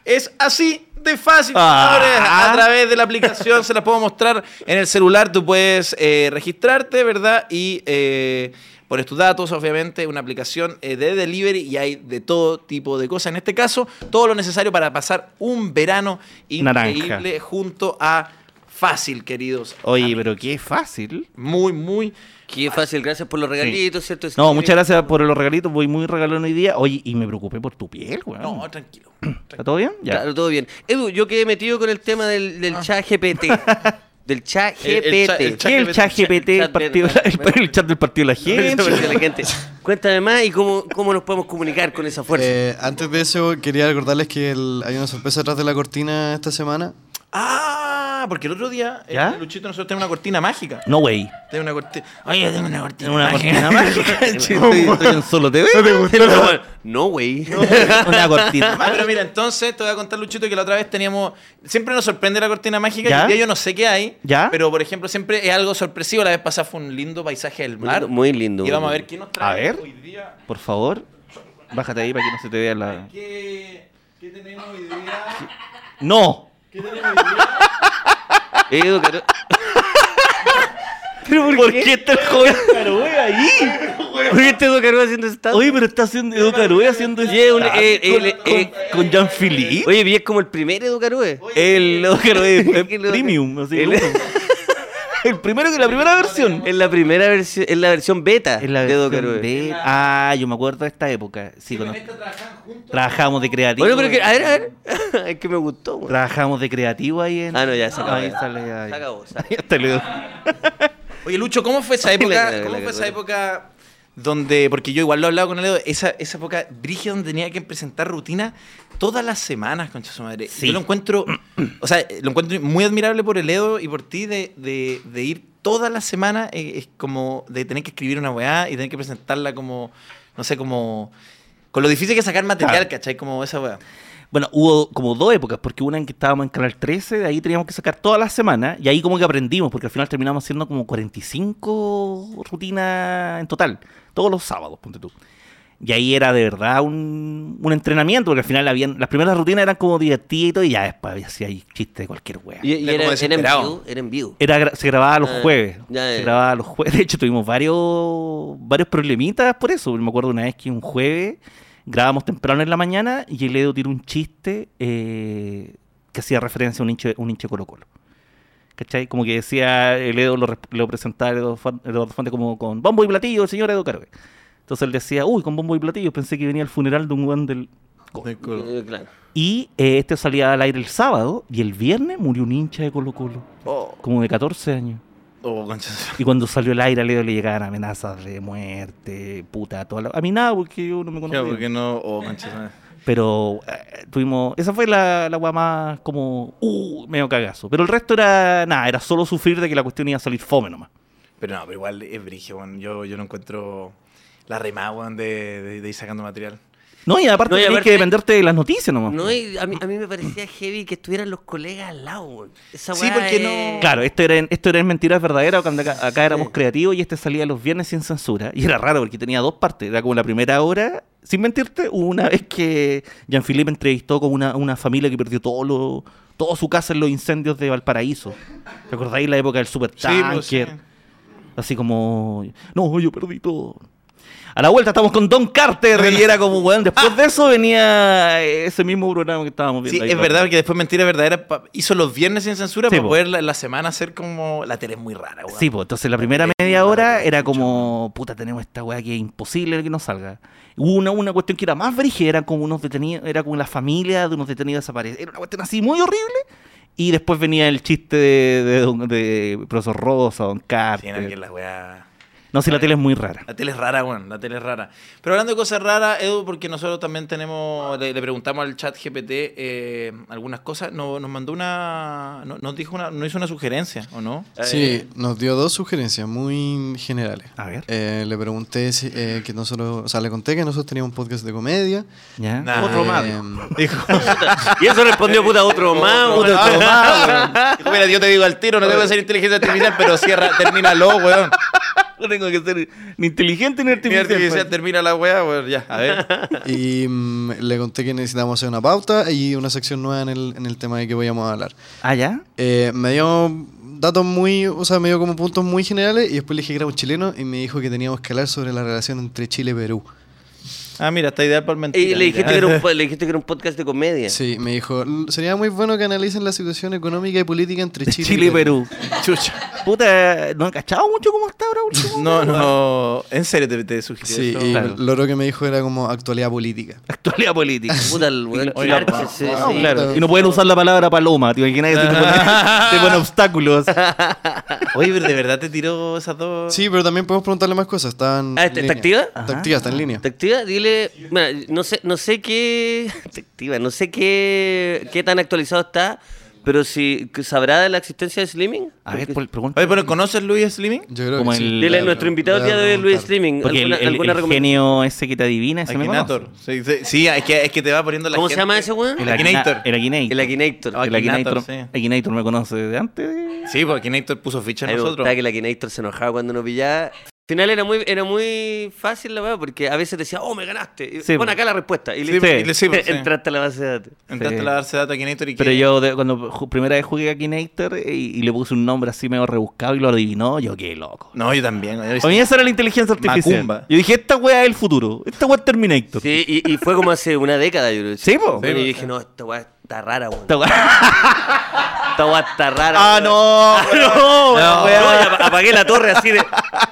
Speaker 1: es así de fácil.
Speaker 2: Ah.
Speaker 1: señores. A través de la aplicación se las puedo mostrar en el celular. Tú puedes eh, registrarte, ¿verdad? Y eh, pones tus datos, obviamente, una aplicación eh, de delivery y hay de todo tipo de cosas. En este caso, todo lo necesario para pasar un verano
Speaker 2: Naranja.
Speaker 1: increíble junto a Fácil, queridos.
Speaker 2: Oye, pero qué fácil.
Speaker 1: Muy, muy.
Speaker 3: Qué fácil, gracias por los regalitos, ¿cierto?
Speaker 2: No, muchas gracias por los regalitos. Voy muy regalón hoy día. Oye, y me preocupé por tu piel, weón.
Speaker 1: No, tranquilo.
Speaker 2: ¿Está todo bien? Ya.
Speaker 3: Claro, todo bien. Edu, yo quedé metido con el tema del, del chat GPT. del chat GPT.
Speaker 1: El- el chat- el
Speaker 3: *laughs*
Speaker 1: chat-
Speaker 2: ¿Qué es el chat GPT? El,
Speaker 3: Chat
Speaker 2: partido-
Speaker 3: del-
Speaker 2: *laughs* el- el chat del partido de la
Speaker 3: Eso me decía
Speaker 2: gente.
Speaker 3: la gente. Cuéntame más y cómo, cómo nos podemos comunicar con esa fuerza. *laughs*
Speaker 4: Eh, antes de eso, quería recordarles que el- hay una sorpresa atrás de la cortina esta semana.
Speaker 1: Ah, porque el otro día, eh,
Speaker 2: ¿Ya?
Speaker 1: Luchito, nosotros tenemos una cortina mágica.
Speaker 2: No, wey.
Speaker 1: Tengo una cortina. Oye, tengo una cortina.
Speaker 2: Una
Speaker 1: mágica. *laughs*
Speaker 2: cortina mágica. *laughs* Estoy estoy en solo TV.
Speaker 3: no, güey.
Speaker 2: Una cortina
Speaker 1: Ah,
Speaker 2: mágica.
Speaker 1: pero mira, entonces te voy a contar, Luchito, que la otra vez teníamos. Siempre nos sorprende la cortina mágica.
Speaker 2: ¿Ya?
Speaker 1: Y hoy día yo no sé qué hay.
Speaker 2: ¿Ya?
Speaker 1: Pero, por ejemplo, siempre es algo sorpresivo. La vez pasada fue un lindo paisaje del mar.
Speaker 3: Muy lindo.
Speaker 1: Y vamos a ver qué nos trae.
Speaker 2: A ver.
Speaker 1: Hoy día.
Speaker 2: Por favor, bájate ahí para que no se te vea la.
Speaker 1: ¿Qué, qué tenemos hoy día?
Speaker 2: ¡No!
Speaker 3: Edu, Caro-
Speaker 2: ¿Pero por, qué? está el joven *laughs* Caroe ahí?
Speaker 3: ¿Por qué este Edu Caro haciendo stand
Speaker 2: Oye, pero está haciendo Edu Caroe haciendo
Speaker 3: Oye, un-
Speaker 2: stand
Speaker 3: eh,
Speaker 2: con,
Speaker 3: eh, eh,
Speaker 2: con- con Jean-Philippe.
Speaker 3: Oye, vi es como el primer Edu eh. Caroe.
Speaker 2: El *laughs* Edu Caroe es
Speaker 3: Qué loco.
Speaker 2: premium, así,
Speaker 3: El-
Speaker 2: el, *laughs* el primero que la primera versión.
Speaker 3: *laughs* Es la primera versión, es la versión beta
Speaker 2: Es la
Speaker 3: de Edu eh.
Speaker 2: versión
Speaker 3: Caroe.
Speaker 2: de- Ah, yo me acuerdo de esta época. Sí, conozco. Trabajamos de creativo.
Speaker 3: Bueno, pero que,
Speaker 2: eh.
Speaker 3: a ver, a ver. *laughs* es que me gustó, güey.
Speaker 2: Trabajamos de creativo ahí en.
Speaker 3: Ah, no, ya se acabó.
Speaker 2: Ahí
Speaker 3: ya.
Speaker 2: sale ahí. *laughs*
Speaker 3: Se acabó, se acabó.
Speaker 2: Ahí está el Edu.
Speaker 1: Oye, Lucho, ¿cómo fue esa
Speaker 3: La
Speaker 1: época?
Speaker 3: cara,
Speaker 1: ¿Cómo
Speaker 3: la
Speaker 1: fue esa
Speaker 3: cara.
Speaker 1: época donde, porque yo igual lo he hablado con Edo, esa, esa época brígida donde tenía que presentar rutina todas las semanas, concha su madre?
Speaker 2: Sí.
Speaker 1: Yo lo encuentro, o sea, lo encuentro muy admirable por el Edo y por ti de, de- de ir todas las semanas, eh, es como de tener que escribir una weá y tener que presentarla como... no sé, como... Con lo difícil que es sacar material, ¿cachai? Como esa weá.
Speaker 2: Bueno, hubo como dos épocas, porque una en que estábamos en Canal 13, de ahí teníamos que sacar todas las semanas, y ahí como que aprendimos, porque al final terminamos haciendo como 45 rutinas en total, todos los sábados, ponte tú. Y ahí era de verdad un, un entrenamiento, porque al final habían, las primeras rutinas eran como divertidas y todo, y ya después hacía ahí chiste de cualquier wea.
Speaker 3: Y, y
Speaker 1: Era
Speaker 3: era,
Speaker 1: como
Speaker 3: era en
Speaker 1: desesperado.
Speaker 3: vivo, era en vivo.
Speaker 2: Era, gra- se grababa los
Speaker 3: Ah,
Speaker 2: jueves.
Speaker 3: ya,
Speaker 2: Se
Speaker 3: ya.
Speaker 2: grababa los jueves. *laughs* De hecho, tuvimos varios, varios problemitas por eso. Me acuerdo una vez que un jueves grabamos temprano en la mañana y el Edo tiró un chiste eh, que hacía referencia a un hinche, un hinche Colo Colo. ¿Cachai? Como que decía, el Edo lo, rep- lo presentaba el Eduardo Fuentes, como con bombo y platillo, el señor Edo Caroe. Entonces él decía, uy, con bombo y platillo, pensé que venía el funeral de un guan del...
Speaker 3: Eh, claro.
Speaker 2: Y eh, este salía al aire el sábado y el viernes murió un hincha de Colo Colo,
Speaker 1: Oh,
Speaker 2: como de 14 años.
Speaker 1: oh, concha de su-
Speaker 2: Y cuando salió el aire, a Leo le llegaban amenazas de muerte, puta, toda la- A mí nada, porque yo no me conocía.
Speaker 1: Claro, porque no? Oh, concha de su madre.
Speaker 2: Pero eh, tuvimos... Esa fue la, la weá más como... Uh, medio cagazo. Pero el resto era... Nada, era solo sufrir de que la cuestión iba a salir fome nomás.
Speaker 1: Pero no, pero igual es brigio, weón. Yo, yo no encuentro la remada, weón, de, de- de ir sacando material.
Speaker 2: No, y aparte
Speaker 3: No, y
Speaker 2: tenías
Speaker 3: aparte-
Speaker 2: que dependerte de las noticias nomás.
Speaker 3: No, y a mí, a mí me parecía heavy que estuvieran los colegas al lado, weón. Esa
Speaker 1: Sí,
Speaker 3: weá
Speaker 1: porque
Speaker 3: es-
Speaker 1: no-
Speaker 2: Claro, esto era, en, esto era en Mentiras Verdaderas, cuando acá, acá éramos creativos y este salía los viernes sin censura. Y era raro porque tenía dos partes. Era como la primera hora, sin mentirte, hubo una vez que Jean-Philippe entrevistó con una, una familia que perdió todo, lo, todo su casa en los incendios de Valparaíso. ¿Recordáis la época del supertanker?
Speaker 1: pues, sí.
Speaker 2: Así como, no, yo perdí todo. A la vuelta estamos con Don Carter y era como, weón, después de eso venía ese mismo programa que estábamos
Speaker 1: Sí,
Speaker 2: viendo. ahí.
Speaker 1: es verdad, porque después Mentira Verdadera pa- hizo los viernes sin censura
Speaker 2: Sí,
Speaker 1: para
Speaker 2: po.
Speaker 1: poder la, la semana hacer como... La tele es muy rara, weón.
Speaker 2: Sí, pues entonces la primera media
Speaker 1: Claro,
Speaker 2: hora
Speaker 1: claro,
Speaker 2: era
Speaker 1: mucho,
Speaker 2: como, puta, tenemos esta weá que es imposible que no salga. Hubo una, una cuestión que era más brígida, era con unos detenidos, era con la familia de unos detenidos desaparecidos. Era una cuestión así muy horrible. Y después venía el chiste de, de, don- de profesor Rosa, Don
Speaker 1: Sí, no, que
Speaker 2: Carter.
Speaker 1: la weá-
Speaker 2: No sé, la tele es muy rara.
Speaker 1: La tele es rara, weón. La tele es rara. Pero hablando de cosas raras, Edu, porque nosotros también tenemos. Le, le preguntamos al chat GPT eh, algunas cosas. No, nos mandó una. no- nos dijo una. No hizo una sugerencia, ¿o no?
Speaker 4: Sí, nos dio dos sugerencias muy generales.
Speaker 2: A ver.
Speaker 4: Eh, le pregunté si, eh, que nosotros, o sea, le conté que nosotros teníamos un podcast de comedia.
Speaker 2: ¿Ya?
Speaker 1: Nah.
Speaker 2: Ah. Otro más.
Speaker 4: Eh,
Speaker 2: dijo.
Speaker 3: Y eso respondió puta otro más,
Speaker 1: Otro
Speaker 3: otro más. *laughs*
Speaker 1: más, weón. Mira, yo te digo al tiro, no tengo que ser inteligencia artificial, pero cierra, termínalo,
Speaker 3: *laughs*
Speaker 1: weón.
Speaker 2: No tengo que ser ni inteligente ni
Speaker 1: Ni
Speaker 2: artificial.
Speaker 1: artificial,
Speaker 2: pues.
Speaker 1: termina la weá, weón. Ya, a ver.
Speaker 4: y mm, le conté que necesitábamos hacer una pauta y una sección nueva en el, en el tema de que vayamos a hablar.
Speaker 2: Ah, ya.
Speaker 4: Eh, me dio datos muy, o sea, me dio como puntos muy generales y después le dije que era un chileno y me dijo que teníamos que hablar sobre la relación entre Chile y Perú.
Speaker 1: Ah, mira, está ideal para el mentira.
Speaker 3: Y le dijiste,
Speaker 1: ya.
Speaker 3: que era
Speaker 1: *laughs*
Speaker 3: un, po- le dijiste que era un podcast de comedia.
Speaker 4: Sí, me dijo, "L- sería muy bueno que analicen la situación económica y política entre
Speaker 2: De
Speaker 4: Chile,
Speaker 2: Chile, y Perú. Chucha. Puta, no he cachado mucho cómo está ahora
Speaker 1: *laughs*
Speaker 2: último.
Speaker 1: No, no. En serio te, te sugiero.
Speaker 4: Sí,
Speaker 1: eso?
Speaker 4: y
Speaker 2: Claro.
Speaker 4: lo otro que me dijo era como actualidad política.
Speaker 2: Actualidad política. *laughs*
Speaker 3: Puta, el weón
Speaker 1: Oiga,
Speaker 3: Clark,
Speaker 1: pa-
Speaker 3: sí,
Speaker 4: wow,
Speaker 3: sí.
Speaker 2: Claro, y no pueden usar la palabra paloma, tío. Imagina que se te *laughs* pone- te ponen obstáculos.
Speaker 1: Oye, pero de verdad te tiró esas dos.
Speaker 4: Sí, pero también podemos preguntarle más cosas. Está, en
Speaker 3: Ah, ¿está-
Speaker 4: línea.
Speaker 3: está activa?
Speaker 4: Está activa, está en línea.
Speaker 3: ¿Te activa? Dile, mira, no sé, no sé qué, *laughs* te activa, no sé qué, qué tan actualizado está, pero si sabrá de la existencia de Slimming.
Speaker 2: A ver, por- pregunta.
Speaker 1: Oye, pero ¿conoces Luis Slimming?
Speaker 4: Yo creo
Speaker 2: Como
Speaker 4: que sí.
Speaker 2: el-
Speaker 3: Dile a
Speaker 4: Le-
Speaker 3: nuestro invitado el
Speaker 4: le-
Speaker 3: día de hoy,
Speaker 4: le-
Speaker 3: Luis Slimming.
Speaker 2: Porque el,
Speaker 3: ¿Alguna,
Speaker 2: el-
Speaker 3: alguna
Speaker 2: el
Speaker 3: recomendación?
Speaker 2: genio ese que te adivina, ese me conoce.
Speaker 1: Akinator. Sí, sí, sí, es, que, es que te va poniendo la
Speaker 3: ¿Cómo
Speaker 1: gente.
Speaker 3: se llama ese weón?
Speaker 2: El
Speaker 1: Akinator.
Speaker 2: Akina- El Akinator.
Speaker 3: El Akinator.
Speaker 1: Ay,
Speaker 2: El Akinator,
Speaker 1: Akinator, sí.
Speaker 2: Akinator me conoce desde antes. de-
Speaker 1: Sí, porque Akinator puso ficha
Speaker 3: A
Speaker 1: a
Speaker 3: mí me
Speaker 1: nosotros.
Speaker 3: gustaba que el Akinator se enojaba cuando nos pillaba. Al final era muy, era muy fácil la weá, porque a veces decía, oh, me ganaste. Y
Speaker 2: Sí,
Speaker 3: pon
Speaker 2: po.
Speaker 3: acá la respuesta. Y
Speaker 1: Sí,
Speaker 3: listo. *laughs*
Speaker 1: po, y le- sí, po, sí.
Speaker 3: entraste a la base de datos.
Speaker 1: Entraste a
Speaker 2: Sí.
Speaker 1: la darse data a Akinator y
Speaker 2: Pero
Speaker 1: que-
Speaker 2: yo, de- cuando ju- primera vez jugué a Akinator eh, y, y le puse un nombre así medio rebuscado y lo adivinó, yo qué loco.
Speaker 1: No, yo también. yo-
Speaker 2: A mí esa era la inteligencia artificial.
Speaker 1: Macumba.
Speaker 2: Yo dije, esta weá es el futuro. Esta weá es Terminator.
Speaker 3: Sí, y, y fue como hace una década, yo creo.
Speaker 2: Sí, po.
Speaker 3: Bueno,
Speaker 1: Sí, po.
Speaker 3: y dije, no, esta weá está rara, weón.
Speaker 2: Esta
Speaker 3: *laughs*
Speaker 2: weá-
Speaker 3: Esta weá está rara.
Speaker 1: ¡Ah,
Speaker 2: *laughs*
Speaker 3: weón.
Speaker 1: no!
Speaker 3: No,
Speaker 1: No,
Speaker 3: weón. No, y apa- apagué la torre así de.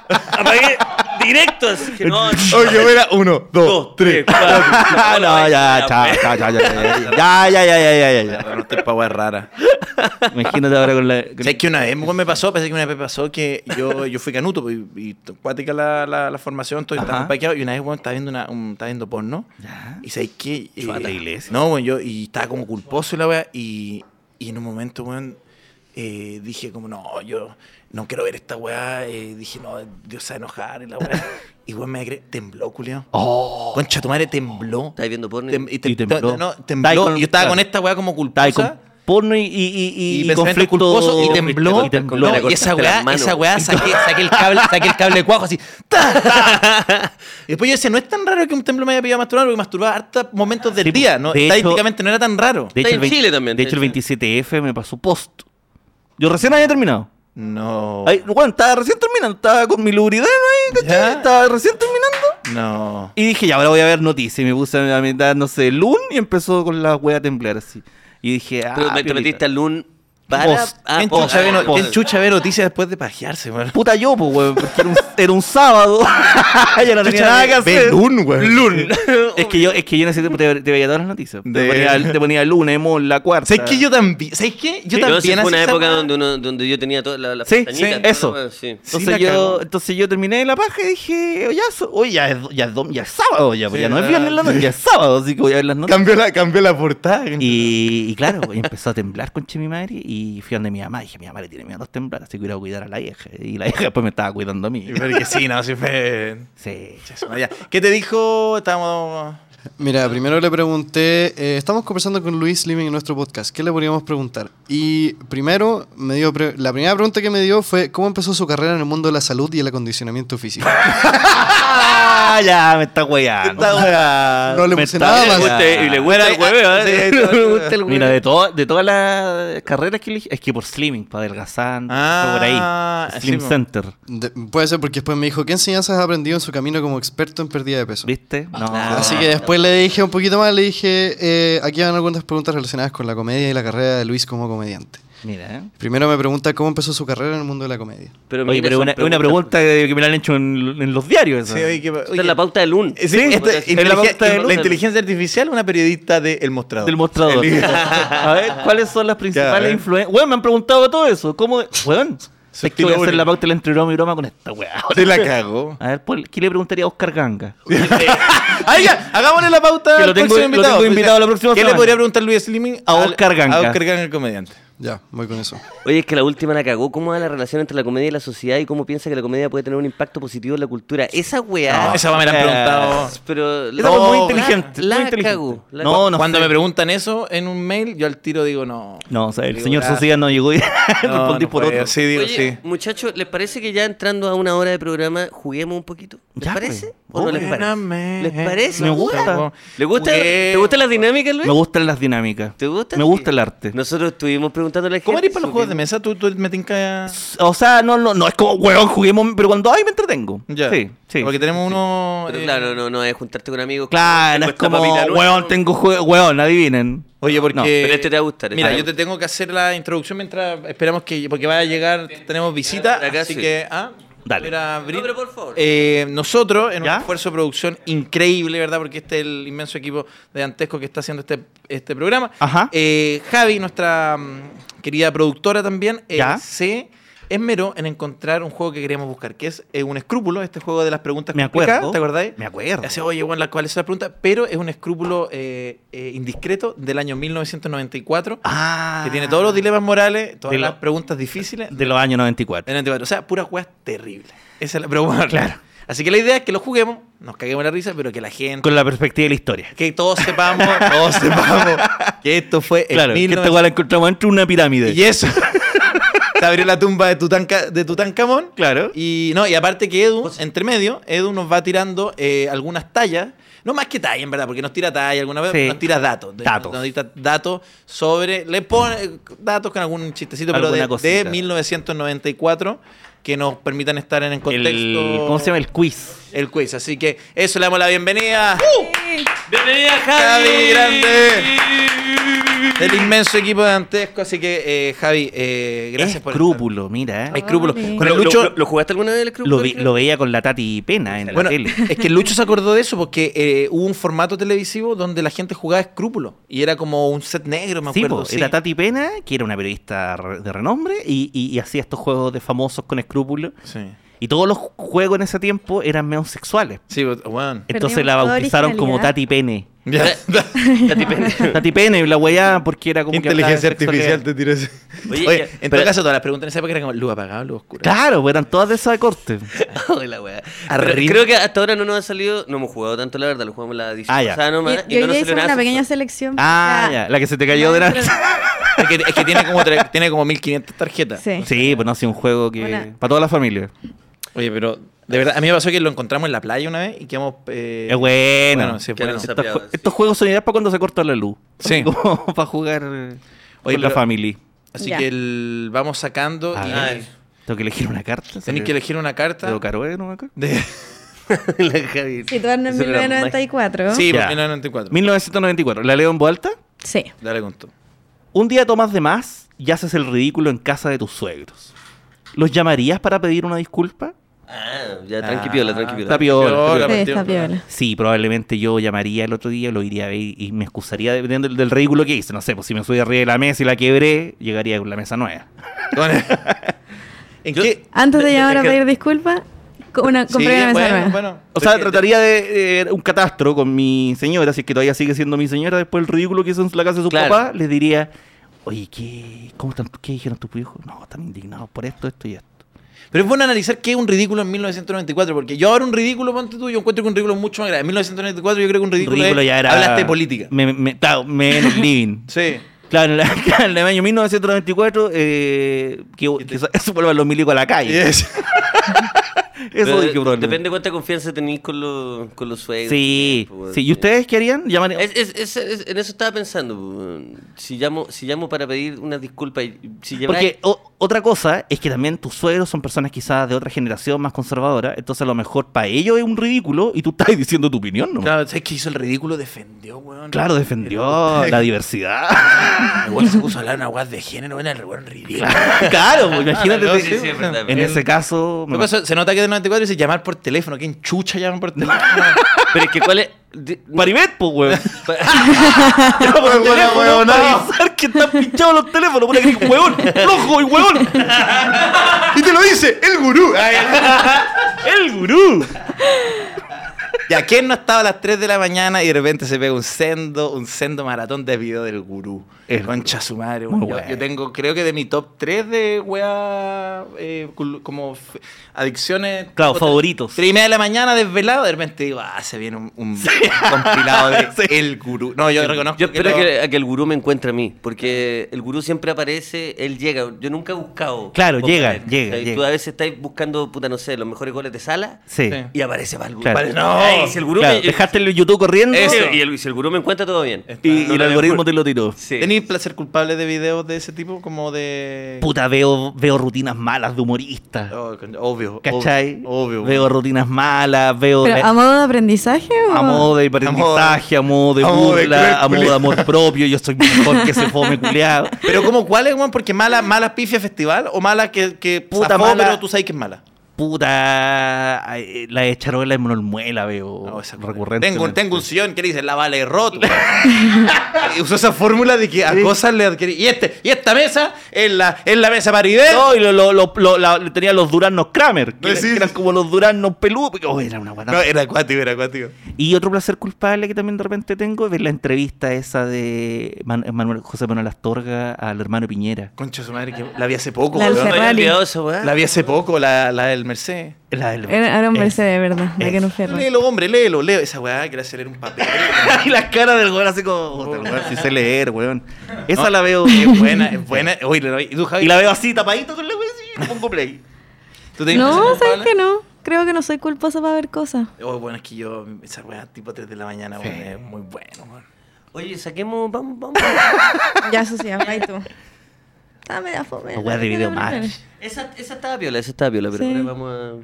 Speaker 3: Apagué directo. así que no, no.
Speaker 1: Oye, era uno,
Speaker 3: Dos, tres, cuatro.
Speaker 2: Ah, no, ya, chao, chao, chao, ya, ya, ya, ya, ya, ya, ya,
Speaker 1: *laughs*
Speaker 2: ya.
Speaker 1: No te pago es rara.
Speaker 2: Imagínate ahora con la. con-
Speaker 1: ¿Sabes que una vez weón, me pasó? Pensé que una vez pasó que yo, *laughs* yo fui canuto pues, y, y cuática la, la, la formación, todo estaba
Speaker 2: Ajá.
Speaker 1: paqueado. Y una vez, weón, estaba viendo, una, un- estaba viendo porno.
Speaker 2: Ya.
Speaker 1: Y sabes qué. Eh,
Speaker 2: Chuta, iglesia.
Speaker 1: No, weón, yo y estaba como culposo y la weá. Y, y en un momento, weón, eh,
Speaker 2: *laughs*
Speaker 1: dije como, no, yo no quiero ver esta weá. eh, dije, no, Dios se va a enojar y la weá. Igual me cre- tembló, culiao. Oh. Concha, tu madre tembló.
Speaker 3: ¿Estáis viendo porno?
Speaker 1: Tem- y, tem-
Speaker 2: Y tembló.
Speaker 1: te- no, tembló.
Speaker 2: Estaba con-
Speaker 1: yo estaba con
Speaker 2: claro.
Speaker 1: esta weá como
Speaker 2: Está
Speaker 1: culposa.
Speaker 2: ahí con porno y, y, y, y-
Speaker 1: y
Speaker 2: y
Speaker 1: pensamiento
Speaker 2: conflicto
Speaker 1: culposo y tembló.
Speaker 2: Y tembló.
Speaker 1: No,
Speaker 3: Te la
Speaker 1: y esa
Speaker 3: cortaste
Speaker 1: weá,
Speaker 3: las manos.
Speaker 1: esa weá, saqué, saqué el cable, saqué el cable de cuajo así. ta, ta. *laughs* Y después yo decía, no es tan raro que un temblor me haya pillado masturbar, porque masturbaba harta momentos del
Speaker 2: Sí,
Speaker 1: día, ¿no?
Speaker 2: de hecho-
Speaker 1: Estadísticamente no era tan raro.
Speaker 2: De
Speaker 3: Está
Speaker 2: hecho,
Speaker 3: en
Speaker 2: el vein-
Speaker 3: Chile también,
Speaker 2: De hecho, el
Speaker 3: de hecho.
Speaker 2: 27F me pasó post. Yo recién había terminado.
Speaker 1: No.
Speaker 2: Ay, bueno, estaba recién terminando. Estaba con mi lubricidad ahí, ¿cachai?
Speaker 1: Ya.
Speaker 2: Estaba recién terminando.
Speaker 1: No.
Speaker 2: Y dije, ya, ahora voy a ver noticias. Y me puse a mitad, no sé, Loon y empezó con la wea a temblar así. Y dije, ah,
Speaker 3: Pero me te
Speaker 2: piolita.
Speaker 3: metiste al LUN para...
Speaker 2: Post.
Speaker 3: ah,
Speaker 1: ¿Quién
Speaker 3: post.
Speaker 1: chucha, ve, no-
Speaker 3: Ah,
Speaker 1: quién
Speaker 3: post.
Speaker 1: chucha ve noticias después de pajearse, weón?
Speaker 2: Puta yo, pues, weón, porque era un, era un sábado. *laughs* ya no tenía
Speaker 1: Chucha,
Speaker 2: nada que
Speaker 1: ve
Speaker 2: hacer.
Speaker 1: Loon, weón. *laughs*
Speaker 2: Loon. es que yo, es que yo en ese tiempo te, te veía todas las noticias.
Speaker 1: De-
Speaker 2: Te, ponía, te ponía Loon, Emo, la cuarta.
Speaker 1: ¿Sabes qué? Yo también. ¿Sabes qué? Yo
Speaker 3: No,
Speaker 1: también.
Speaker 3: sí, fue
Speaker 1: hacía
Speaker 3: una
Speaker 1: esa
Speaker 3: época
Speaker 1: weá.
Speaker 3: donde, uno, donde yo tenía todas las la
Speaker 2: Sí, sí, eso.
Speaker 3: Sí.
Speaker 1: Sí,
Speaker 2: Entonces,
Speaker 1: la cagó.
Speaker 2: yo, entonces yo terminé la paja y dije, oye, so- oye, ya, es, ya, es dom- ya es sábado, ya, pues,
Speaker 1: Sí,
Speaker 2: ya no es
Speaker 1: ¿verdad?
Speaker 2: viernes la noche, ya es sábado, así que voy a ver las notas.
Speaker 1: Cambió la, cambió la portada.
Speaker 2: Y, y claro, pues, empezó a temblar con mi madre y fui donde mi mamá. Y dije, mi mamá le tiene miedo a los temblar, así que voy a cuidar a la hija. Y la hija después me estaba cuidando
Speaker 1: *laughs*
Speaker 2: a mí.
Speaker 1: Pero que sí, no, sí fue.
Speaker 2: *laughs* Sí.
Speaker 1: Eso, no, ya. ¿Qué te dijo? Estamos.
Speaker 4: Mira, primero le pregunté, eh, estamos conversando con Luis Living en nuestro podcast, ¿qué le podríamos preguntar? Y primero, me dio pre- la primera pregunta que me dio fue, ¿cómo empezó su carrera en el mundo de la salud y el acondicionamiento físico?
Speaker 2: Ah, *laughs* ya, me está hueando.
Speaker 1: Ah,
Speaker 4: No le
Speaker 2: Me
Speaker 4: puse
Speaker 2: está
Speaker 4: nada más.
Speaker 2: hueando.
Speaker 3: Y le huele al hueveo,
Speaker 2: *laughs*
Speaker 3: ¿eh?
Speaker 2: Me gusta el huevo. Mira, de, todo- de todas las carreras que elegí, es que por slimming, para adelgazar,
Speaker 1: Ah,
Speaker 2: fue por ahí.
Speaker 1: sí,
Speaker 2: Slim
Speaker 1: po.
Speaker 2: Center,
Speaker 4: De- puede ser porque después me dijo, ¿qué enseñanzas has aprendido en su camino como experto en pérdida de peso?
Speaker 2: ¿viste? Ah. No.
Speaker 4: Así que después le dije un poquito más, le dije, eh, aquí van algunas preguntas relacionadas con la comedia y la carrera de Luis como comediante.
Speaker 2: Mira, ¿eh?
Speaker 4: Primero me pregunta cómo empezó su carrera en el mundo de la comedia.
Speaker 3: Pero
Speaker 2: Oye,
Speaker 3: mira,
Speaker 2: pero
Speaker 3: son
Speaker 2: una, una
Speaker 3: preguntas-
Speaker 2: pregunta que que me la han hecho en, en los diarios. esa.
Speaker 1: Sí, oye, que-
Speaker 3: Esta es
Speaker 1: oye, eh,
Speaker 3: la pauta del LUN.
Speaker 1: Sí, esta-
Speaker 3: Puta,
Speaker 1: inteligen-
Speaker 2: la pauta de
Speaker 1: la,
Speaker 2: luz.
Speaker 1: inteligencia artificial, una periodista de El Mostrador.
Speaker 2: Del mostrador.
Speaker 1: El-
Speaker 2: *laughs* a ver, ¿cuáles son las
Speaker 1: Ya, a
Speaker 2: principales
Speaker 1: ver.
Speaker 2: influencias? Weón, me han preguntado todo eso. ¿Cómo? Weón, es que voy
Speaker 1: Sutil
Speaker 2: a hacer
Speaker 1: Ori.
Speaker 2: la pauta del entre broma y broma con esta weá.
Speaker 1: Te la
Speaker 2: *laughs*
Speaker 1: cago.
Speaker 2: A ver, Paul, ¿qué le preguntaría a Oscar Ganga?
Speaker 1: *laughs* Ahí ya, hagámosle la pauta
Speaker 2: Que lo
Speaker 1: al
Speaker 2: tengo-
Speaker 1: próximo
Speaker 2: lo
Speaker 1: invitado. pues,
Speaker 2: tengo invitado la próxima
Speaker 1: ¿Qué le
Speaker 2: semana?
Speaker 1: podría preguntar Luis Slimming
Speaker 2: A
Speaker 1: al-
Speaker 2: Oscar Ganga.
Speaker 1: A Oscar Ganga, el comediante.
Speaker 4: Ya, voy con eso.
Speaker 3: Oye, es que la última la cagó. ¿Cómo va la relación entre la comedia y la sociedad y cómo piensa que la comedia puede tener un impacto positivo en la cultura? Esa weá.
Speaker 1: esa me la han
Speaker 2: eh,
Speaker 1: preguntado.
Speaker 3: Pero
Speaker 2: Era
Speaker 1: No,
Speaker 2: muy
Speaker 1: la-
Speaker 2: inteligente.
Speaker 3: la
Speaker 2: muy inteligente.
Speaker 3: cago, la
Speaker 2: no,
Speaker 3: cago.
Speaker 2: no.
Speaker 1: Cuando
Speaker 2: sé.
Speaker 1: me preguntan eso en un mail, yo al tiro digo pues. *laughs* no.
Speaker 2: No, o sea, el
Speaker 1: Digo,
Speaker 2: señor
Speaker 1: gracias.
Speaker 2: Sociedad no llegó y *laughs*
Speaker 1: No,
Speaker 2: respondí
Speaker 1: no
Speaker 2: por
Speaker 1: puede.
Speaker 2: otro.
Speaker 1: Sí, digo,
Speaker 3: Oye,
Speaker 1: sí.
Speaker 3: muchachos, ¿les parece que ya entrando a una hora de programa juguemos un poquito? ¿Les
Speaker 2: Ya,
Speaker 3: parece?
Speaker 2: pues.
Speaker 3: ¿O no les parece?
Speaker 1: Buename.
Speaker 3: ¿Les parece?
Speaker 2: Me gusta.
Speaker 3: ¿Le gusta, ¿Te gustan las dinámicas, Luis?
Speaker 2: Me gustan las dinámicas.
Speaker 3: ¿Te gusta?
Speaker 2: Me gusta el arte.
Speaker 3: Nosotros estuvimos preguntando a la gente.
Speaker 1: ¿Cómo eres para los juegos de
Speaker 3: supimos-
Speaker 1: mesa? ¿Tú, tú me tinca
Speaker 2: O sea, no, no, no es como, weón, juguemos, pero cuando hay me entretengo.
Speaker 1: Ya.
Speaker 2: Sí, sí.
Speaker 1: Porque tenemos uno.
Speaker 3: Pero
Speaker 1: eh,
Speaker 3: claro, no, no es juntarte con amigos.
Speaker 2: Claro, Ah, no
Speaker 3: Tengo
Speaker 2: es
Speaker 3: esta
Speaker 2: como,
Speaker 3: papita nueva.
Speaker 2: weón, tengo jue- weón, adivinen.
Speaker 1: Oye, porque.
Speaker 2: No,
Speaker 3: pero este te va a gustar, este
Speaker 1: Mira,
Speaker 3: te va a
Speaker 1: yo te tengo que hacer la introducción mientras esperamos que. Porque va a llegar. Tenemos visita.
Speaker 3: Acá
Speaker 1: así
Speaker 3: sí.
Speaker 1: que. ¿ah?
Speaker 2: Dale.
Speaker 1: Mira, Brit,
Speaker 3: No, pero por favor.
Speaker 1: eh, nosotros, en
Speaker 2: ¿Ya?
Speaker 1: un esfuerzo de producción increíble, ¿verdad? Porque este es el inmenso equipo de Antesco que está haciendo este, este programa.
Speaker 2: Ajá.
Speaker 1: Eh, Javi, nuestra mm, querida productora también, eh,
Speaker 2: ¿Ya?
Speaker 1: se esmeró en encontrar un juego que queríamos buscar, que es eh, un escrúpulo, este juego de las preguntas
Speaker 2: Me
Speaker 1: complicadas,
Speaker 2: acuerdo.
Speaker 1: ¿te acordáis?
Speaker 2: Me acuerdo.
Speaker 1: Hace, oye, bueno, ¿cuál es la pregunta? Pero es un escrúpulo eh, eh, indiscreto del año 1994,
Speaker 2: Ah.
Speaker 1: que tiene todos los dilemas morales, todas
Speaker 2: De lo-
Speaker 1: las preguntas difíciles
Speaker 2: De los años 94.
Speaker 1: del 94. O sea, puras weas terribles. Esa es la pregunta. Claro. Así que la idea es que lo juguemos, nos caguemos la risa, pero que la gente...
Speaker 2: Con la perspectiva de la historia.
Speaker 1: Que todos sepamos, *laughs* todos sepamos que esto fue en
Speaker 2: Claro, que esta
Speaker 1: 1994.
Speaker 2: weá la encontramos dentro de una pirámide.
Speaker 1: *laughs* Y eso. *laughs* Se abrió la tumba de, Tutanca, de Tutankamón.
Speaker 2: Claro.
Speaker 1: Y no, y aparte que Edu,
Speaker 3: Pues
Speaker 1: entre medio, Edu nos va tirando eh, algunas tallas. No más que tallas, en verdad, porque nos tira tallas alguna vez,
Speaker 2: Sí.
Speaker 1: pero nos tira datos. De-
Speaker 2: Datos.
Speaker 1: Nos tira datos sobre. Le pone eh, datos con algún chistecito, pero
Speaker 2: Alguna
Speaker 1: de, de
Speaker 2: cosita.
Speaker 1: 1994 que nos permitan estar en el contexto.
Speaker 2: El, ¿Cómo se llama? El quiz.
Speaker 1: El quiz. Así que eso le damos la bienvenida.
Speaker 3: ¡Uh! ¡Bienvenida, Javi!
Speaker 1: Javi, grande. Del inmenso equipo de Antesco. Así que, eh, Javi, eh, gracias por. estar.
Speaker 2: Escrúpulo, mira. eh.
Speaker 1: Escrúpulo.
Speaker 6: Vale.
Speaker 1: Con el
Speaker 3: ¿Lo,
Speaker 1: Lucho.
Speaker 3: Ah, lo- lo jugaste alguna vez el Scrooge?
Speaker 2: Lo, vi- lo veía con la Tati Pena en
Speaker 1: bueno,
Speaker 2: la tele.
Speaker 1: es que el Lucho se acordó de eso porque eh, hubo un formato televisivo donde la gente jugaba escrúpulo y era como un set negro, me
Speaker 2: Sí,
Speaker 1: acuerdo.
Speaker 2: po,
Speaker 1: sí.
Speaker 2: era Tati Pena, que era una periodista re- de renombre, y, y- y hacía estos juegos de famosos con escrúpulos.
Speaker 1: Sí.
Speaker 2: Y todos los ju- juegos en ese tiempo eran menos sexuales.
Speaker 1: Sí, but- bueno.
Speaker 2: Entonces
Speaker 1: Eh,
Speaker 6: Perdimos
Speaker 2: la
Speaker 6: toda
Speaker 2: bautizaron como
Speaker 6: originalidad.
Speaker 2: Tati Pene.
Speaker 1: *laughs* Ya.
Speaker 3: *laughs* La tipena.
Speaker 2: Tati Pene, la weá, porque era como que hablaba de
Speaker 1: Inteligencia
Speaker 2: sexo
Speaker 1: artificial
Speaker 2: que-
Speaker 1: te tiró ese.
Speaker 3: Oye,
Speaker 1: Oye,
Speaker 3: ya,
Speaker 1: en
Speaker 3: pero-
Speaker 1: todo caso, todas las preguntas en esa época eran como luz apagada, luz oscura.
Speaker 2: Claro, pues, eran todas de esa corte.
Speaker 3: Ay, la wea.
Speaker 1: Arrin-
Speaker 3: Pero Creo que hasta ahora no nos ha salido. No hemos jugado tanto, la verdad. Lo jugamos la edición
Speaker 2: Ah, ya.
Speaker 3: pasada
Speaker 7: Yo,
Speaker 3: nomás,
Speaker 7: yo hoy
Speaker 3: no
Speaker 7: día
Speaker 3: nos
Speaker 7: hice
Speaker 3: salió nada pues,
Speaker 7: una pequeña
Speaker 3: sexual.
Speaker 7: selección.
Speaker 2: Ah, ya, la que se te cayó de la...
Speaker 7: Dentro-
Speaker 1: Es que, es que tiene, como tre- tiene como 1500 tarjetas.
Speaker 7: Sí.
Speaker 2: *laughs* Sí, pues no, sí, un juego que...
Speaker 7: Una-
Speaker 2: Para toda la familia.
Speaker 1: Oye, pero de verdad, a mí me pasó que lo encontramos en la playa una vez y quedamos. eh,
Speaker 2: Es bueno.
Speaker 1: bueno, sí,
Speaker 3: que
Speaker 1: bueno.
Speaker 3: no se-
Speaker 2: Estos,
Speaker 3: Sapeado,
Speaker 2: jue-
Speaker 3: sí.
Speaker 2: estos juegos son ideales para cuando se corta la luz.
Speaker 1: Sí.
Speaker 2: *laughs* Como para jugar eh,
Speaker 1: Oye,
Speaker 2: con la
Speaker 1: pero-
Speaker 2: familia.
Speaker 1: Así
Speaker 7: Ya.
Speaker 1: que el- vamos sacando
Speaker 2: A
Speaker 1: y
Speaker 3: ver.
Speaker 2: Tengo que elegir una carta.
Speaker 1: tenéis que elegir una carta.
Speaker 2: ¿De Ocaroe, no me acuerdo?
Speaker 1: De...
Speaker 3: pues, *laughs* La Javi.
Speaker 7: Situarnos en
Speaker 3: Eso era
Speaker 7: 1994.
Speaker 1: Sí, pues,
Speaker 2: Ya.
Speaker 1: porque 1994.
Speaker 2: 1994. ¿La leo en voz alta?
Speaker 7: Sí.
Speaker 1: Dale con tú.
Speaker 2: Un día tomas de más y haces el ridículo en casa de tus suegros. ¿Los llamarías para pedir una disculpa?
Speaker 3: mágico. Ah, ya, tranqui piola, tranqui piola.
Speaker 2: Está piola, está piola.
Speaker 7: Sí,
Speaker 1: partió,
Speaker 7: está
Speaker 1: pero-
Speaker 7: piola.
Speaker 2: Sí, probablemente yo llamaría el otro día, lo iría a ver y me excusaría dependiendo del, del ridículo que hice. No sé, pues si me subí arriba de la mesa y la quebré, llegaría con la mesa nueva.
Speaker 1: Con- ¿En
Speaker 3: Yo-
Speaker 1: qué?
Speaker 7: Antes de llamar a
Speaker 3: es que-
Speaker 7: pedir disculpas, co- una,
Speaker 1: Sí,
Speaker 7: compré una mesa
Speaker 1: bueno,
Speaker 7: nueva.
Speaker 1: bueno.
Speaker 2: O sea,
Speaker 1: Porque-
Speaker 2: trataría de eh, un catastro con mi señora, si es que todavía sigue siendo mi señora, después el ridículo que hizo en la casa de su
Speaker 3: Claro.
Speaker 2: papá, les diría, oye, ¿qué, cómo están, ¿qué dijeron tus hijos? No, están indignados por esto, esto y esto.
Speaker 1: Pero es bueno analizar qué es un ridículo en 1994, porque yo ahora un ridículo, ponte tú, yo encuentro que un ridículo es mucho más grave. En 1994 yo creo que un ridículo, es- Hablaste de política.
Speaker 2: Me, me, claro, men living. *laughs*
Speaker 1: Sí.
Speaker 2: Claro, en, la- claro, en el año 1994, eh, que, que *laughs* se- se vuelvan los milicos a la calle.
Speaker 1: Yes.
Speaker 2: Eso
Speaker 3: Pero
Speaker 2: dije probablemente.
Speaker 3: Depende cuánta confianza tenéis con, los con los suegros. pues,
Speaker 2: Sí,
Speaker 3: po,
Speaker 2: sí. ¿Y
Speaker 3: sí.
Speaker 2: ustedes qué harían? Llamarían-
Speaker 3: Es- es- es- es- en eso estaba pensando. po. Si llamo, si llamo para pedir una disculpa, y- si lleváis-
Speaker 2: Porque o- otra cosa es que también tus suegros son personas quizás de otra generación más conservadora, entonces a lo mejor para ellos es un ridículo y tú estás *laughs* diciendo tu opinión, ¿no? Claro,
Speaker 1: Claro, ¿sabes qué hizo el ridículo? Defendió, weón.
Speaker 2: defendió la diversidad. *laughs*
Speaker 1: Igual se puso a hablar una guas de género, era el weón ridículo.
Speaker 2: claro, pues, imagínate.
Speaker 1: no,
Speaker 2: te-
Speaker 1: sí, sí,
Speaker 3: es verdad,
Speaker 2: en
Speaker 3: el-
Speaker 2: ese caso,
Speaker 1: Lo que pasa, se nota que de 94 dice llamar por teléfono. ¿Quién chucha llama por teléfono?
Speaker 2: *laughs*
Speaker 3: Pero es que *laughs* cuál es. de-
Speaker 2: Maribet, pues, *laughs* weón.
Speaker 3: pa-
Speaker 2: Te va por
Speaker 1: Huevón,
Speaker 2: teléfono
Speaker 1: huevón,
Speaker 2: para
Speaker 1: no.
Speaker 2: avisar que están pinchados los teléfonos. Pone que huevón, flojo y huevón.
Speaker 1: y te lo dice el gurú. Ay,
Speaker 2: El gurú.
Speaker 1: ya, ¿quién no estaba a las 3 de la mañana y de repente se pega un sendo, un sendo maratón de video del gurú?
Speaker 2: El
Speaker 1: Concha su madre,
Speaker 2: Muy
Speaker 1: weón. Yo,
Speaker 2: bueno.
Speaker 1: yo tengo, creo que de mi top 3 de weá, eh, cul- como f- adicciones.
Speaker 2: Claro,
Speaker 1: otra-
Speaker 2: favoritos.
Speaker 1: Tres y media de la mañana desvelado, de repente digo, ah, se viene un, un compilado de
Speaker 2: *laughs* Sí.
Speaker 1: el gurú. No, yo reconozco.
Speaker 3: Yo espero
Speaker 1: lo-
Speaker 3: que, a que el gurú me encuentre a mí, porque el gurú siempre aparece, él llega. Yo nunca he buscado.
Speaker 2: Claro,
Speaker 3: Popular,
Speaker 2: llega,
Speaker 3: ¿cachai?
Speaker 2: llega,
Speaker 3: Tú
Speaker 2: llega.
Speaker 3: a veces estás buscando, puta, no sé, los mejores goles de sala
Speaker 2: Sí.
Speaker 1: Sí.
Speaker 3: y aparece Valgurú.
Speaker 2: Claro.
Speaker 3: no. Ay, si el gurú
Speaker 2: Claro,
Speaker 3: me-
Speaker 2: dejaste el YouTube corriendo
Speaker 3: Eso,
Speaker 2: y,
Speaker 3: Y, el, si el gurú me encuentra, todo bien.
Speaker 2: y
Speaker 3: No, no,
Speaker 2: el
Speaker 3: no,
Speaker 2: algoritmo te lo tiró.
Speaker 3: Sí.
Speaker 1: ¿Tenéis placer culpable de videos de ese tipo? Como de.
Speaker 2: Puta, veo, veo rutinas malas de humoristas.
Speaker 1: Oh, con- obvio.
Speaker 2: ¿Cachai?
Speaker 1: Obvio. obvio.
Speaker 2: Veo rutinas malas, veo
Speaker 7: Pero,
Speaker 2: eh,
Speaker 7: ¿a modo de aprendizaje o...?
Speaker 2: a modo de aprendizaje, a modo de
Speaker 1: a modo de
Speaker 2: burla, a
Speaker 1: cruel
Speaker 2: modo de amor propio, yo soy mejor que ese fome culiado.
Speaker 1: Pero como cuál es, weón? porque mala, mala pifia festival o mala que, que
Speaker 2: Puta,
Speaker 1: zafó,
Speaker 2: mala-
Speaker 1: pero tú sabes que es mala.
Speaker 2: Puta, ay, la de Charola de Manuel veo
Speaker 1: No, Oh, esa-
Speaker 2: Oh, recurrente.
Speaker 1: tengo, tengo un sillón que le dice la vale roto.
Speaker 2: *laughs*
Speaker 1: Usó esa fórmula de que a cosas le adquirí. Y, este, y esta mesa es la, es la mesa paridera.
Speaker 2: No, y lo, lo- lo- lo- la- le tenía los duraznos Kramer, que,
Speaker 1: No,
Speaker 2: era-
Speaker 1: sí,
Speaker 2: que eran
Speaker 1: sí.
Speaker 2: como los duraznos peludos. porque, oh, era una guata.
Speaker 1: No, eh. era acuático, era acuático.
Speaker 2: Y otro placer culpable que también de repente tengo es ver la entrevista esa de Man- Manuel, José Manuel Astorga al hermano Piñera.
Speaker 1: Concha su madre, que la vi hace poco.
Speaker 7: La
Speaker 1: weón.
Speaker 7: del
Speaker 3: No,
Speaker 7: Ferrari.
Speaker 3: era olvidoso, weá.
Speaker 1: La vi hace poco, la, la del Mercedes.
Speaker 2: La del-
Speaker 7: Era, era un
Speaker 2: Eh,
Speaker 7: Mercedes, ¿verdad? De que no ferro.
Speaker 1: Léelo, hombre, léelo, léelo. Esa weá que le hace leer un papel.
Speaker 2: *laughs* y las caras del weón así como. "Puta, el weón, si sé leer, weón. Esa
Speaker 1: No,
Speaker 2: la veo.
Speaker 1: Es buena,
Speaker 7: *laughs*
Speaker 1: es buena. Oye, le doy- ¿y tú, Javi?
Speaker 2: Y la veo así, tapadito con la weón así, y le pongo play.
Speaker 1: ¿Tú tenés
Speaker 7: No,
Speaker 1: placer
Speaker 7: ¿sabes
Speaker 1: culpable?
Speaker 7: que no? Creo que no soy culposa para ver cosas.
Speaker 1: Oh, bueno, es que yo, esa weá tipo 3 de la mañana, weón, es muy bueno, weón.
Speaker 3: Oye, saquemos.
Speaker 2: *laughs*
Speaker 3: Vamos, vamos.
Speaker 7: Ya, Sucia, y tú. Está media fome.
Speaker 2: La weá de video
Speaker 3: esa, esa estaba viola, esa estaba viola, pero
Speaker 7: Sí.
Speaker 3: ahora vamos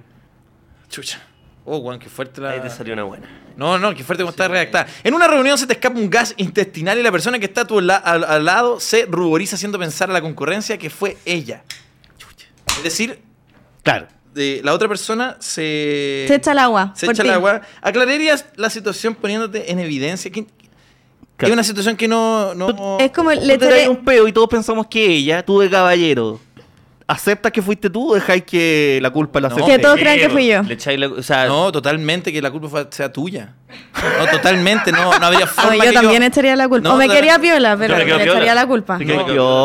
Speaker 1: Chucha. Oh, weón, qué fuerte
Speaker 3: a.
Speaker 1: la.
Speaker 3: Ahí te salió una buena.
Speaker 1: No, no, qué fuerte como está redactada. En una reunión se te escapa un gas intestinal y la persona que está a tu la- al, al lado se ruboriza haciendo pensar a la concurrencia que fue ella. Chucha. Es decir,
Speaker 2: Claro.
Speaker 1: de- la otra persona se.
Speaker 7: Se echa el agua.
Speaker 1: Se
Speaker 7: por
Speaker 1: echa
Speaker 7: ti.
Speaker 1: el agua. ¿Aclararías la situación poniéndote en evidencia? ¿Qué-
Speaker 2: Claro.
Speaker 1: Es una situación que no. no-
Speaker 7: Es como
Speaker 2: Le
Speaker 7: le
Speaker 2: te
Speaker 7: echaré...
Speaker 2: un peo y todos pensamos que ella, tú de caballero. ¿Aceptas que fuiste tú o dejáis que la culpa la
Speaker 1: No,
Speaker 2: acepte?
Speaker 7: Que todos
Speaker 1: eh,
Speaker 7: crean que fui yo.
Speaker 3: Le echáis la- o sea,
Speaker 1: No, totalmente que la culpa fue- sea tuya. No, totalmente, no, no habría
Speaker 7: No,
Speaker 1: forma.
Speaker 7: yo
Speaker 1: que
Speaker 7: también este echaría la culpa.
Speaker 1: No,
Speaker 7: o me
Speaker 1: no,
Speaker 7: quería
Speaker 1: no.
Speaker 7: piola, pero
Speaker 3: Yo me
Speaker 7: le
Speaker 3: quedo piola.
Speaker 7: echaría la culpa.
Speaker 2: Te quedas
Speaker 3: No.
Speaker 2: piola.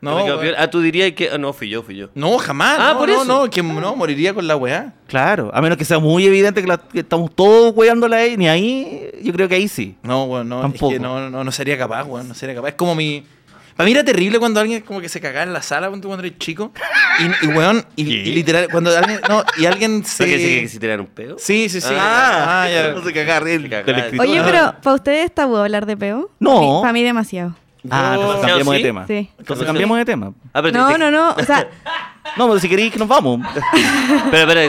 Speaker 3: yo me quedo
Speaker 1: No,
Speaker 3: peor. ah, tú dirías que. ah, no, fui yo, fui yo.
Speaker 1: no, jamás.
Speaker 3: Ah,
Speaker 1: no,
Speaker 3: por
Speaker 1: no,
Speaker 3: eso.
Speaker 1: no, que no, moriría con la weá.
Speaker 2: Claro, a menos que sea muy evidente que, la- que estamos todos weándola ahí, ni ahí, yo creo que ahí sí.
Speaker 1: No, weón, no,
Speaker 2: Tampoco.
Speaker 1: es que no, no, no sería capaz, weón, no sería capaz. Es como mi... Para mí era terrible cuando alguien como que se cagaba en la sala cuando, cuando eres chico. Y, y weón, y, y literal, cuando alguien... No, y alguien se...
Speaker 3: ¿Sabes que, que si te un pedo?
Speaker 1: Sí, sí, sí.
Speaker 3: Ah.
Speaker 1: Ah,
Speaker 3: *laughs*
Speaker 1: ya.
Speaker 2: No se cagar del,
Speaker 3: cagar.
Speaker 2: del escritor.
Speaker 7: Oye,
Speaker 1: Ah.
Speaker 7: pero ¿para ustedes está tabú hablar de peo?
Speaker 2: No.
Speaker 7: Para mí, pa' mí demasiado.
Speaker 2: Ah, entonces cambiemos de
Speaker 3: ¿Sí?
Speaker 2: tema.
Speaker 7: Sí.
Speaker 2: Entonces cambiemos de tema.
Speaker 3: Ah, pero
Speaker 7: No,
Speaker 3: te-
Speaker 7: no, no. O
Speaker 2: *laughs*
Speaker 7: sea,
Speaker 2: No, pero si queréis que nos vamos.
Speaker 7: *laughs*
Speaker 2: *laughs*
Speaker 3: Pero,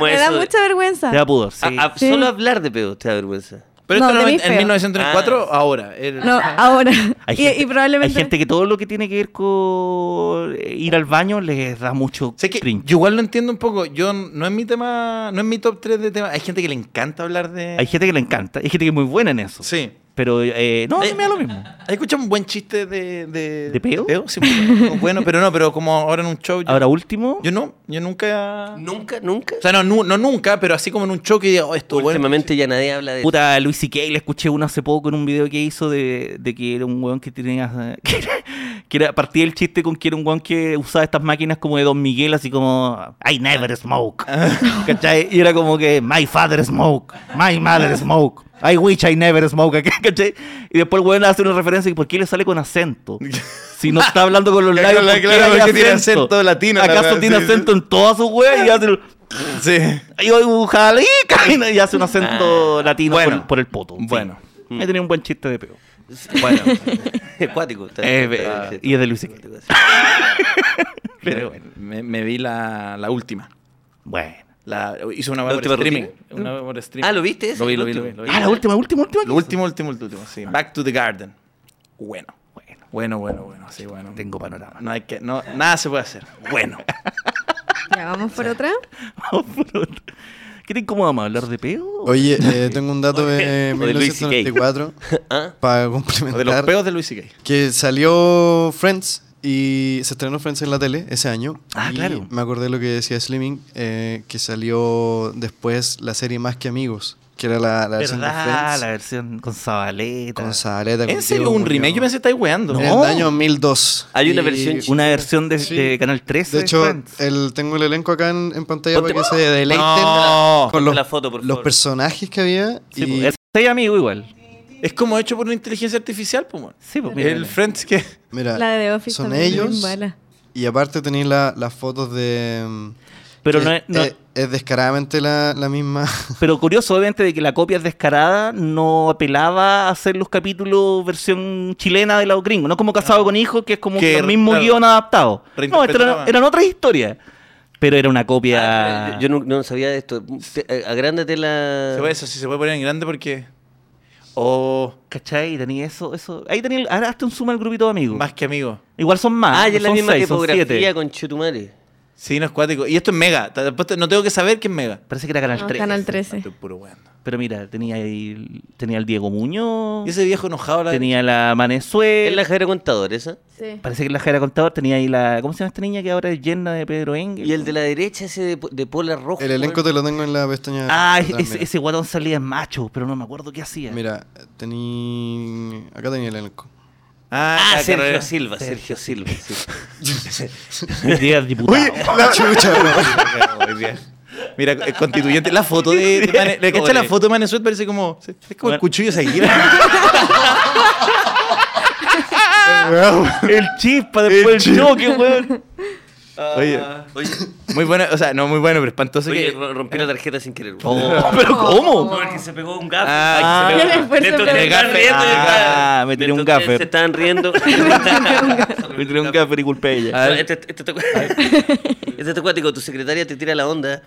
Speaker 3: pero,
Speaker 7: me da, me da mucha vergüenza.
Speaker 2: Te da pudor, sí.
Speaker 7: Sí.
Speaker 3: Solo hablar de pedo te da vergüenza.
Speaker 1: Pero
Speaker 7: No,
Speaker 1: esto
Speaker 7: de
Speaker 1: no,
Speaker 7: mí
Speaker 1: en, en
Speaker 7: feo.
Speaker 1: 1934, ahora. el-
Speaker 7: No, ahora.
Speaker 2: Hay
Speaker 7: *laughs* y,
Speaker 2: gente-
Speaker 7: y probablemente.
Speaker 2: Hay gente que todo lo que tiene que ver con eh, ir al baño les da mucho
Speaker 1: Sé que
Speaker 2: cringe.
Speaker 1: yo igual lo entiendo un poco. Yo n- no es mi tema, no es mi top 3 de temas. Hay gente que le encanta hablar de.
Speaker 2: Hay gente que le encanta, hay gente que es muy buena en eso.
Speaker 1: Sí.
Speaker 2: Pero eh, no, a mí
Speaker 1: Eh,
Speaker 2: me da lo mismo.
Speaker 1: ¿Has escuchado un buen chiste de. ¿De,
Speaker 2: ¿De peo?
Speaker 1: Sí, pues, bueno, pero no, pero como ahora en un show. Yo,
Speaker 2: Ahora último,
Speaker 1: yo no, yo nunca.
Speaker 3: Nunca, nunca.
Speaker 1: O sea, no, nu- no nunca, pero así como en un show que digo, oh, esto bueno.
Speaker 3: Últimamente ya nadie habla de
Speaker 2: puta Luis C.K. le escuché uno hace poco en un video que hizo de, de que era un weón que tenía *laughs* eh, que era, que era- partía el chiste con que era un weón que usaba estas máquinas como de Don Miguel, así como I never smoke.
Speaker 1: *laughs*
Speaker 2: ¿Cachai? Y era como que my father smoke, my mother smoke. I wish I never smoke, *laughs* ¿cachai? Y después el weón hace una referencia y por qué le sale con acento. Si no está hablando con los
Speaker 1: Ya, *laughs*
Speaker 2: labios,
Speaker 1: claro,
Speaker 2: ¿por qué
Speaker 1: claro,
Speaker 2: hay
Speaker 1: porque tiene acento latino, la
Speaker 2: ¿Acaso
Speaker 1: verdad,
Speaker 2: tiene
Speaker 1: sí, sí.
Speaker 2: acento en todas sus weas y hace el-
Speaker 1: Sí.
Speaker 2: y hoy un jalica y hace un acento latino
Speaker 1: Ah. Bueno.
Speaker 2: por, el- por el poto. en
Speaker 1: Bueno.
Speaker 2: fin. Ahí tenía un buen chiste de peo.
Speaker 3: *laughs* Bueno, acuático. está bien.
Speaker 2: Eh,
Speaker 3: Ah,
Speaker 2: eh,
Speaker 3: sí.
Speaker 2: y es de Luis C.K. *laughs* Pero bueno.
Speaker 1: Me, me vi la, la última.
Speaker 2: Bueno.
Speaker 1: La, hizo una
Speaker 3: ¿La
Speaker 1: web por
Speaker 3: última
Speaker 1: streaming.
Speaker 3: rutina?
Speaker 1: Una web por streaming.
Speaker 3: Ah, ¿lo viste? ese?
Speaker 1: Lo vi, lo vi,
Speaker 3: Último.
Speaker 1: lo vi. Lo, vi.
Speaker 2: Ah, la última, última, última.
Speaker 1: Lo último, último, último, último, sí. Back to the Garden. Bueno.
Speaker 2: Bueno,
Speaker 1: Bueno, bueno, bueno, sí, bueno.
Speaker 2: tengo panorama.
Speaker 1: No hay que, no, nada se puede hacer. Bueno.
Speaker 7: Ya, vamos por otra.
Speaker 2: *laughs* Vamos por otro. ¿Qué te incomoda más? ¿Hablar de peo?
Speaker 4: Oye, eh, tengo un dato de
Speaker 3: O de Luis
Speaker 4: 1994
Speaker 3: Ah,
Speaker 4: para
Speaker 1: O de los
Speaker 4: complementar.
Speaker 1: peos de Luis C.K.
Speaker 4: Que salió Friends y se estrenó Friends en la tele ese año.
Speaker 2: Ah,
Speaker 4: Y
Speaker 2: claro.
Speaker 4: Me acordé lo que decía Slimming, eh, que salió después la serie Más que Amigos, que era la, la versión de
Speaker 2: ¿Verdad?
Speaker 4: Friends.
Speaker 2: La versión con Zabaleta.
Speaker 4: Con Zabaleta.
Speaker 1: ¿En
Speaker 4: con
Speaker 1: serio
Speaker 4: Diego
Speaker 1: un remake?
Speaker 4: Muñoz.
Speaker 1: Yo me estáis weando.
Speaker 4: En el año 2002.
Speaker 3: Hay una
Speaker 4: Y-
Speaker 3: versión chi-
Speaker 2: Una versión de,
Speaker 4: Sí.
Speaker 2: de Canal 13.
Speaker 4: De hecho, eh,
Speaker 2: Friends.
Speaker 4: el, tengo el elenco acá en, en pantalla
Speaker 3: Ponte-
Speaker 4: para que se deleiten
Speaker 1: No.
Speaker 4: con
Speaker 3: Ponte
Speaker 4: los,
Speaker 3: la foto, por
Speaker 4: los
Speaker 3: favor.
Speaker 4: personajes que había.
Speaker 2: Sí, pues,
Speaker 4: y-
Speaker 2: po. Es seis amigos igual.
Speaker 1: Es como hecho por una inteligencia artificial, pues, man.
Speaker 2: Sí, pues, mira,
Speaker 1: El
Speaker 2: mira.
Speaker 1: Friends que.
Speaker 4: mira,
Speaker 7: La de The Office.
Speaker 4: son
Speaker 7: también,
Speaker 4: ellos.
Speaker 7: bien mala.
Speaker 4: Y aparte tenéis la- las fotos de... mm,
Speaker 2: Pero
Speaker 4: que
Speaker 2: no es- no-
Speaker 4: es, es descaradamente la, la misma...
Speaker 2: Pero curioso, obviamente, de que la copia es descarada, no apelaba a hacer los capítulos versión chilena de los gringos. No como Casado con Hijos, que es como
Speaker 1: Que,
Speaker 2: el mismo
Speaker 1: claro,
Speaker 2: guión adaptado. No, esto
Speaker 1: reinterpretaba.
Speaker 2: era, eran otras historias. Pero era una copia.
Speaker 3: Ah, Yo, yo no, no sabía de esto. Te- eh, Agrándate la.
Speaker 1: Se puede, eso sí, se puede poner en grande porque. O
Speaker 2: ¿Cachai? Tenía eso, eso. Ahí tenía. Ahora hazte un suma al grupito de amigos.
Speaker 1: más que amigos.
Speaker 2: Igual son más.
Speaker 3: Ah,
Speaker 2: no
Speaker 3: ya es la
Speaker 2: son
Speaker 3: misma
Speaker 2: seis, son
Speaker 3: tipografía
Speaker 2: siete.
Speaker 3: con Chetumare.
Speaker 1: Sí, no es cuático. Y esto es mega. Ta- después te- No tengo que saber quién es mega.
Speaker 2: Parece que era Canal
Speaker 7: No,
Speaker 2: 13.
Speaker 7: Canal 13.
Speaker 1: Estoy puro weando.
Speaker 2: Pero mira, tenía ahí. Tenía el Diego Muñoz.
Speaker 1: Y ese viejo enojado la.
Speaker 2: Tenía la Manezuela.
Speaker 3: Es la Jaira Contador, esa.
Speaker 7: Sí.
Speaker 2: Parece que la Jara Contador tenía ahí la. ¿Cómo se llama esta niña que ahora es llena de Pedro Engel?
Speaker 3: Y el de la derecha, ese de, po- de Pola Rojo.
Speaker 4: El elenco
Speaker 3: weón.
Speaker 4: te lo tengo en la pestaña...
Speaker 2: Ah,
Speaker 4: atrás,
Speaker 2: ese, ese guatón salía en macho, pero no me acuerdo qué hacía.
Speaker 4: mira.
Speaker 2: *laughs*
Speaker 4: Mira, tení... Acá tenía el elenco.
Speaker 1: Ah,
Speaker 3: Ah,
Speaker 1: la
Speaker 3: Sergio
Speaker 1: carrera.
Speaker 3: Silva, Sergio Silva. sí. *laughs*
Speaker 2: Era diputado.
Speaker 4: La chucha, bro.
Speaker 1: Mira, el constituyente. La foto de. de Mane- ¿Le
Speaker 3: ¿Cómo
Speaker 1: cachas la
Speaker 3: le-
Speaker 1: foto de Manesuet? Parece como. Es como el
Speaker 2: Bueno.
Speaker 1: cuchillo de Seguira.
Speaker 2: el chispa después del choque, weón.
Speaker 1: Oye.
Speaker 3: Ah, Oye,
Speaker 1: Muy bueno, o sea, no muy bueno, pero espantoso
Speaker 3: oye,
Speaker 1: que.
Speaker 3: ro- rompí la tarjeta sin querer. weón. *laughs*
Speaker 2: Oh, pero ¿cómo?
Speaker 3: No, es que se pegó un gafe.
Speaker 1: Ah.
Speaker 3: Ay, se
Speaker 7: Yo le
Speaker 3: pegó-
Speaker 7: esfuerzo
Speaker 3: Mientras
Speaker 7: por
Speaker 3: se
Speaker 7: el
Speaker 3: estaban
Speaker 7: gafe.
Speaker 3: riendo, yo
Speaker 2: Ah,
Speaker 3: estaba-
Speaker 2: me tiré un
Speaker 3: mientras
Speaker 2: gafe.
Speaker 3: Se estaban *laughs* riendo.
Speaker 2: Me tiré un café y culpé a ella.
Speaker 1: A ver.
Speaker 3: Este este- este- *laughs* este es acuático, tu secretaria te tira la onda.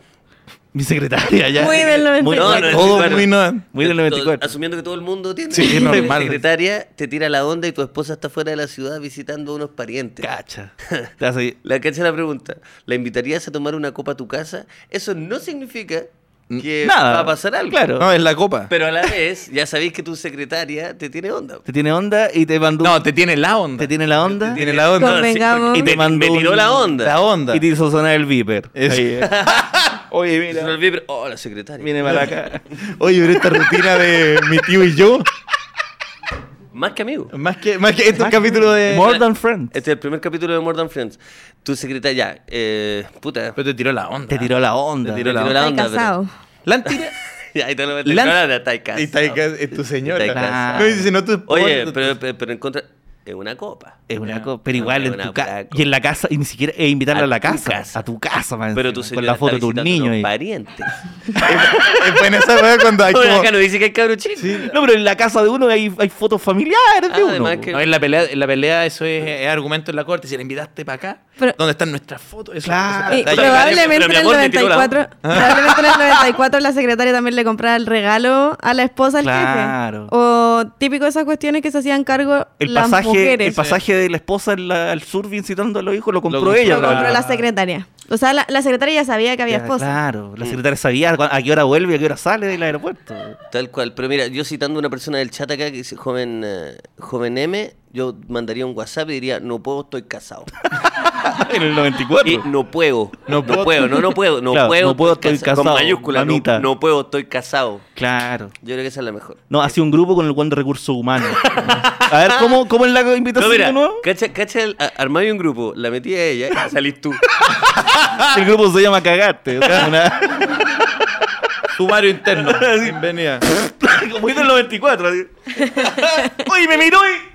Speaker 2: Mi secretaria ya.
Speaker 7: Muy del 94.
Speaker 2: Muy,
Speaker 3: No, no,
Speaker 1: Todo
Speaker 3: claro.
Speaker 1: muy no.
Speaker 2: muy del
Speaker 3: Todo-
Speaker 2: 94.
Speaker 3: Asumiendo que todo el mundo tiene.
Speaker 1: Sí,
Speaker 3: *laughs*
Speaker 1: es normal.
Speaker 3: Tu secretaria te tira la onda y tu esposa está fuera de la ciudad visitando a unos parientes.
Speaker 2: Cacha. Te vas a ir.
Speaker 3: La cacha la pregunta. ¿La invitarías a tomar una copa a tu casa? Eso no significa que
Speaker 2: Nada.
Speaker 3: va a pasar algo.
Speaker 2: Claro.
Speaker 1: No, es la copa.
Speaker 3: Pero a la vez, ya sabéis que tu secretaria te tiene onda.
Speaker 2: Te tiene onda y te mandó.
Speaker 1: No, te tiene la onda.
Speaker 2: te tiene la onda.
Speaker 1: Tiene la onda.
Speaker 7: Convengamos.
Speaker 3: Y te
Speaker 2: mandó
Speaker 3: me tiró
Speaker 2: un-
Speaker 3: la onda.
Speaker 1: La onda.
Speaker 2: Y te hizo sonar el viper.
Speaker 1: Es-
Speaker 2: *laughs*
Speaker 1: Oye,
Speaker 3: Y se lo
Speaker 1: mira.
Speaker 3: olvidé, pero- Oh, la secretaria.
Speaker 2: Viene para acá.
Speaker 1: Oye, pero esta rutina de mi tío y yo.
Speaker 3: Más que amigo.
Speaker 1: Más que, más que este capítulo de.
Speaker 2: More than friends.
Speaker 3: Este es el primer capítulo de More Than Friends. Tu secretaria, ya, eh, puta.
Speaker 1: Pero te tiró la onda.
Speaker 2: Te tiró la onda.
Speaker 1: Te tiró la
Speaker 3: Me tiró
Speaker 1: onda.
Speaker 7: Está casado.
Speaker 1: La han tirado.
Speaker 3: Ya, *laughs* ahí te lo
Speaker 1: Lan-
Speaker 3: No, no, no, está ahí casado.
Speaker 1: Y está ahí cas- es tu señora.
Speaker 3: Está ahí
Speaker 2: casado.
Speaker 1: No, y dice, no tu esposa,
Speaker 3: Oye,
Speaker 1: tu-
Speaker 3: pero, pero, pero en contra. Es una copa.
Speaker 2: Es una cosa, pero igual en
Speaker 3: una
Speaker 2: tu casa.
Speaker 3: placa.
Speaker 2: Y en la casa, y ni siquiera e invitarla
Speaker 3: A
Speaker 2: a, la
Speaker 3: tu
Speaker 2: casa,
Speaker 3: casa.
Speaker 2: A tu casa, man.
Speaker 3: Pero tu
Speaker 2: Con
Speaker 3: señora
Speaker 2: la foto de
Speaker 3: está
Speaker 2: tus niños. ahí.
Speaker 3: parientes.
Speaker 1: *laughs* Es buena esa weá cuando hay
Speaker 3: *laughs* Bueno,
Speaker 1: como.
Speaker 3: acá no dice que hay cabro chico.
Speaker 2: No, pero en la casa de uno hay, hay fotos familiares de
Speaker 3: Ah,
Speaker 2: uno.
Speaker 3: además
Speaker 2: po.
Speaker 3: que-
Speaker 1: No, en la pelea, en la pelea eso es, es argumento en la corte. Si la invitaste para acá,
Speaker 7: Pero-
Speaker 1: ¿dónde están nuestras fotos? Eso,
Speaker 2: Claro.
Speaker 1: eso
Speaker 7: Y
Speaker 1: está- está-
Speaker 7: probablemente
Speaker 3: pero
Speaker 7: en
Speaker 3: mi
Speaker 7: el
Speaker 3: amor me tiró la
Speaker 7: 94,
Speaker 2: Ah.
Speaker 7: probablemente en el 94 la secretaria también le compraba el regalo a la esposa del
Speaker 2: Claro.
Speaker 7: jefe. O típico de esas cuestiones que se hacían cargo
Speaker 2: El
Speaker 7: las
Speaker 2: pasaje,
Speaker 7: mujeres.
Speaker 2: el pasaje de la esposa en la- al sur incitando a los hijos lo compró
Speaker 1: compró
Speaker 2: ella.
Speaker 7: Lo
Speaker 2: ¿no?
Speaker 7: compró la secretaria. O sea, la, la secretaria ya sabía que había
Speaker 2: Ya,
Speaker 7: esposa.
Speaker 2: Claro,
Speaker 1: Mm.
Speaker 2: la secretaria sabía cu- a qué hora vuelve y a qué hora sale
Speaker 1: *laughs*
Speaker 2: del aeropuerto.
Speaker 3: Tal cual. Pero mira, yo citando a una persona del chat acá que dice joven, eh, joven M, yo mandaría un WhatsApp y diría, no puedo, estoy
Speaker 2: *laughs*
Speaker 3: casado.
Speaker 2: en el 94.
Speaker 3: Y no puedo.
Speaker 2: No
Speaker 3: No,
Speaker 2: puedo.
Speaker 3: puedo, no, no puedo. No
Speaker 2: Claro,
Speaker 3: puedo,
Speaker 2: no puedo, estoy casado,
Speaker 3: Con mayúscula, no,
Speaker 2: mamita.
Speaker 3: no puedo, estoy casado.
Speaker 2: Claro.
Speaker 3: Yo creo que esa es la mejor.
Speaker 2: No, hacía un grupo con el Juan de Recursos Humanos. a ver, ¿cómo, cómo es la
Speaker 3: No,
Speaker 2: invitación
Speaker 3: mira,
Speaker 2: de nuevo?
Speaker 3: cacha, cacha el, a- armáis un grupo, la metí a ella y salís
Speaker 2: *laughs*
Speaker 3: tú.
Speaker 2: El grupo se llama Cagarte. o sea,
Speaker 1: *laughs*
Speaker 2: una-
Speaker 1: Sumario interno. *laughs* Bienvenida.
Speaker 2: Como hizo en el 94. así. ¡Uy, me miró! y-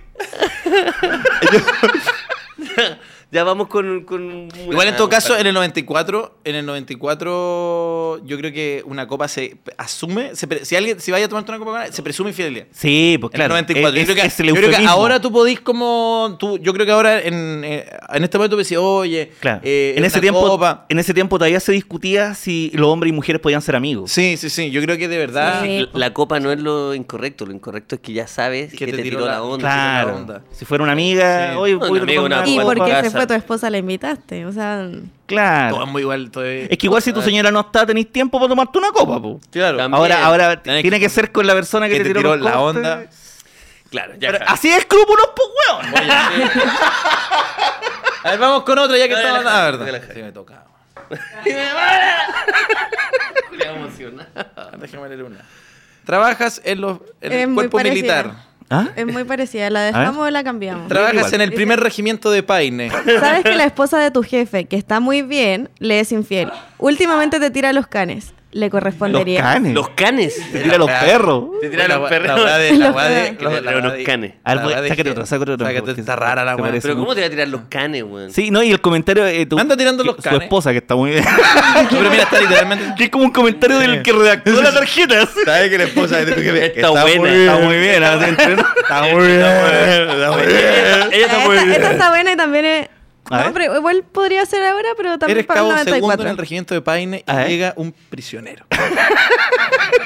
Speaker 3: ya vamos con... con Ah,
Speaker 1: Igual en todo caso, en el 94, en el 94, yo creo que una copa se asume. se pre- si alguien, si vaya a tomarte una copa con alguien, se presume infidelidad.
Speaker 2: Sí, pues
Speaker 1: En el
Speaker 2: claro.
Speaker 1: 94.
Speaker 2: es-
Speaker 1: yo creo que,
Speaker 2: es el
Speaker 1: yo creo que
Speaker 2: eufemismo.
Speaker 1: ahora tú podís como. Tú, yo creo que ahora en, eh, en este momento decís, oye,
Speaker 2: Claro.
Speaker 1: eh,
Speaker 2: en, ese
Speaker 1: una
Speaker 2: tiempo,
Speaker 1: copa.
Speaker 2: en ese tiempo todavía se discutía si los hombres y mujeres podían ser amigos.
Speaker 1: Sí, sí, sí. Yo creo que de verdad.
Speaker 7: Sí.
Speaker 3: La, la copa no es lo incorrecto, lo incorrecto es que ya sabes que, te, tiró, la onda.
Speaker 1: Claro.
Speaker 3: te tiró la onda.
Speaker 2: Si fuera una amiga,
Speaker 1: Sí.
Speaker 2: oye,
Speaker 3: Una
Speaker 2: ¿puedo ir a
Speaker 3: amiga,
Speaker 2: tomar
Speaker 3: una-
Speaker 7: Y
Speaker 3: Bueno,
Speaker 2: algo?
Speaker 7: porque
Speaker 3: casa.
Speaker 7: se fue tu esposa, la invitaste. O sea,
Speaker 2: Claro.
Speaker 1: Todo es muy igual. todo es-
Speaker 2: Es que igual si tu señora no está, tenéis tiempo para tomarte una copa, po.
Speaker 1: Claro.
Speaker 3: También.
Speaker 2: Ahora, ahora
Speaker 1: Tenés
Speaker 2: tiene que ser con la persona que,
Speaker 1: que te
Speaker 2: tiró,
Speaker 1: tiró
Speaker 2: los
Speaker 1: la
Speaker 2: cortes.
Speaker 1: onda.
Speaker 3: Claro, ya.
Speaker 2: Pero
Speaker 3: sabes.
Speaker 2: así de escrúpulos, pues, weón.
Speaker 1: Oye, sí. A ver, vamos con otra ya que
Speaker 3: No,
Speaker 1: estamos.
Speaker 3: relaja,
Speaker 1: Ah, verdad.
Speaker 3: relaja.
Speaker 1: Sí, me
Speaker 3: *laughs*
Speaker 1: toca.
Speaker 3: Julián emocionado.
Speaker 1: Déjame leer una. Trabajas en los en
Speaker 7: Es
Speaker 1: el
Speaker 7: muy
Speaker 1: cuerpo
Speaker 7: parecida.
Speaker 1: militar.
Speaker 2: ¿Ah?
Speaker 7: es muy parecida. ¿La
Speaker 2: ver.
Speaker 7: dejamos o la cambiamos?
Speaker 1: Trabajas
Speaker 2: Igual.
Speaker 1: en el primer regimiento de Paine.
Speaker 7: Sabes que
Speaker 1: *laughs*
Speaker 7: la esposa de tu jefe, que está muy bien, le es infiel. Últimamente te tira los canes. Le
Speaker 2: Los
Speaker 7: correspondería.
Speaker 2: canes.
Speaker 3: *laughs* Los *laughs* canes.
Speaker 2: Te tira los perros.
Speaker 3: Te tiran los perros.
Speaker 1: Ah, La weá de. La
Speaker 7: Los
Speaker 1: weá
Speaker 7: *laughs*
Speaker 1: de.
Speaker 7: perros.
Speaker 1: la weá
Speaker 3: Te tiraron
Speaker 1: de-
Speaker 3: los canes.
Speaker 2: A ver, pues,
Speaker 1: la weá de-
Speaker 2: sácate otro, sácate otro.
Speaker 1: Sácate,
Speaker 2: porque
Speaker 1: está
Speaker 2: se-
Speaker 1: rara la
Speaker 2: se
Speaker 1: weá.
Speaker 2: parece
Speaker 3: Pero
Speaker 2: mucho.
Speaker 3: ¿cómo te va a tirar los canes, weón?
Speaker 2: Sí, no, y el comentario de tu,
Speaker 1: Anda tirando los
Speaker 2: que-
Speaker 1: canes.
Speaker 2: su esposa, que está muy bien. *laughs*
Speaker 1: No, Pero mira, está literalmente.
Speaker 2: que es como un comentario del que redactó la tarjeta. así.
Speaker 1: ¿Sabes que la esposa de tu jefe
Speaker 3: Está buena,
Speaker 1: muy
Speaker 2: Está muy bien. así, entre- Está muy bien.
Speaker 1: Está muy bien.
Speaker 3: Ella
Speaker 7: Ya,
Speaker 3: está muy
Speaker 7: esta, esta
Speaker 3: bien.
Speaker 7: está buena y también es.
Speaker 2: A ver.
Speaker 7: No, pero igual podría ser ahora, pero también
Speaker 1: Eres
Speaker 7: para el
Speaker 1: cabo segundo en el
Speaker 7: 94.
Speaker 1: regimiento de Paine y
Speaker 2: A ver.
Speaker 1: llega un prisionero.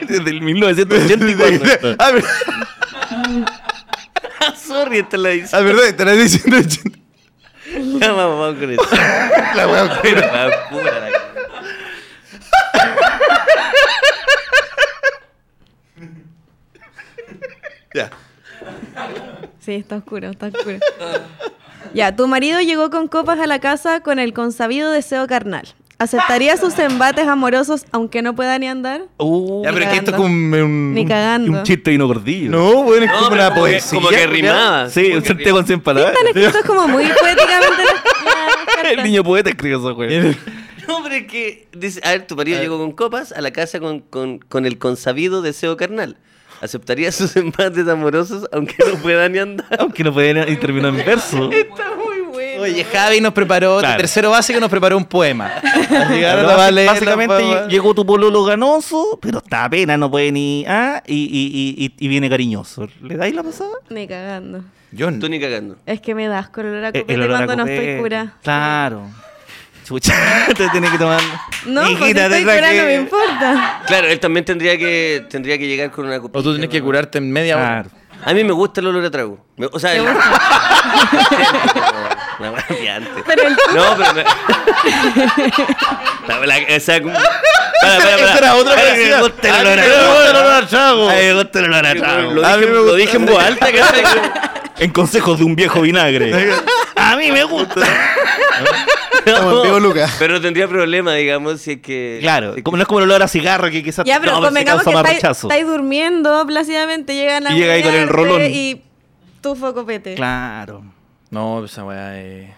Speaker 2: Desde el 1984.
Speaker 1: Ah, ver-
Speaker 3: Ah, Sorry, esta la dice. *laughs*
Speaker 1: ah, verdad, te la estoy diciendo.
Speaker 3: Ya, vamos, vamos con eso.
Speaker 1: La weá oscura.
Speaker 3: *laughs* La locura, la-
Speaker 1: Ya.
Speaker 7: Sí, está oscuro, está oscuro. *laughs* ya, tu marido llegó con copas a la casa con el consabido deseo carnal. ¿Aceptaría sus embates amorosos aunque no pueda ni andar?
Speaker 2: Uh,
Speaker 1: Ya, pero es que esto es
Speaker 7: cagando.
Speaker 1: como un. un-
Speaker 7: Ni cagando.
Speaker 2: un chiste de Hino Gordillo.
Speaker 1: No, bueno, es
Speaker 3: No,
Speaker 1: como
Speaker 3: pero
Speaker 1: una
Speaker 3: como que-
Speaker 1: poesía.
Speaker 3: como que
Speaker 1: weón.
Speaker 3: rimaba.
Speaker 2: Sí, un chiste con 100 palabras.
Speaker 7: Están escritos como muy poéticamente las- las
Speaker 2: ¿eh? El niño poeta escribió eso, güey.
Speaker 3: No, pero es que. dice- a ver, tu marido llegó con copas a la casa con, con, con el consabido deseo carnal. ¿Aceptaría sus embates amorosos aunque no pueda ni *laughs* andar?
Speaker 2: Aunque no podía ni- y terminó en
Speaker 1: *laughs*
Speaker 2: verso.
Speaker 7: Está muy bueno.
Speaker 1: Oye, Javi nos preparó,
Speaker 2: Claro.
Speaker 1: tercero básico nos preparó un poema. *laughs* Llegaron
Speaker 2: Claro,
Speaker 1: a valer,
Speaker 2: básicamente
Speaker 1: la-
Speaker 2: lle- llegó tu pololo ganoso, pero está apenas, no puede ni. Ah, y, y, y, y- y viene cariñoso. ¿Le dais la pasada?
Speaker 7: Ni cagando.
Speaker 1: Yo
Speaker 3: Tú ni cagando.
Speaker 7: Es que me das color a
Speaker 2: Eh,
Speaker 7: copete
Speaker 2: olor a
Speaker 7: cuando no estoy
Speaker 2: copete.
Speaker 7: cura.
Speaker 2: Claro. Chucha, *laughs* te tienes que tomar.
Speaker 7: No, porque
Speaker 2: Hijita, te
Speaker 7: estoy cura,
Speaker 2: traje-
Speaker 7: no me
Speaker 2: *laughs*
Speaker 7: importa.
Speaker 3: Claro, él también tendría que, tendría que llegar con una copita.
Speaker 1: O tú tienes que curarte en media hora.
Speaker 2: Claro.
Speaker 3: A mí me gusta el olor a trago. Me- o sea,
Speaker 7: ¿Te
Speaker 3: el-
Speaker 7: gusta?
Speaker 3: *laughs* La wea piante. *laughs*
Speaker 7: Pero el-
Speaker 3: No, pero me... La- la- o sea, como-
Speaker 1: Esa era- esa era otra
Speaker 3: Ay, me
Speaker 1: parecida.
Speaker 3: gusta el
Speaker 1: Ay,
Speaker 3: olor a
Speaker 1: me
Speaker 3: trago.
Speaker 1: gusta el olor a trago.
Speaker 2: Ay, gusta el olor a trago.
Speaker 1: A mí me
Speaker 3: Lo
Speaker 1: gusta.
Speaker 3: dije en voz alta, ¿cachai?
Speaker 2: En consejos de un viejo vinagre. A mí me *laughs* gusta.
Speaker 4: Estamos en vivo, Lucas.
Speaker 3: Pero no tendría problema, digamos, si es que.
Speaker 2: Claro,
Speaker 3: si es que-
Speaker 2: como, no es como el olor a cigarro que quizás
Speaker 7: Ya, pero
Speaker 2: no, pues, se
Speaker 7: convengamos
Speaker 2: causa
Speaker 7: que
Speaker 2: más
Speaker 7: estáis,
Speaker 2: rechazo.
Speaker 7: estáis durmiendo plácidamente, llegan a
Speaker 2: Y llega ahí con el
Speaker 7: huearte
Speaker 2: rolón.
Speaker 7: Y tufo copete.
Speaker 2: Claro.
Speaker 1: No, esa weá es.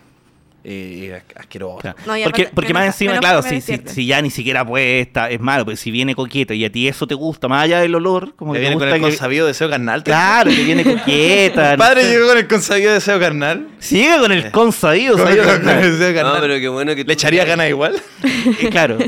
Speaker 1: es asquerosa.
Speaker 2: claro.
Speaker 7: No, y
Speaker 2: porque
Speaker 7: aparte-
Speaker 2: porque
Speaker 7: menos-
Speaker 2: más encima,
Speaker 7: menos
Speaker 2: claro,
Speaker 7: que me
Speaker 2: si, si,
Speaker 7: despierten.
Speaker 2: si ya ni siquiera puesta, es malo, pero si viene coqueta y a ti eso te gusta, más allá del olor, como
Speaker 1: Me
Speaker 2: que te
Speaker 1: viene con
Speaker 2: gusta
Speaker 1: el
Speaker 2: que-
Speaker 1: consabido deseo carnal. ¿te
Speaker 2: Claro, que viene coqueta.
Speaker 1: Mi *laughs*
Speaker 2: no
Speaker 1: padre
Speaker 2: sé.
Speaker 1: llegó con el consabido deseo carnal. *laughs*
Speaker 2: Sigue con el consabido,
Speaker 1: Con el
Speaker 2: sabido
Speaker 1: consabido
Speaker 2: carnal.
Speaker 1: deseo
Speaker 3: No,
Speaker 1: carnal.
Speaker 3: pero qué bueno que. tú-
Speaker 1: ¿Le echaría ganas igual?
Speaker 2: Eh, claro.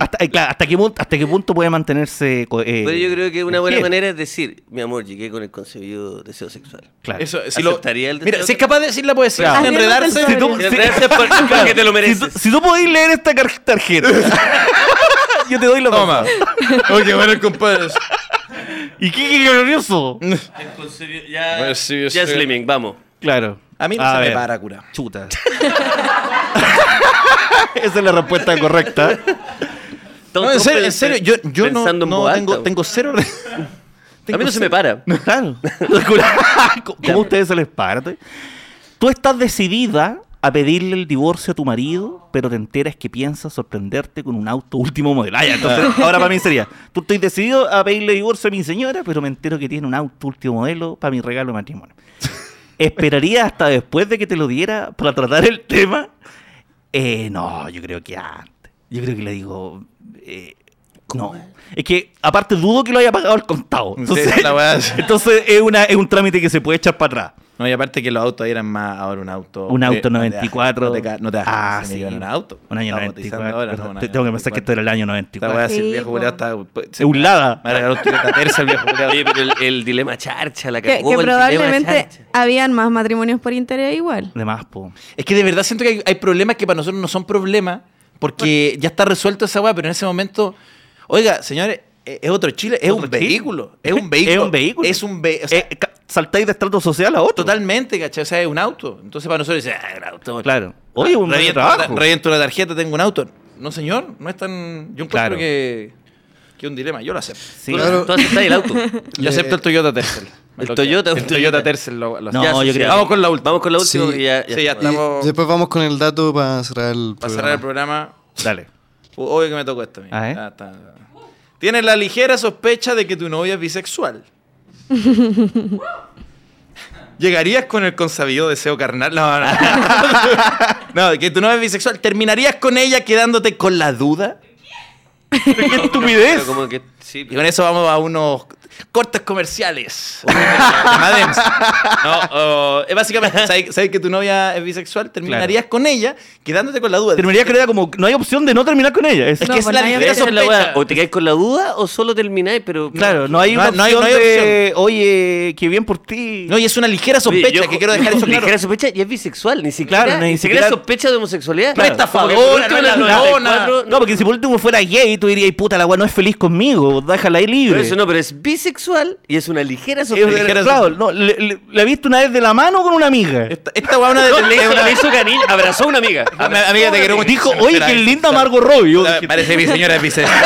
Speaker 2: Hasta, eh, claro, hasta, qué, mun- ¿Hasta qué punto puede mantenerse.? co- eh,
Speaker 3: Pero Pues yo creo que una buena
Speaker 2: mujer?
Speaker 3: manera es decir, mi amor, llegué con el concebido deseo sexual.
Speaker 2: Claro.
Speaker 1: Eso, si lo,
Speaker 3: ¿Aceptaría el deseo
Speaker 1: mira, si es
Speaker 3: carnal?
Speaker 1: capaz de decir la poesía,
Speaker 2: Claro.
Speaker 1: sin enredarse.
Speaker 7: Haciendo
Speaker 2: tú-
Speaker 3: Y
Speaker 2: si-
Speaker 3: atraerse
Speaker 2: *laughs*
Speaker 3: por- porque te lo
Speaker 2: Si, tú-
Speaker 3: mereces.
Speaker 2: si tú podés leer esta car- tarjeta, *laughs* yo te doy la
Speaker 1: Toma.
Speaker 2: pasada.
Speaker 1: *laughs* Oye, Oh, bueno, compadre.
Speaker 2: ¿Y qué, qué glorioso?
Speaker 3: El concebido- Ya,
Speaker 1: Pues sí,
Speaker 3: ya
Speaker 1: sí.
Speaker 3: Slimming, vamos.
Speaker 2: Claro.
Speaker 1: A mí no se me
Speaker 2: ver.
Speaker 1: para, cura.
Speaker 2: Chuta. *laughs* Esa es la respuesta correcta.
Speaker 1: No, en serio, en serio, yo, yo no,
Speaker 3: Pensando en
Speaker 1: no
Speaker 3: voz
Speaker 1: tengo,
Speaker 3: alta,
Speaker 1: tengo cero.
Speaker 3: A mí no se me para.
Speaker 2: *laughs* Claro.
Speaker 3: *laughs*
Speaker 2: *laughs* ¿Cómo a ustedes se les para? Tú estás decidida a pedirle el divorcio a tu marido, pero te enteras que piensa sorprenderte con un auto último modelo. Ah, ya,
Speaker 3: *laughs*
Speaker 2: entonces, ahora para mí sería, tú estoy decidido a pedirle divorcio a mi señora, pero me entero que tiene un auto último modelo para mi regalo de matrimonio. ¿Esperaría hasta después de que te lo diera para tratar el tema? Eh, no, yo creo que antes. Yo creo que le digo... eh, no. Es que, aparte, dudo que lo haya pagado al contado. Entonces,
Speaker 1: la weá.
Speaker 2: *laughs* entonces es, una, es un trámite que se puede echar para atrás.
Speaker 1: No, y aparte que los autos ahí eran más. Ahora un auto.
Speaker 2: Un
Speaker 1: de-
Speaker 2: auto
Speaker 1: Oh, no te da-
Speaker 2: 94.
Speaker 1: No te, ca- no te das
Speaker 2: Ah,
Speaker 1: cuenta,
Speaker 2: sí.
Speaker 1: se me iba en un auto.
Speaker 2: Un año
Speaker 1: Estaba
Speaker 2: 94.
Speaker 1: cotizando ahora,
Speaker 2: ¿verdad?
Speaker 1: no, un
Speaker 2: Te-
Speaker 1: año
Speaker 2: tengo que pensar que esto era el año
Speaker 1: Esta weá,
Speaker 2: 94.
Speaker 1: si el
Speaker 7: Sí,
Speaker 1: viejo
Speaker 7: po.
Speaker 1: culiao está.
Speaker 2: Es un lada.
Speaker 1: Me regaló un tireta terza el viejo culiao.
Speaker 3: Oye, pero el, el dilema charcha, la
Speaker 7: Que,
Speaker 3: cagó
Speaker 7: que
Speaker 3: el dilema
Speaker 7: probablemente
Speaker 3: charcha.
Speaker 7: habían más matrimonios por interés igual.
Speaker 2: De más, po.
Speaker 1: *laughs* Es que de verdad siento que hay, hay problemas que para nosotros no son problemas, porque ya está resuelto esa weá, pero en ese momento, oiga, señores, e- es otro Chile, es
Speaker 2: Otro
Speaker 1: un
Speaker 2: Chile.
Speaker 1: vehículo, *laughs* es un vehículo.
Speaker 2: Es un vehículo.
Speaker 1: Es un ve- o sea,
Speaker 2: Eh, ca- saltáis de estrato social a otro.
Speaker 1: totalmente, ¿cachai? O sea, es un auto. Entonces para nosotros dice, ah, el auto.
Speaker 2: Claro. Oye, un buen
Speaker 1: reviento, la,
Speaker 2: trabajo.
Speaker 1: reviento la tarjeta, tengo un auto. No, señor, no es tan. Yo encuentro
Speaker 2: Claro.
Speaker 1: que que un dilema, yo lo acepto.
Speaker 2: Sí. eh,
Speaker 3: Tú-
Speaker 4: Claro.
Speaker 3: Tú aceptas el auto.
Speaker 1: Yo acepto el Toyota
Speaker 2: *laughs*
Speaker 1: Tercel.
Speaker 3: El Toyota,
Speaker 1: el
Speaker 3: un
Speaker 1: Toyota
Speaker 3: Toyota.
Speaker 1: Tercel lo, lo
Speaker 2: No,
Speaker 1: acepto.
Speaker 2: yo
Speaker 3: sí,
Speaker 2: creo-
Speaker 3: sí.
Speaker 1: Vamos con la última.
Speaker 3: Vamos con la última.
Speaker 4: Sí.
Speaker 3: porque ya,
Speaker 1: Sí, ya
Speaker 4: Y
Speaker 1: está. Estamos-
Speaker 4: después vamos con el dato para cerrar el
Speaker 1: Para
Speaker 4: programa.
Speaker 1: cerrar el programa, Uh,
Speaker 2: Dale.
Speaker 1: Obvio que me tocó esto. mira.
Speaker 2: Ah, ¿eh?
Speaker 1: Ah, está. Tienes la ligera sospecha de que tu novia es
Speaker 2: *laughs*
Speaker 1: bisexual. ¿Llegarías con el consabido deseo carnal? No,
Speaker 2: *laughs*
Speaker 1: no. no, que tu novia es bisexual. ¿Terminarías con ella quedándote con la duda?
Speaker 2: ¡Qué
Speaker 3: Pero
Speaker 2: estupidez!
Speaker 3: como que, sí,
Speaker 1: Y con eso vamos a unos cortes comerciales. De Madems. no, oh, es básicamente, ¿sabes, sabes que tu novia es bisexual? ¿Terminarías con ella quedándote con la duda?
Speaker 2: Terminaría que era como, no hay opción de no terminar con ella.
Speaker 1: Es
Speaker 2: Es-
Speaker 1: que
Speaker 7: No,
Speaker 1: es
Speaker 7: pues
Speaker 1: la
Speaker 7: no hay
Speaker 1: ligera
Speaker 3: Esa es la
Speaker 1: sospecha.
Speaker 3: weá. o te quedáis con la duda o solo termináis, pero.
Speaker 2: Claro, no hay
Speaker 1: No
Speaker 2: una
Speaker 1: hay- no hay-
Speaker 2: opción
Speaker 1: no hay
Speaker 2: de, oye, qué bien por ti.
Speaker 1: No, y es una ligera
Speaker 3: Oye,
Speaker 1: sospecha
Speaker 3: yo-
Speaker 1: que quiero
Speaker 3: *laughs*
Speaker 1: dejar eso claro.
Speaker 3: Ligera sospecha y es bisexual, ni siquiera.
Speaker 2: Claro, ni
Speaker 3: ni, siquiera,
Speaker 2: siquiera-
Speaker 3: sospecha de homosexualidad.
Speaker 1: No es
Speaker 3: Como que
Speaker 1: estafadora,
Speaker 3: por último
Speaker 1: no es
Speaker 3: en el
Speaker 1: ladrona.
Speaker 3: 94,
Speaker 2: No, porque si por último fuera gay, tú dirías, puta, la weá no es feliz conmigo, déjala ahí
Speaker 3: Pero
Speaker 2: libre.
Speaker 3: eso no, pero es bisexual y es una ligera
Speaker 2: Es-
Speaker 3: sospecha.
Speaker 1: Ligera
Speaker 2: claro, no, le, le- la viste una vez de la mano con una amiga.
Speaker 1: Esta, esta weá es una
Speaker 3: *laughs*
Speaker 1: de
Speaker 3: Le hizo, le hizo cariño, abrazó a una amiga.
Speaker 1: Ami- Amiga, te quiero mucho.
Speaker 2: Dijo, oye, qué linda Margot Robbie. Yo
Speaker 1: Ah,
Speaker 2: dije,
Speaker 1: Parece mi señora *laughs* es bisexual.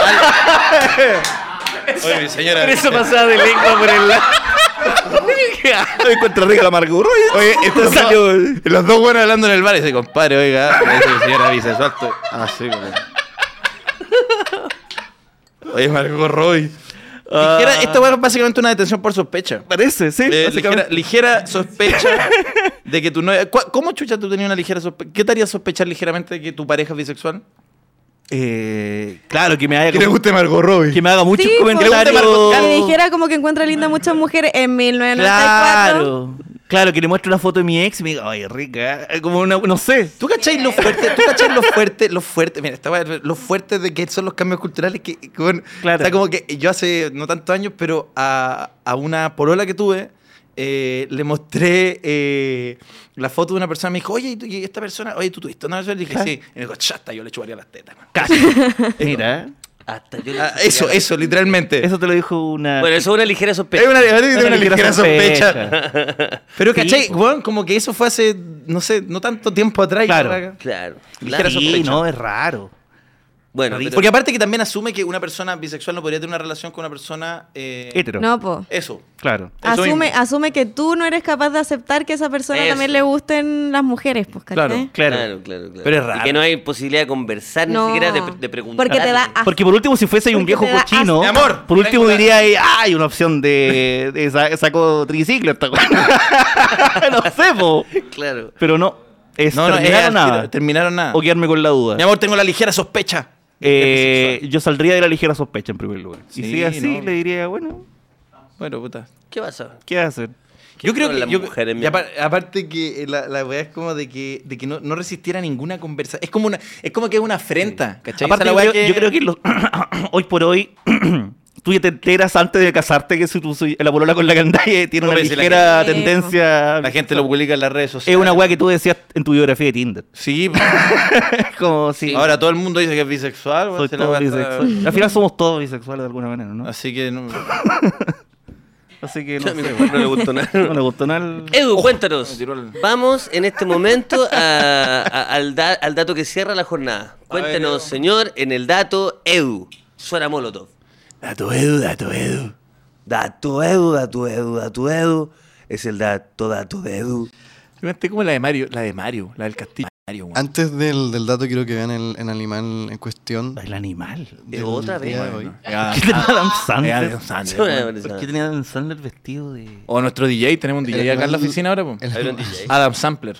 Speaker 1: Oye, mi señora.
Speaker 3: Por eso pasaba de lengua por el lado.
Speaker 2: "No encuentro rica la Margot Robbie.
Speaker 1: *laughs* Oye, estos
Speaker 2: *laughs* Entonces
Speaker 1: dos-
Speaker 2: yo-
Speaker 1: los dos buenos hablando en el bar y dice, compadre, oiga, parece mi señora es bisexual. Tú- Ah, sí, como- Oye, Margot Roy. Ah. esta weá es básicamente una detención por sospecha.
Speaker 2: Parece, sí.
Speaker 1: Eh, ligera,
Speaker 2: básicamente.
Speaker 1: ligera sospecha de que tu novia. ¿Cuá- ¿Cómo chucha tú tenías una ligera sospecha? ¿Qué te haría sospechar ligeramente de que tu pareja es bisexual?
Speaker 2: Eh, claro, que me haya como-
Speaker 1: guste Margot Robbie?
Speaker 2: que me haga muchos
Speaker 7: Sí, pues,
Speaker 1: Pregunta
Speaker 2: comentarios.
Speaker 1: Margot
Speaker 7: Que dijera como que encuentra linda muchas mujeres en 1994.
Speaker 2: Claro. Claro, que le muestre una foto de mi ex y me diga, ay, rica. eh, Como una, no sé.
Speaker 1: ¿Tú cacháis lo fuerte? ¿Tú cacháis
Speaker 2: *laughs*
Speaker 1: lo fuerte? Lo fuerte, mira, esta weá, lo fuerte de que son los cambios culturales que, que, bueno,
Speaker 2: Claro.
Speaker 1: está como que yo hace no tantos años, pero a, a una polola que tuve, eh, le mostré eh, la foto de una persona, me dijo, oye, ¿y tú- y esta persona, oye, ¿tú tuviste una persona? Le dije, sí. Y me dijo, chasta, yo le chuparía las tetas. man".
Speaker 7: *laughs*
Speaker 2: Casi. Mira, eh,
Speaker 3: Hasta yo le-
Speaker 1: Ah, eso, eso, literalmente.
Speaker 2: eso te lo dijo una.
Speaker 3: Bueno, eso es una ligera sospecha.
Speaker 1: es una, es
Speaker 2: una
Speaker 1: una ligera sospecha.
Speaker 2: *laughs*
Speaker 1: Pero,
Speaker 2: Sí,
Speaker 1: ¿cachai?
Speaker 2: po.
Speaker 1: Weón, como que eso fue hace, no sé, no tanto tiempo atrás.
Speaker 2: Claro.
Speaker 1: Ahora-
Speaker 3: Claro.
Speaker 1: Ligera
Speaker 2: sí,
Speaker 1: sospecha.
Speaker 2: no, es raro.
Speaker 3: Bueno, pero-
Speaker 1: Porque aparte que también asume que una persona bisexual no podría tener una relación con una persona... eh,
Speaker 2: Hetero.
Speaker 7: No, po.
Speaker 1: Eso.
Speaker 2: Claro.
Speaker 1: Eso
Speaker 7: Asume,
Speaker 1: mismo.
Speaker 7: asume que tú no eres capaz de aceptar que a esa persona
Speaker 3: Eso.
Speaker 7: también le gusten las mujeres, pues, ¿cachai?
Speaker 2: Claro,
Speaker 3: claro.
Speaker 2: claro.
Speaker 3: Claro, claro,
Speaker 2: Pero es raro.
Speaker 3: Y que no hay posibilidad de conversar,
Speaker 7: No,
Speaker 3: ni siquiera de, de preguntar.
Speaker 7: porque te da asco.
Speaker 2: Porque por último, si fuese un
Speaker 7: Ah. Porque
Speaker 2: viejo
Speaker 7: te da
Speaker 1: asco.
Speaker 2: cochino,
Speaker 1: Mi amor,
Speaker 2: por último
Speaker 1: tengo la-
Speaker 2: diría, ahí, ah, hay una opción de, de sa- saco triciclo esta weá". *laughs* No sé, po.
Speaker 3: Claro.
Speaker 2: Pero no, es
Speaker 1: No, no,
Speaker 2: terminar
Speaker 1: es-
Speaker 2: o nada.
Speaker 1: Terminaron nada.
Speaker 2: O quedarme con la duda.
Speaker 1: Mi amor, tengo la ligera sospecha. de que es
Speaker 2: Eh,
Speaker 1: bisexual.
Speaker 2: yo saldría de la ligera sospecha en primer lugar.
Speaker 1: Sí,
Speaker 2: y si así,
Speaker 1: no.
Speaker 2: le diría, bueno,
Speaker 1: Bueno, puta.
Speaker 3: ¿Qué pasa?
Speaker 2: ¿qué hacer?
Speaker 1: Yo creo
Speaker 3: son
Speaker 1: que.
Speaker 3: las
Speaker 1: yo-
Speaker 3: mujeres,
Speaker 1: y
Speaker 3: mi
Speaker 1: apar- aparte que eh, la, la weá es como de que, de que no, no resistiera ninguna conversación. Es como una, es como que es una afrenta, ¿cachai?
Speaker 2: Aparte,
Speaker 1: Esa
Speaker 2: yo,
Speaker 1: la weá
Speaker 2: creo- yo creo que los- *coughs* hoy por hoy *coughs* tú ya te enteras antes de casarte que si tú soy la polola con la candalle tiene
Speaker 1: No,
Speaker 2: una
Speaker 1: pero si la
Speaker 2: ligera
Speaker 7: gente-
Speaker 2: tendencia.
Speaker 1: La gente lo publica en las redes sociales.
Speaker 2: Es una weá que tú decías en tu biografía de Tinder.
Speaker 1: Sí, *laughs*
Speaker 2: Es como si.
Speaker 1: ahora todo el mundo dice que es bisexual. weón,
Speaker 2: soy
Speaker 1: se la
Speaker 2: todo
Speaker 1: weá está-
Speaker 2: bisexual. Al final somos todos bisexuales de alguna manera, ¿no?
Speaker 1: Así que no. *laughs*
Speaker 2: Así que no,
Speaker 3: A mi
Speaker 2: sé,
Speaker 3: mujer no le gustó nada.
Speaker 2: no le gustó nada. el-
Speaker 3: Edu, cuéntanos.
Speaker 1: me tiró el-
Speaker 3: Vamos en este momento a- a- al, da- al dato que cierra la jornada. Cuéntanos, señor, en el dato Edu. Suena Molotov. Dato Edu, dato Edu. Dato Edu, dato Edu, dato Edu. Es el dato, dato de Edu.
Speaker 1: Realmente como la de Mario, la de Mario, la del castillo. Mario, weón.
Speaker 4: Antes del, del dato, quiero que vean el, el animal en cuestión.
Speaker 1: *laughs*
Speaker 2: El animal.
Speaker 4: del
Speaker 3: otra
Speaker 4: día
Speaker 3: vez.
Speaker 4: de hoy.
Speaker 1: Ah,
Speaker 2: ¿Qué tenía Adam
Speaker 1: eh,
Speaker 2: Sandler?
Speaker 1: Adam Sandler,
Speaker 3: Suena
Speaker 1: weón.
Speaker 2: ¿Por
Speaker 3: Molotov.
Speaker 2: qué tenía Adam Sandler vestido de.?
Speaker 1: O nuestro DJ, tenemos un
Speaker 4: El
Speaker 1: DJ acá en la
Speaker 4: animal-
Speaker 1: oficina ahora, po.
Speaker 4: el-
Speaker 3: Hay un DJ.
Speaker 1: Adam
Speaker 3: *laughs*
Speaker 1: Sampler.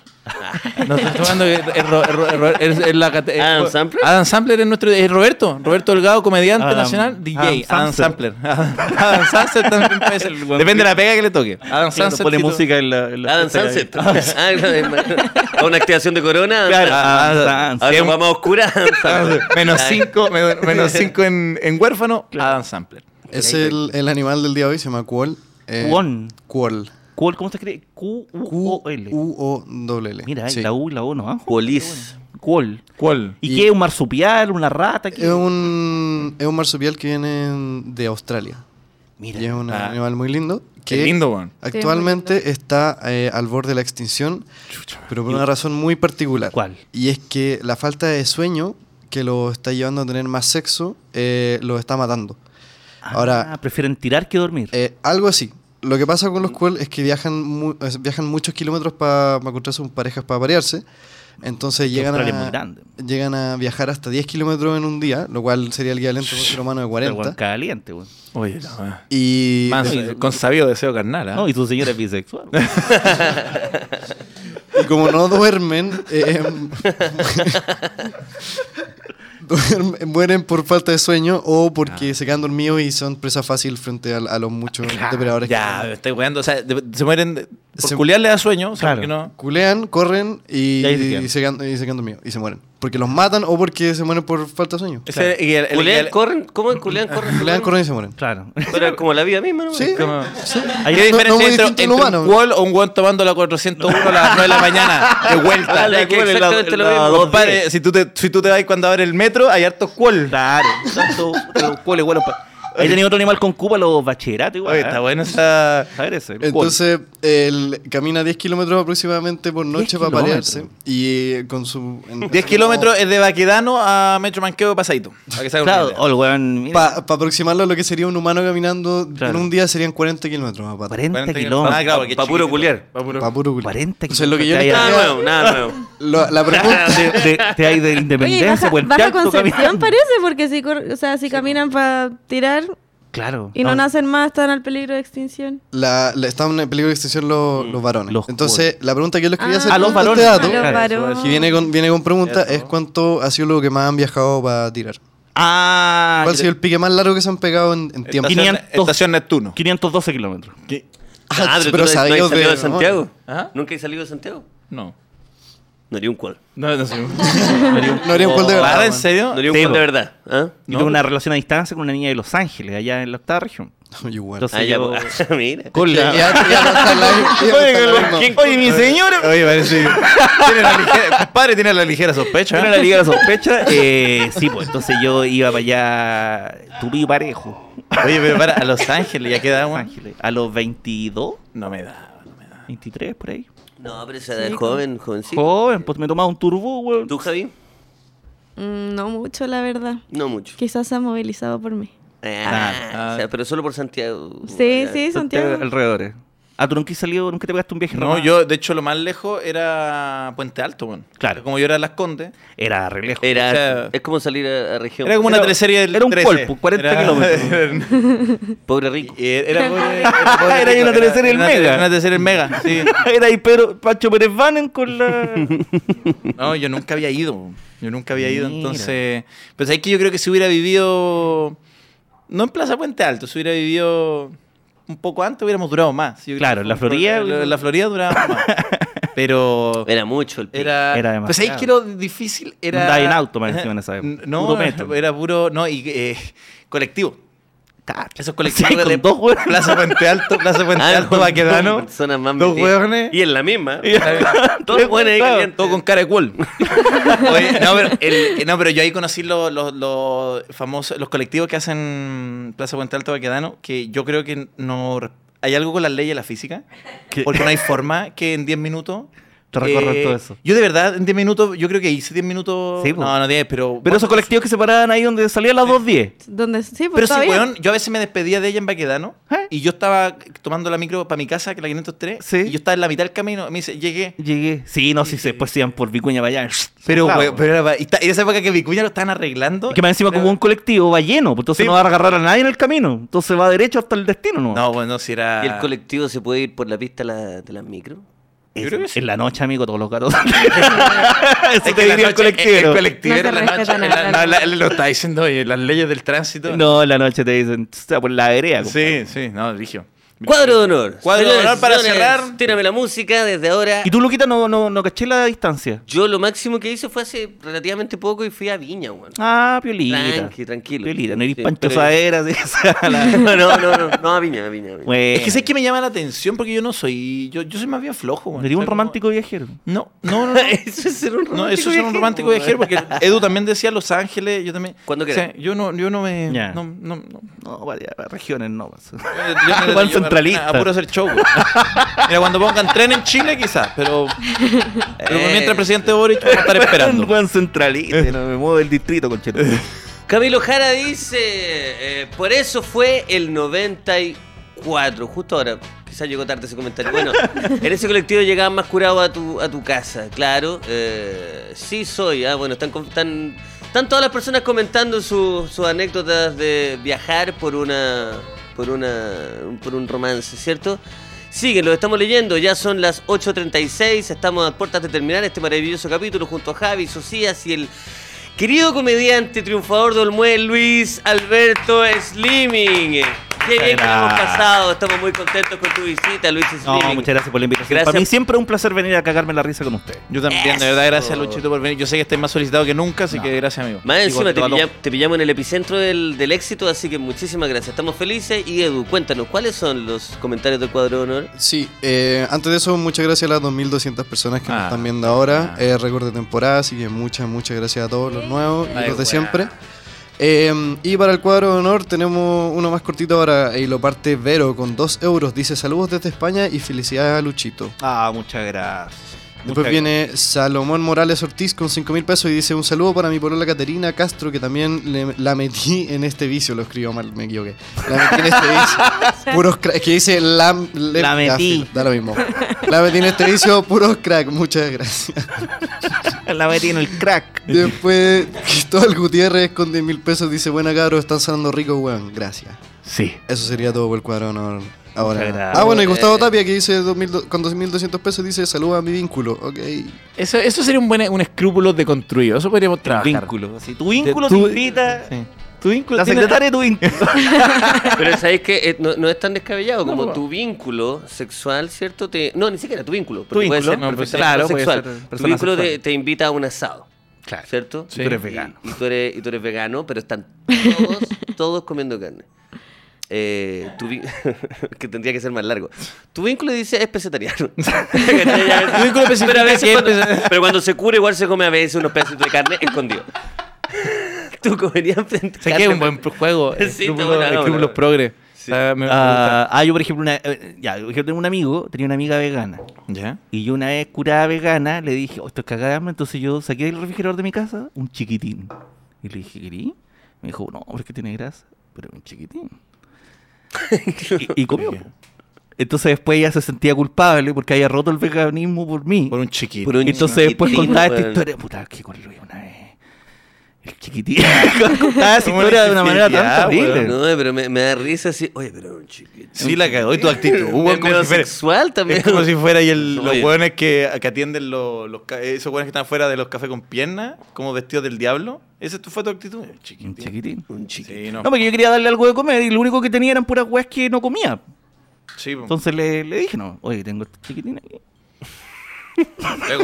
Speaker 1: No estoy tomando. Es, Ro- es Ro- es Ro- es- es la cate- es-
Speaker 3: ¿Adam Sampler?
Speaker 1: Adam Sampler es nuestro. Es Roberto. Roberto Delgado, comediante
Speaker 2: Adam-
Speaker 1: nacional. DJ.
Speaker 2: Adam
Speaker 1: Adam Sampler. *laughs* Adam Sampler también puede ser.
Speaker 2: El guan-
Speaker 1: Depende de la pega que le toque. Adam
Speaker 2: Claro,
Speaker 1: Sampler.
Speaker 2: pone música en la. en la
Speaker 3: *laughs* Adam
Speaker 2: fiesta
Speaker 3: Sunset.
Speaker 2: que
Speaker 3: Ah, no, Una activación de corona.
Speaker 2: Claro, Adam
Speaker 3: Adam
Speaker 2: Sunset.
Speaker 3: Sunset. Vamos a oscura.
Speaker 1: *laughs* Menos
Speaker 3: Ay.
Speaker 1: 5 menos
Speaker 4: *laughs*
Speaker 1: cinco en, en huérfano. Adam Sampler.
Speaker 4: Es el, el animal del día de hoy, se llama Quoll. eh,
Speaker 2: Quon.
Speaker 4: Quoll.
Speaker 2: ¿Cuál- ¿Cómo se escribe? Q-U-O-L.
Speaker 4: Q-U-O-L.
Speaker 2: Mira, ahí
Speaker 4: Sí.
Speaker 2: la U y la O no van juntas,
Speaker 3: Polis.
Speaker 2: ¿Cuál?
Speaker 1: ¿Cuál?
Speaker 2: ¿Y,
Speaker 4: Y-
Speaker 2: qué? ¿Un marsupial? ¿Una rata? ¿Qué?
Speaker 4: Es un, es un marsupial que viene en- de Australia.
Speaker 2: Mira.
Speaker 4: Y es un
Speaker 1: Ah.
Speaker 4: animal muy lindo.
Speaker 1: Qué
Speaker 4: Que
Speaker 1: lindo, weón.
Speaker 4: Actualmente está eh, al borde de la extinción, pero por una razón muy particular.
Speaker 2: ¿Cuál?
Speaker 4: Y es que la falta de sueño que lo está llevando a tener más sexo, eh, lo está matando.
Speaker 2: Ah,
Speaker 4: Ahora-
Speaker 2: prefieren tirar que dormir.
Speaker 4: Eh, algo así. Lo que pasa con los cual es que viajan mu- eh, viajan muchos kilómetros para encontrar sus parejas para parearse. Entonces llegan
Speaker 2: Australia es muy
Speaker 4: a,
Speaker 2: grande.
Speaker 4: llegan a viajar hasta 10 kilómetros en un día, lo cual sería el equivalente a un ser humano de
Speaker 2: Pero, weón,
Speaker 4: 40.
Speaker 2: caliente, weón.
Speaker 1: Oye, la weá.
Speaker 4: Y
Speaker 1: Manso, con sabio deseo carnal. ¿ah?
Speaker 2: No, y tu señora es bisexual. weón.
Speaker 4: Y como no duermen, eh,
Speaker 2: *laughs*
Speaker 4: em, duermen- mueren por falta de sueño o porque
Speaker 2: Ah.
Speaker 4: se quedan dormidos y son presa fácil frente a, a los muchos depredadores que
Speaker 1: ya, me estoy weando. O sea, de- se mueren. de- Por
Speaker 4: Se-
Speaker 1: culiar le da sueño. O sea,
Speaker 2: Claro.
Speaker 1: porque no.
Speaker 4: culean, corren y,
Speaker 2: Y ahí se quedan.
Speaker 4: y se quedan, y se quedan dormidos y se mueren. Porque los matan o porque se mueren por falta de sueño.
Speaker 1: Ese- y el- el-
Speaker 3: ¿Culean,
Speaker 1: el-
Speaker 3: corren? ¿Cómo culean, corren?
Speaker 4: Culean, corren y se mueren.
Speaker 2: Claro.
Speaker 3: Pero es como la vida misma, ¿no?
Speaker 4: Sí,
Speaker 1: como-
Speaker 4: sí.
Speaker 2: Hay
Speaker 1: ¿Qué
Speaker 4: No- no muy
Speaker 1: diferencia entre-
Speaker 4: distinto
Speaker 1: entre,
Speaker 4: al
Speaker 1: un
Speaker 4: humano.
Speaker 1: wall o un weón tomando la 401 a las 9 de la mañana de vuelta?
Speaker 3: Vale, que exactamente lo mismo.
Speaker 1: Compadre, si tú te, si tú te vas cuando abre el metro, hay hartos cuol.
Speaker 2: Claro. Tanto, pero, ¿cuál es? Bueno, pa- Ahí tenía otro animal con Cuba, los bachilleratos igual.
Speaker 1: Oye,
Speaker 2: ¿eh?
Speaker 1: está bueno esa...
Speaker 2: A ver ese, el
Speaker 4: Entonces, él camina 10 kilómetros aproximadamente por noche para
Speaker 2: kilómetros.
Speaker 4: parearse y eh, con su... en-
Speaker 1: 10 kilómetros es de Baquedano a Metro Manqueo pasadito. Para que se
Speaker 2: cual.
Speaker 1: haga una
Speaker 2: Claro,
Speaker 1: idea.
Speaker 2: o el weón, mira,
Speaker 4: Para aproximarlo a lo que sería un humano caminando
Speaker 2: Claro.
Speaker 4: en un día serían 40 kilómetros. aparte.
Speaker 2: 40
Speaker 1: 40 Ah,
Speaker 2: kilómetros.
Speaker 1: claro, porque
Speaker 3: Pa' puro
Speaker 1: chiquitito.
Speaker 3: culiar.
Speaker 1: Pa' puro- Ah,
Speaker 4: Pa' puro culo.
Speaker 2: 40
Speaker 4: Entonces, lo que yo
Speaker 2: kilómetros. Ah,
Speaker 4: le
Speaker 2: Te
Speaker 3: Nada
Speaker 4: quería-
Speaker 3: nuevo, nada
Speaker 1: *laughs*
Speaker 3: nuevo.
Speaker 4: lo- la
Speaker 2: *laughs*
Speaker 4: pregunta...
Speaker 2: Ah, de, de- te hay de
Speaker 7: Oye,
Speaker 2: independencia,
Speaker 7: baja,
Speaker 2: pues
Speaker 7: baja concepción *laughs* parece, porque si, cor- o sea, si caminan para tirar
Speaker 2: Claro. Ah.
Speaker 7: y no,
Speaker 2: No,
Speaker 7: nacen más, están al peligro de extinción.
Speaker 4: La, la- están en peligro de extinción los, los varones.
Speaker 2: Mm. Los
Speaker 4: Entonces, la pregunta que yo les quería
Speaker 7: Ah.
Speaker 4: hacer
Speaker 2: A los
Speaker 4: con este
Speaker 2: varones. Ah,
Speaker 4: dato,
Speaker 7: A los
Speaker 2: Claro,
Speaker 7: varones.
Speaker 4: que viene con, viene con pregunta, es cuánto ha sido lo que más han viajado para tirar.
Speaker 2: Ah,
Speaker 1: Pues,
Speaker 4: ¿Cuál ha sido el pique más largo que se han pegado en, en tiempo?
Speaker 1: Estación,
Speaker 2: 500.
Speaker 1: Estación Neptuno.
Speaker 2: 512 kilómetros.
Speaker 4: Ah,
Speaker 3: pero tú no, no has
Speaker 4: sabías
Speaker 3: salido de
Speaker 4: memoria.
Speaker 3: Santiago.
Speaker 1: Ajá.
Speaker 7: ¿Ah?
Speaker 3: ¿Nunca has salido de Santiago?
Speaker 1: No.
Speaker 3: No haría un cual.
Speaker 1: No, no sé.
Speaker 4: *laughs* No haría un gol
Speaker 1: ¿Verdad?
Speaker 4: de verdad.
Speaker 1: ¿En
Speaker 4: weón.
Speaker 1: serio? *laughs*
Speaker 3: No haría un
Speaker 2: Sí,
Speaker 3: cual de
Speaker 2: po.
Speaker 3: verdad. ¿ah?
Speaker 2: Yo tengo una relación a distancia con una niña de Los Ángeles, allá en la octava región.
Speaker 4: No, igual.
Speaker 2: Entonces
Speaker 3: Ah, ya,
Speaker 2: yo-
Speaker 3: po. *laughs* Mira.
Speaker 2: con
Speaker 4: Ya-
Speaker 2: la-
Speaker 4: ya- ya no
Speaker 1: *laughs*
Speaker 4: está la- ya no está la- no.
Speaker 2: Oye, mi señora.
Speaker 1: Oye, parece... Tiene la *laughs* ligera... Compadre, tiene la ligera sospecha.
Speaker 2: Yo no la liga de la sospecha. Eh, sí, pues entonces yo iba para allá, tuve parejo.
Speaker 1: Oye, pero para, a Los Ángeles ya queda
Speaker 2: Los
Speaker 1: weón.
Speaker 2: Ángeles, a los 22,
Speaker 1: No me da, no me da.
Speaker 2: 23, por ahí.
Speaker 3: No, pero esa edad es joven, jovencito.
Speaker 2: Joven, pues me tomaba un turbo, weón.
Speaker 3: ¿Tú, Javi?
Speaker 7: Mm, No mucho, la verdad.
Speaker 3: No mucho.
Speaker 7: Quizás se ha movilizado por mí.
Speaker 3: Ah, o sea, pero solo por Santiago.
Speaker 7: Sí, sí,
Speaker 2: Son te-
Speaker 7: Santiago.
Speaker 2: Alrededores. Ah, tú nunca has salido, nunca te pegaste un viaje.
Speaker 1: Este, No,
Speaker 2: romano?
Speaker 1: yo, de hecho, lo más lejos era Puente Alto, weón.
Speaker 2: Claro.
Speaker 1: Como yo Eh, era de Las Condes.
Speaker 2: Era re lejos.
Speaker 3: Era,
Speaker 1: O sea,
Speaker 3: es como salir a, a región.
Speaker 1: Era como una
Speaker 2: Era-
Speaker 1: teleserie del
Speaker 2: era un
Speaker 1: 13.
Speaker 2: polpo, 40 kilómetros.
Speaker 3: Pobre rico.
Speaker 1: *laughs* Y Era, era, pobre-
Speaker 2: Era
Speaker 1: pobre
Speaker 2: ahí
Speaker 1: rico,
Speaker 2: una teleserie del
Speaker 1: una tele-
Speaker 2: Mega.
Speaker 1: Una teleserie del Mega, sí.
Speaker 2: *laughs* Era ahí pero Pancho Pérez Vanen con
Speaker 1: *laughs*
Speaker 2: la...
Speaker 1: No, yo nunca había ido. Yo nunca había ido,
Speaker 2: Mira.
Speaker 1: entonces. Pues es que yo creo que si hubiera vivido. No en Plaza Puente Alto, si hubiera vivido un poco antes, hubiéramos durado más. Yo creo
Speaker 2: Claro,
Speaker 1: que
Speaker 2: en la
Speaker 1: fue-
Speaker 2: Florida-
Speaker 1: En la Florida durábamos
Speaker 2: *laughs*
Speaker 1: más. Pero.
Speaker 3: Era mucho el pico.
Speaker 1: Era,
Speaker 2: Era demasiado.
Speaker 1: Pues ahí que lo difícil era.
Speaker 2: Andaba en auto más encima en esa época.
Speaker 1: N- *laughs* No,
Speaker 2: Puro metro.
Speaker 1: era puro. No, y eh, colectivo. Esos colectivos
Speaker 2: Sí,
Speaker 1: de
Speaker 2: con
Speaker 1: rep-
Speaker 2: dos hueones.
Speaker 1: Plaza Puente Alto, Plaza Puente
Speaker 3: Ah,
Speaker 1: Alto,
Speaker 3: con
Speaker 1: Baquedano.
Speaker 3: dos personas más
Speaker 1: dos
Speaker 3: metidas.
Speaker 1: hueones.
Speaker 3: Y en la misma.
Speaker 1: Todo
Speaker 3: *laughs* Todos buenos ahí calientes.
Speaker 1: Todo con cara de cual. Oye, no, pero el- no, pero yo ahí conocí los, los- los famosos, los colectivos que hacen Plaza Puente Alto Baquedano, que yo creo que no... re- Hay algo con las leyes de la física,
Speaker 2: ¿Qué?
Speaker 1: porque no hay forma que en 10 minutos... eh,
Speaker 2: Te recorran todo eso.
Speaker 1: Yo de verdad, en 10 minutos, yo creo que hice 10 minutos...
Speaker 2: Sí, po.
Speaker 1: no, no 10, pero...
Speaker 2: Pero esos colectivos que se paraban ahí donde salía a las 2.10.
Speaker 7: Donde, sí, pues
Speaker 1: Pero sí,
Speaker 7: todavía.
Speaker 1: weón, yo a veces me despedía de ella en Baquedano
Speaker 2: ¿Eh?
Speaker 1: y yo estaba tomando la micro para mi casa, que es la 503,
Speaker 2: Sí.
Speaker 1: y yo estaba en la mitad del camino, me dice, llegué,
Speaker 2: Llegué. Sí, no, sí, se- después se iban por Vicuña para allá.
Speaker 1: Pero,
Speaker 2: Claro.
Speaker 1: güey, pero era, pa- y ta- en esa época que Vicuña lo estaban arreglando.
Speaker 2: Es que más encima como un colectivo va lleno, pues entonces
Speaker 1: Sí.
Speaker 2: no va a agarrar a nadie en el camino. Entonces va derecho hasta el destino, ¿no?
Speaker 1: No, bueno, si era.
Speaker 3: ¿Y el colectivo se puede ir por la pista la- de las micro?
Speaker 1: Yo creo que sí.
Speaker 2: En la noche, amigo, todos los
Speaker 1: *laughs*
Speaker 2: gatos. Eso
Speaker 1: Es
Speaker 2: te
Speaker 1: que la
Speaker 2: diría el
Speaker 1: noche- eh, el-
Speaker 2: colectivero.
Speaker 1: el colectivo
Speaker 7: No
Speaker 1: era
Speaker 7: se
Speaker 1: la noche.
Speaker 7: respeta nada,
Speaker 1: la- no,
Speaker 7: claro.
Speaker 1: la- Lo está diciendo, oye, las leyes del tránsito.
Speaker 2: No, en la noche te dicen, "Tss, por la vereda. compadre".
Speaker 1: Sí, sí, no, dirigió.
Speaker 3: Cuadro de honor.
Speaker 1: Cuadro de honor para
Speaker 3: Señores,
Speaker 1: cerrar.
Speaker 3: Tírame la música desde ahora.
Speaker 2: Y tú, Luquita, no, no, no caché la distancia.
Speaker 3: Yo lo máximo que hice fue hace relativamente poco y fui a Viña, weón.
Speaker 2: Ah, piolita.
Speaker 3: Tranqui, tranquilo.
Speaker 2: Piolita, no eres
Speaker 3: Sí,
Speaker 2: Pancho
Speaker 3: pero-
Speaker 2: Saera. *laughs* sí, o
Speaker 1: Ah,
Speaker 2: sea, la-
Speaker 1: *laughs*
Speaker 3: *laughs* No, no, no, no, no, a Viña, a Viña. a Viña.
Speaker 2: Bueno,
Speaker 1: Es que sé que me llama la atención porque yo no soy. Yo, yo soy más bien flojo, güey.
Speaker 2: no eres
Speaker 1: O
Speaker 2: un
Speaker 1: sea, como-
Speaker 2: romántico viajero.
Speaker 1: No, no, *laughs* no. no.
Speaker 3: *laughs* Eso es ser un romántico.
Speaker 1: No, eso es un
Speaker 3: viajero,
Speaker 1: romántico
Speaker 3: weón.
Speaker 1: viajero porque Edu también decía Los Ángeles, yo también.
Speaker 3: Cuando
Speaker 1: O sea,
Speaker 3: quieras.
Speaker 1: yo no, yo no me.
Speaker 2: Ya.
Speaker 1: No, no, no. *laughs*
Speaker 2: No, para, para regiones no. pues.
Speaker 1: Yo-
Speaker 2: para-
Speaker 1: yo no-
Speaker 2: Juan
Speaker 1: yo-
Speaker 2: centralista.
Speaker 1: A puro hacer show. güey. Mira, cuando pongan tren en Chile, quizás, pero, pero
Speaker 3: Eh.
Speaker 1: mientras el *laughs* presidente Boric va a estar esperando.
Speaker 2: Un Juan centralista, no me muevo del distrito, conchero.
Speaker 3: Camilo Jara dice, eh, por eso fue el 94, justo ahora. Quizás llegó tarde ese comentario. Bueno, en ese colectivo llegaban más curado a tu, a tu casa, claro. eh, sí soy, ah, bueno, están, con- están, están todas las personas comentando su- sus anécdotas de viajar por una, por una, por un romance, ¿cierto? Sigue, lo estamos leyendo, ya son las 8.36, estamos a puertas de terminar este maravilloso capítulo junto a Javi, Socias y el Querido comediante, triunfador de Olmué, Luis Alberto Slimming. Qué bien que lo hemos
Speaker 2: Gracias.
Speaker 3: pasado. Estamos muy contentos con tu visita, Luis
Speaker 2: No,
Speaker 3: Slimming.
Speaker 2: muchas gracias por la invitación.
Speaker 3: Gracias.
Speaker 2: Para mí siempre es un placer venir a cagarme la risa con usted.
Speaker 1: Yo también, de verdad, gracias Luchito por venir. Yo sé que estáis más solicitado que nunca, así que gracias, amigo.
Speaker 3: Más
Speaker 1: Digo,
Speaker 3: encima te,
Speaker 1: a los-
Speaker 3: pilla- te pillamos en el epicentro del, del éxito, así que muchísimas gracias. Estamos felices. Y Edu, cuéntanos, ¿cuáles son los comentarios del cuadro de honor?
Speaker 4: Sí, eh, antes de eso, muchas gracias a las 2.200 personas que
Speaker 1: Ah,
Speaker 4: nos están viendo ahora.
Speaker 1: ah.
Speaker 4: Eh, récord de temporada, así que muchas, muchas gracias a todos los nuevos y
Speaker 1: Ay,
Speaker 4: los de
Speaker 1: weá.
Speaker 4: siempre. Eh, y para el cuadro de honor tenemos uno más cortito ahora y lo parte Vero con 2 euros. Dice saludos desde España y felicidades a Luchito.
Speaker 2: Ah, muchas gracias.
Speaker 4: Después viene Salomón Morales Ortiz con 5 mil pesos y dice un saludo para mi polola Caterina Castro que también le- la metí en este vicio, lo escribió mal, me equivoqué. La metí en este
Speaker 2: *laughs*
Speaker 4: vicio. Puros crack, que dice la, le-
Speaker 2: La metí.
Speaker 4: ya, filo, Da lo mismo. La metí en este vicio, puros crack, muchas gracias.
Speaker 2: La metí en el
Speaker 4: *laughs*
Speaker 2: crack.
Speaker 4: Después Cristóbal Gutiérrez con 10 mil pesos dice buena cabros, están sonando rico, weón, gracias.
Speaker 2: *laughs* Sí.
Speaker 4: Eso sería todo por el cuadro de honor. Ahora.
Speaker 2: gracias.
Speaker 4: Ah, bueno, y Gustavo Tapia que dice 2000 con 2.200 pesos dice saluda a mi vínculo, ok.
Speaker 1: Eso, eso sería un buen un escrúpulo de construido. Eso podríamos trabajar.
Speaker 2: Vínculo. así, tu vínculo
Speaker 1: Tu-
Speaker 2: te invita.
Speaker 1: Sí.
Speaker 2: Tu vínculo. La
Speaker 1: tiene-
Speaker 2: secretaria de tu vínculo.
Speaker 3: Pero sabéis que eh, no, no es tan descabellado como tu vínculo sexual, ¿cierto? Te, no, ni siquiera tu vínculo. Porque puede
Speaker 2: vínculo,
Speaker 3: ser
Speaker 2: no, pues,
Speaker 3: perfectamente
Speaker 2: claro, puede
Speaker 3: sexual.
Speaker 2: ser
Speaker 3: Tu
Speaker 2: persona
Speaker 3: vínculo te,
Speaker 2: sexual.
Speaker 3: te invita a un asado.
Speaker 2: Claro.
Speaker 3: ¿Cierto?
Speaker 1: Sí.
Speaker 2: Tú eres vegano.
Speaker 3: Y, y tú eres, y tú eres vegano, pero están todos, *laughs* todos comiendo carne. Eh, tu vi- *laughs* que tendría que ser más largo. Tu vínculo dice
Speaker 2: *laughs*
Speaker 3: es pesetariano. *laughs* tu
Speaker 1: vínculo
Speaker 3: pero,
Speaker 1: especifica
Speaker 3: a veces
Speaker 1: que es
Speaker 3: cuando,
Speaker 1: pese-
Speaker 3: pero cuando se cura igual se come a veces unos pedacitos de carne
Speaker 2: *laughs*
Speaker 3: escondido. Tú comerías
Speaker 1: Sé que es un buen juego.
Speaker 3: Sí,
Speaker 1: escrúpulo-
Speaker 2: *laughs*
Speaker 3: está buena, no,
Speaker 1: escrúpulos
Speaker 3: no.
Speaker 1: progre. Ah, me- me gusta.
Speaker 2: Ah, ah, yo por ejemplo, una, eh, ya, yo tengo un amigo, tenía una amiga vegana.
Speaker 1: ¿Ya?
Speaker 2: Y yo una vez curada vegana le dije, oh, estoy cagada de hambre", entonces yo saqué del refrigerador de mi casa un chiquitín. Y le dije, ¿querí? Me dijo, no, porque tiene grasa, pero
Speaker 1: *laughs*
Speaker 2: un chiquitín. y, y comió. po. Entonces después ella se sentía culpable porque había roto el veganismo por mí.
Speaker 1: Por un chiquito.
Speaker 3: Por un
Speaker 2: Entonces después
Speaker 3: chiquitín,
Speaker 2: contaba esta
Speaker 3: weón.
Speaker 2: historia, puta, que con Luis una vez. El chiquitín. *laughs* contaba esa historia de una manera
Speaker 1: Ya,
Speaker 2: tan terrible.
Speaker 3: No, pero me, me da risa así. Oye, pero era un chiquito.
Speaker 1: Sí, la cagó y tu
Speaker 3: *laughs*
Speaker 1: actitud,
Speaker 3: Es
Speaker 1: weón, como
Speaker 3: medio
Speaker 1: si fuera.
Speaker 3: sexual también.
Speaker 1: Es como si fuera y el- los
Speaker 3: Oye.
Speaker 1: hueones que, que atienden los, los ca- esos hueones que están fuera de los cafés con piernas, como vestidos del diablo. Esa tu- fue tu actitud.
Speaker 2: Un
Speaker 1: Chiquitín.
Speaker 2: chiquitín.
Speaker 3: Un chiquito.
Speaker 1: Sí, no.
Speaker 2: No, porque yo quería darle algo de comer y lo único que tenía eran puras weas que no comía.
Speaker 1: Sí, pues. po.
Speaker 2: Entonces le, le dije, no, oye, tengo este chiquitín aquí.
Speaker 1: Ya, compadre, ¿eh?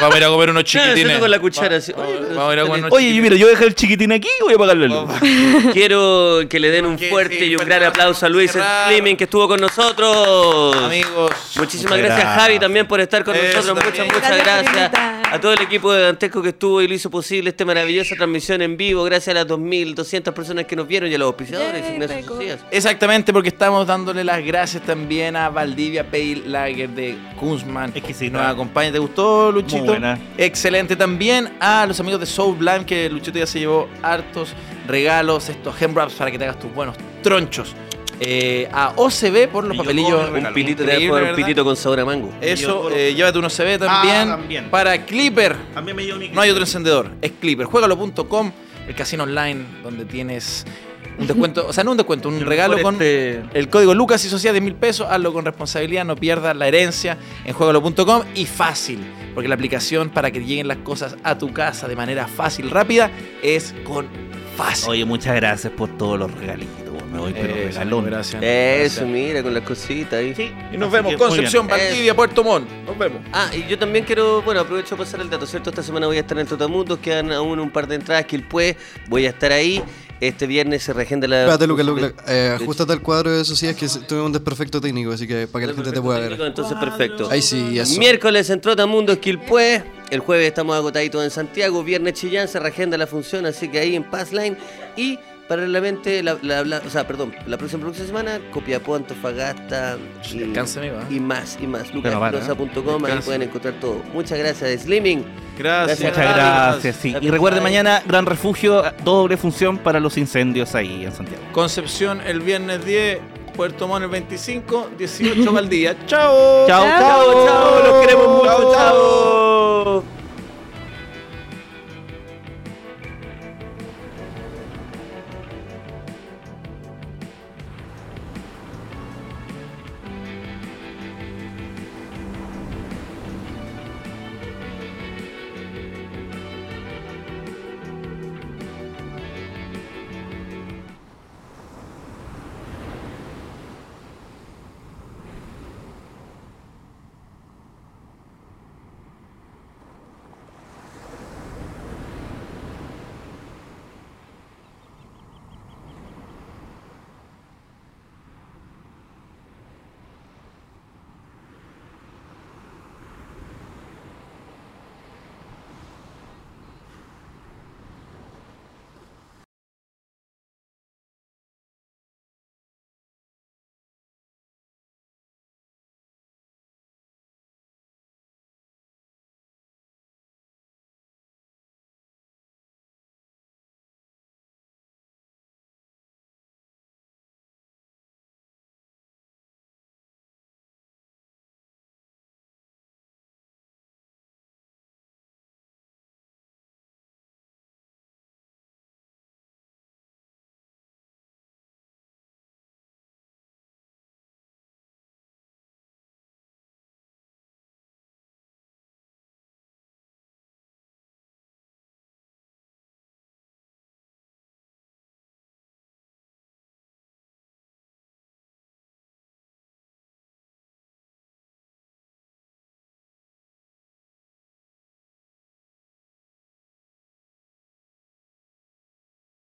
Speaker 1: Vamos a ir a comer unos
Speaker 3: Claro,
Speaker 1: chiquitines.
Speaker 3: haciendo con la cuchara, así.
Speaker 1: Vamos,
Speaker 3: Oye,
Speaker 1: vamos a ir a comer unos
Speaker 2: Oye, yo, mira, yo voy a dejar el chiquitín aquí y voy a pagarle
Speaker 1: Oh,
Speaker 2: la luz.
Speaker 3: *laughs* Quiero que le den un
Speaker 1: Que
Speaker 3: fuerte
Speaker 1: sí,
Speaker 3: y un
Speaker 1: fuerte
Speaker 3: gran
Speaker 1: aplauso,
Speaker 3: aplauso a Luis
Speaker 1: Montserrat.
Speaker 3: Fleming que estuvo con nosotros.
Speaker 1: amigos.
Speaker 3: Muchísimas
Speaker 1: Muchas
Speaker 3: gracias, Javi también por estar con
Speaker 1: Eso
Speaker 3: nosotros.
Speaker 1: también.
Speaker 3: Muchas, muchas
Speaker 7: Gracias por
Speaker 3: gracias.
Speaker 7: invitar.
Speaker 3: A todo el equipo de Dantesco que estuvo y lo hizo posible esta maravillosa transmisión en vivo. Gracias a las 2.200 personas que nos vieron y a los auspiciadores.
Speaker 7: Yay,
Speaker 3: Ignacio
Speaker 7: Peco.
Speaker 3: Socias.
Speaker 1: Exactamente, porque estamos dándole las gracias también a Valdivia Pale Lager de Kunzman.
Speaker 2: Exquisita.
Speaker 1: Nos acompaña. ¿Te gustó, Luchito?
Speaker 2: Muy buena.
Speaker 1: Excelente. También a los amigos de Soul Blind, que Luchito ya se llevó hartos regalos, estos hem wraps para que te hagas tus buenos tronchos. Eh, a OCB por los papelillos.
Speaker 3: Un pitito, te voy a
Speaker 1: Increíble,
Speaker 3: jugar un
Speaker 1: ¿verdad?
Speaker 3: pitito con sabor a mango.
Speaker 1: Eso, eh, llévate un OCB también.
Speaker 2: también.
Speaker 1: Para Clipper.
Speaker 2: También me llevo mi
Speaker 1: No hay otro encendedor, es Clipper. Juegalo.com, el casino online donde tienes un descuento, o sea, no un descuento, un regalo con
Speaker 2: este-
Speaker 1: el código Lucas y Sociedad de mil pesos. Hazlo con responsabilidad, no pierdas la herencia en juegalo.com y fácil, porque la aplicación para que lleguen las cosas a tu casa de manera fácil, rápida, es con fácil.
Speaker 2: Oye, muchas gracias por todos los regalitos. Me voy, pero
Speaker 1: Eh,
Speaker 2: regalón.
Speaker 1: gracias.
Speaker 3: Eso,
Speaker 1: gracias.
Speaker 3: mira, con las cositas ahí.
Speaker 1: Y nos vemos,
Speaker 2: Así que, muy
Speaker 1: Concepción,
Speaker 3: bien.
Speaker 1: Valdivia, Puerto Montt. Nos vemos.
Speaker 3: Ah, y yo también quiero, bueno, aprovecho para pasar el dato, ¿cierto? Esta semana voy a estar en el Totamundo, quedan aún un par de entradas que el pues, voy a estar ahí. Este viernes se regenda la.
Speaker 4: Espérate, Lucas, Lucas.
Speaker 3: de-
Speaker 4: Eh,
Speaker 3: de-
Speaker 4: ajustate el cuadro de Socias que se- tuve un desperfecto técnico, así que para que la gente te pueda ver.
Speaker 3: Entonces, perfecto.
Speaker 4: Ahí sí, eso.
Speaker 3: Miércoles en Trotamundo Esquilpue. El jueves estamos agotaditos en Santiago. Viernes Chillán se reagenda la función, así que ahí en Passline. Y paralelamente, la, la- la- o sea, perdón, la próxima, próxima semana, Copiapó, Antofagasta y,
Speaker 1: Descansa, amigo, ¿eh?
Speaker 3: y más, y más.
Speaker 2: Pero para, ¿eh?
Speaker 3: LucasPenosa.com, ahí
Speaker 1: Descansa.
Speaker 3: pueden encontrar todo. Muchas gracias, Slimming.
Speaker 1: Gracias.
Speaker 2: Muchas gracias, sí. Y recuerde mañana, Gran Refugio, doble función para los incendios ahí en Santiago.
Speaker 1: Concepción el viernes 10, Puerto Montt el 25, 18 Valdivia. ¡Chao!
Speaker 2: Chao, chao, chao. Los queremos mucho.
Speaker 1: Chao, chao.
Speaker 2: chao.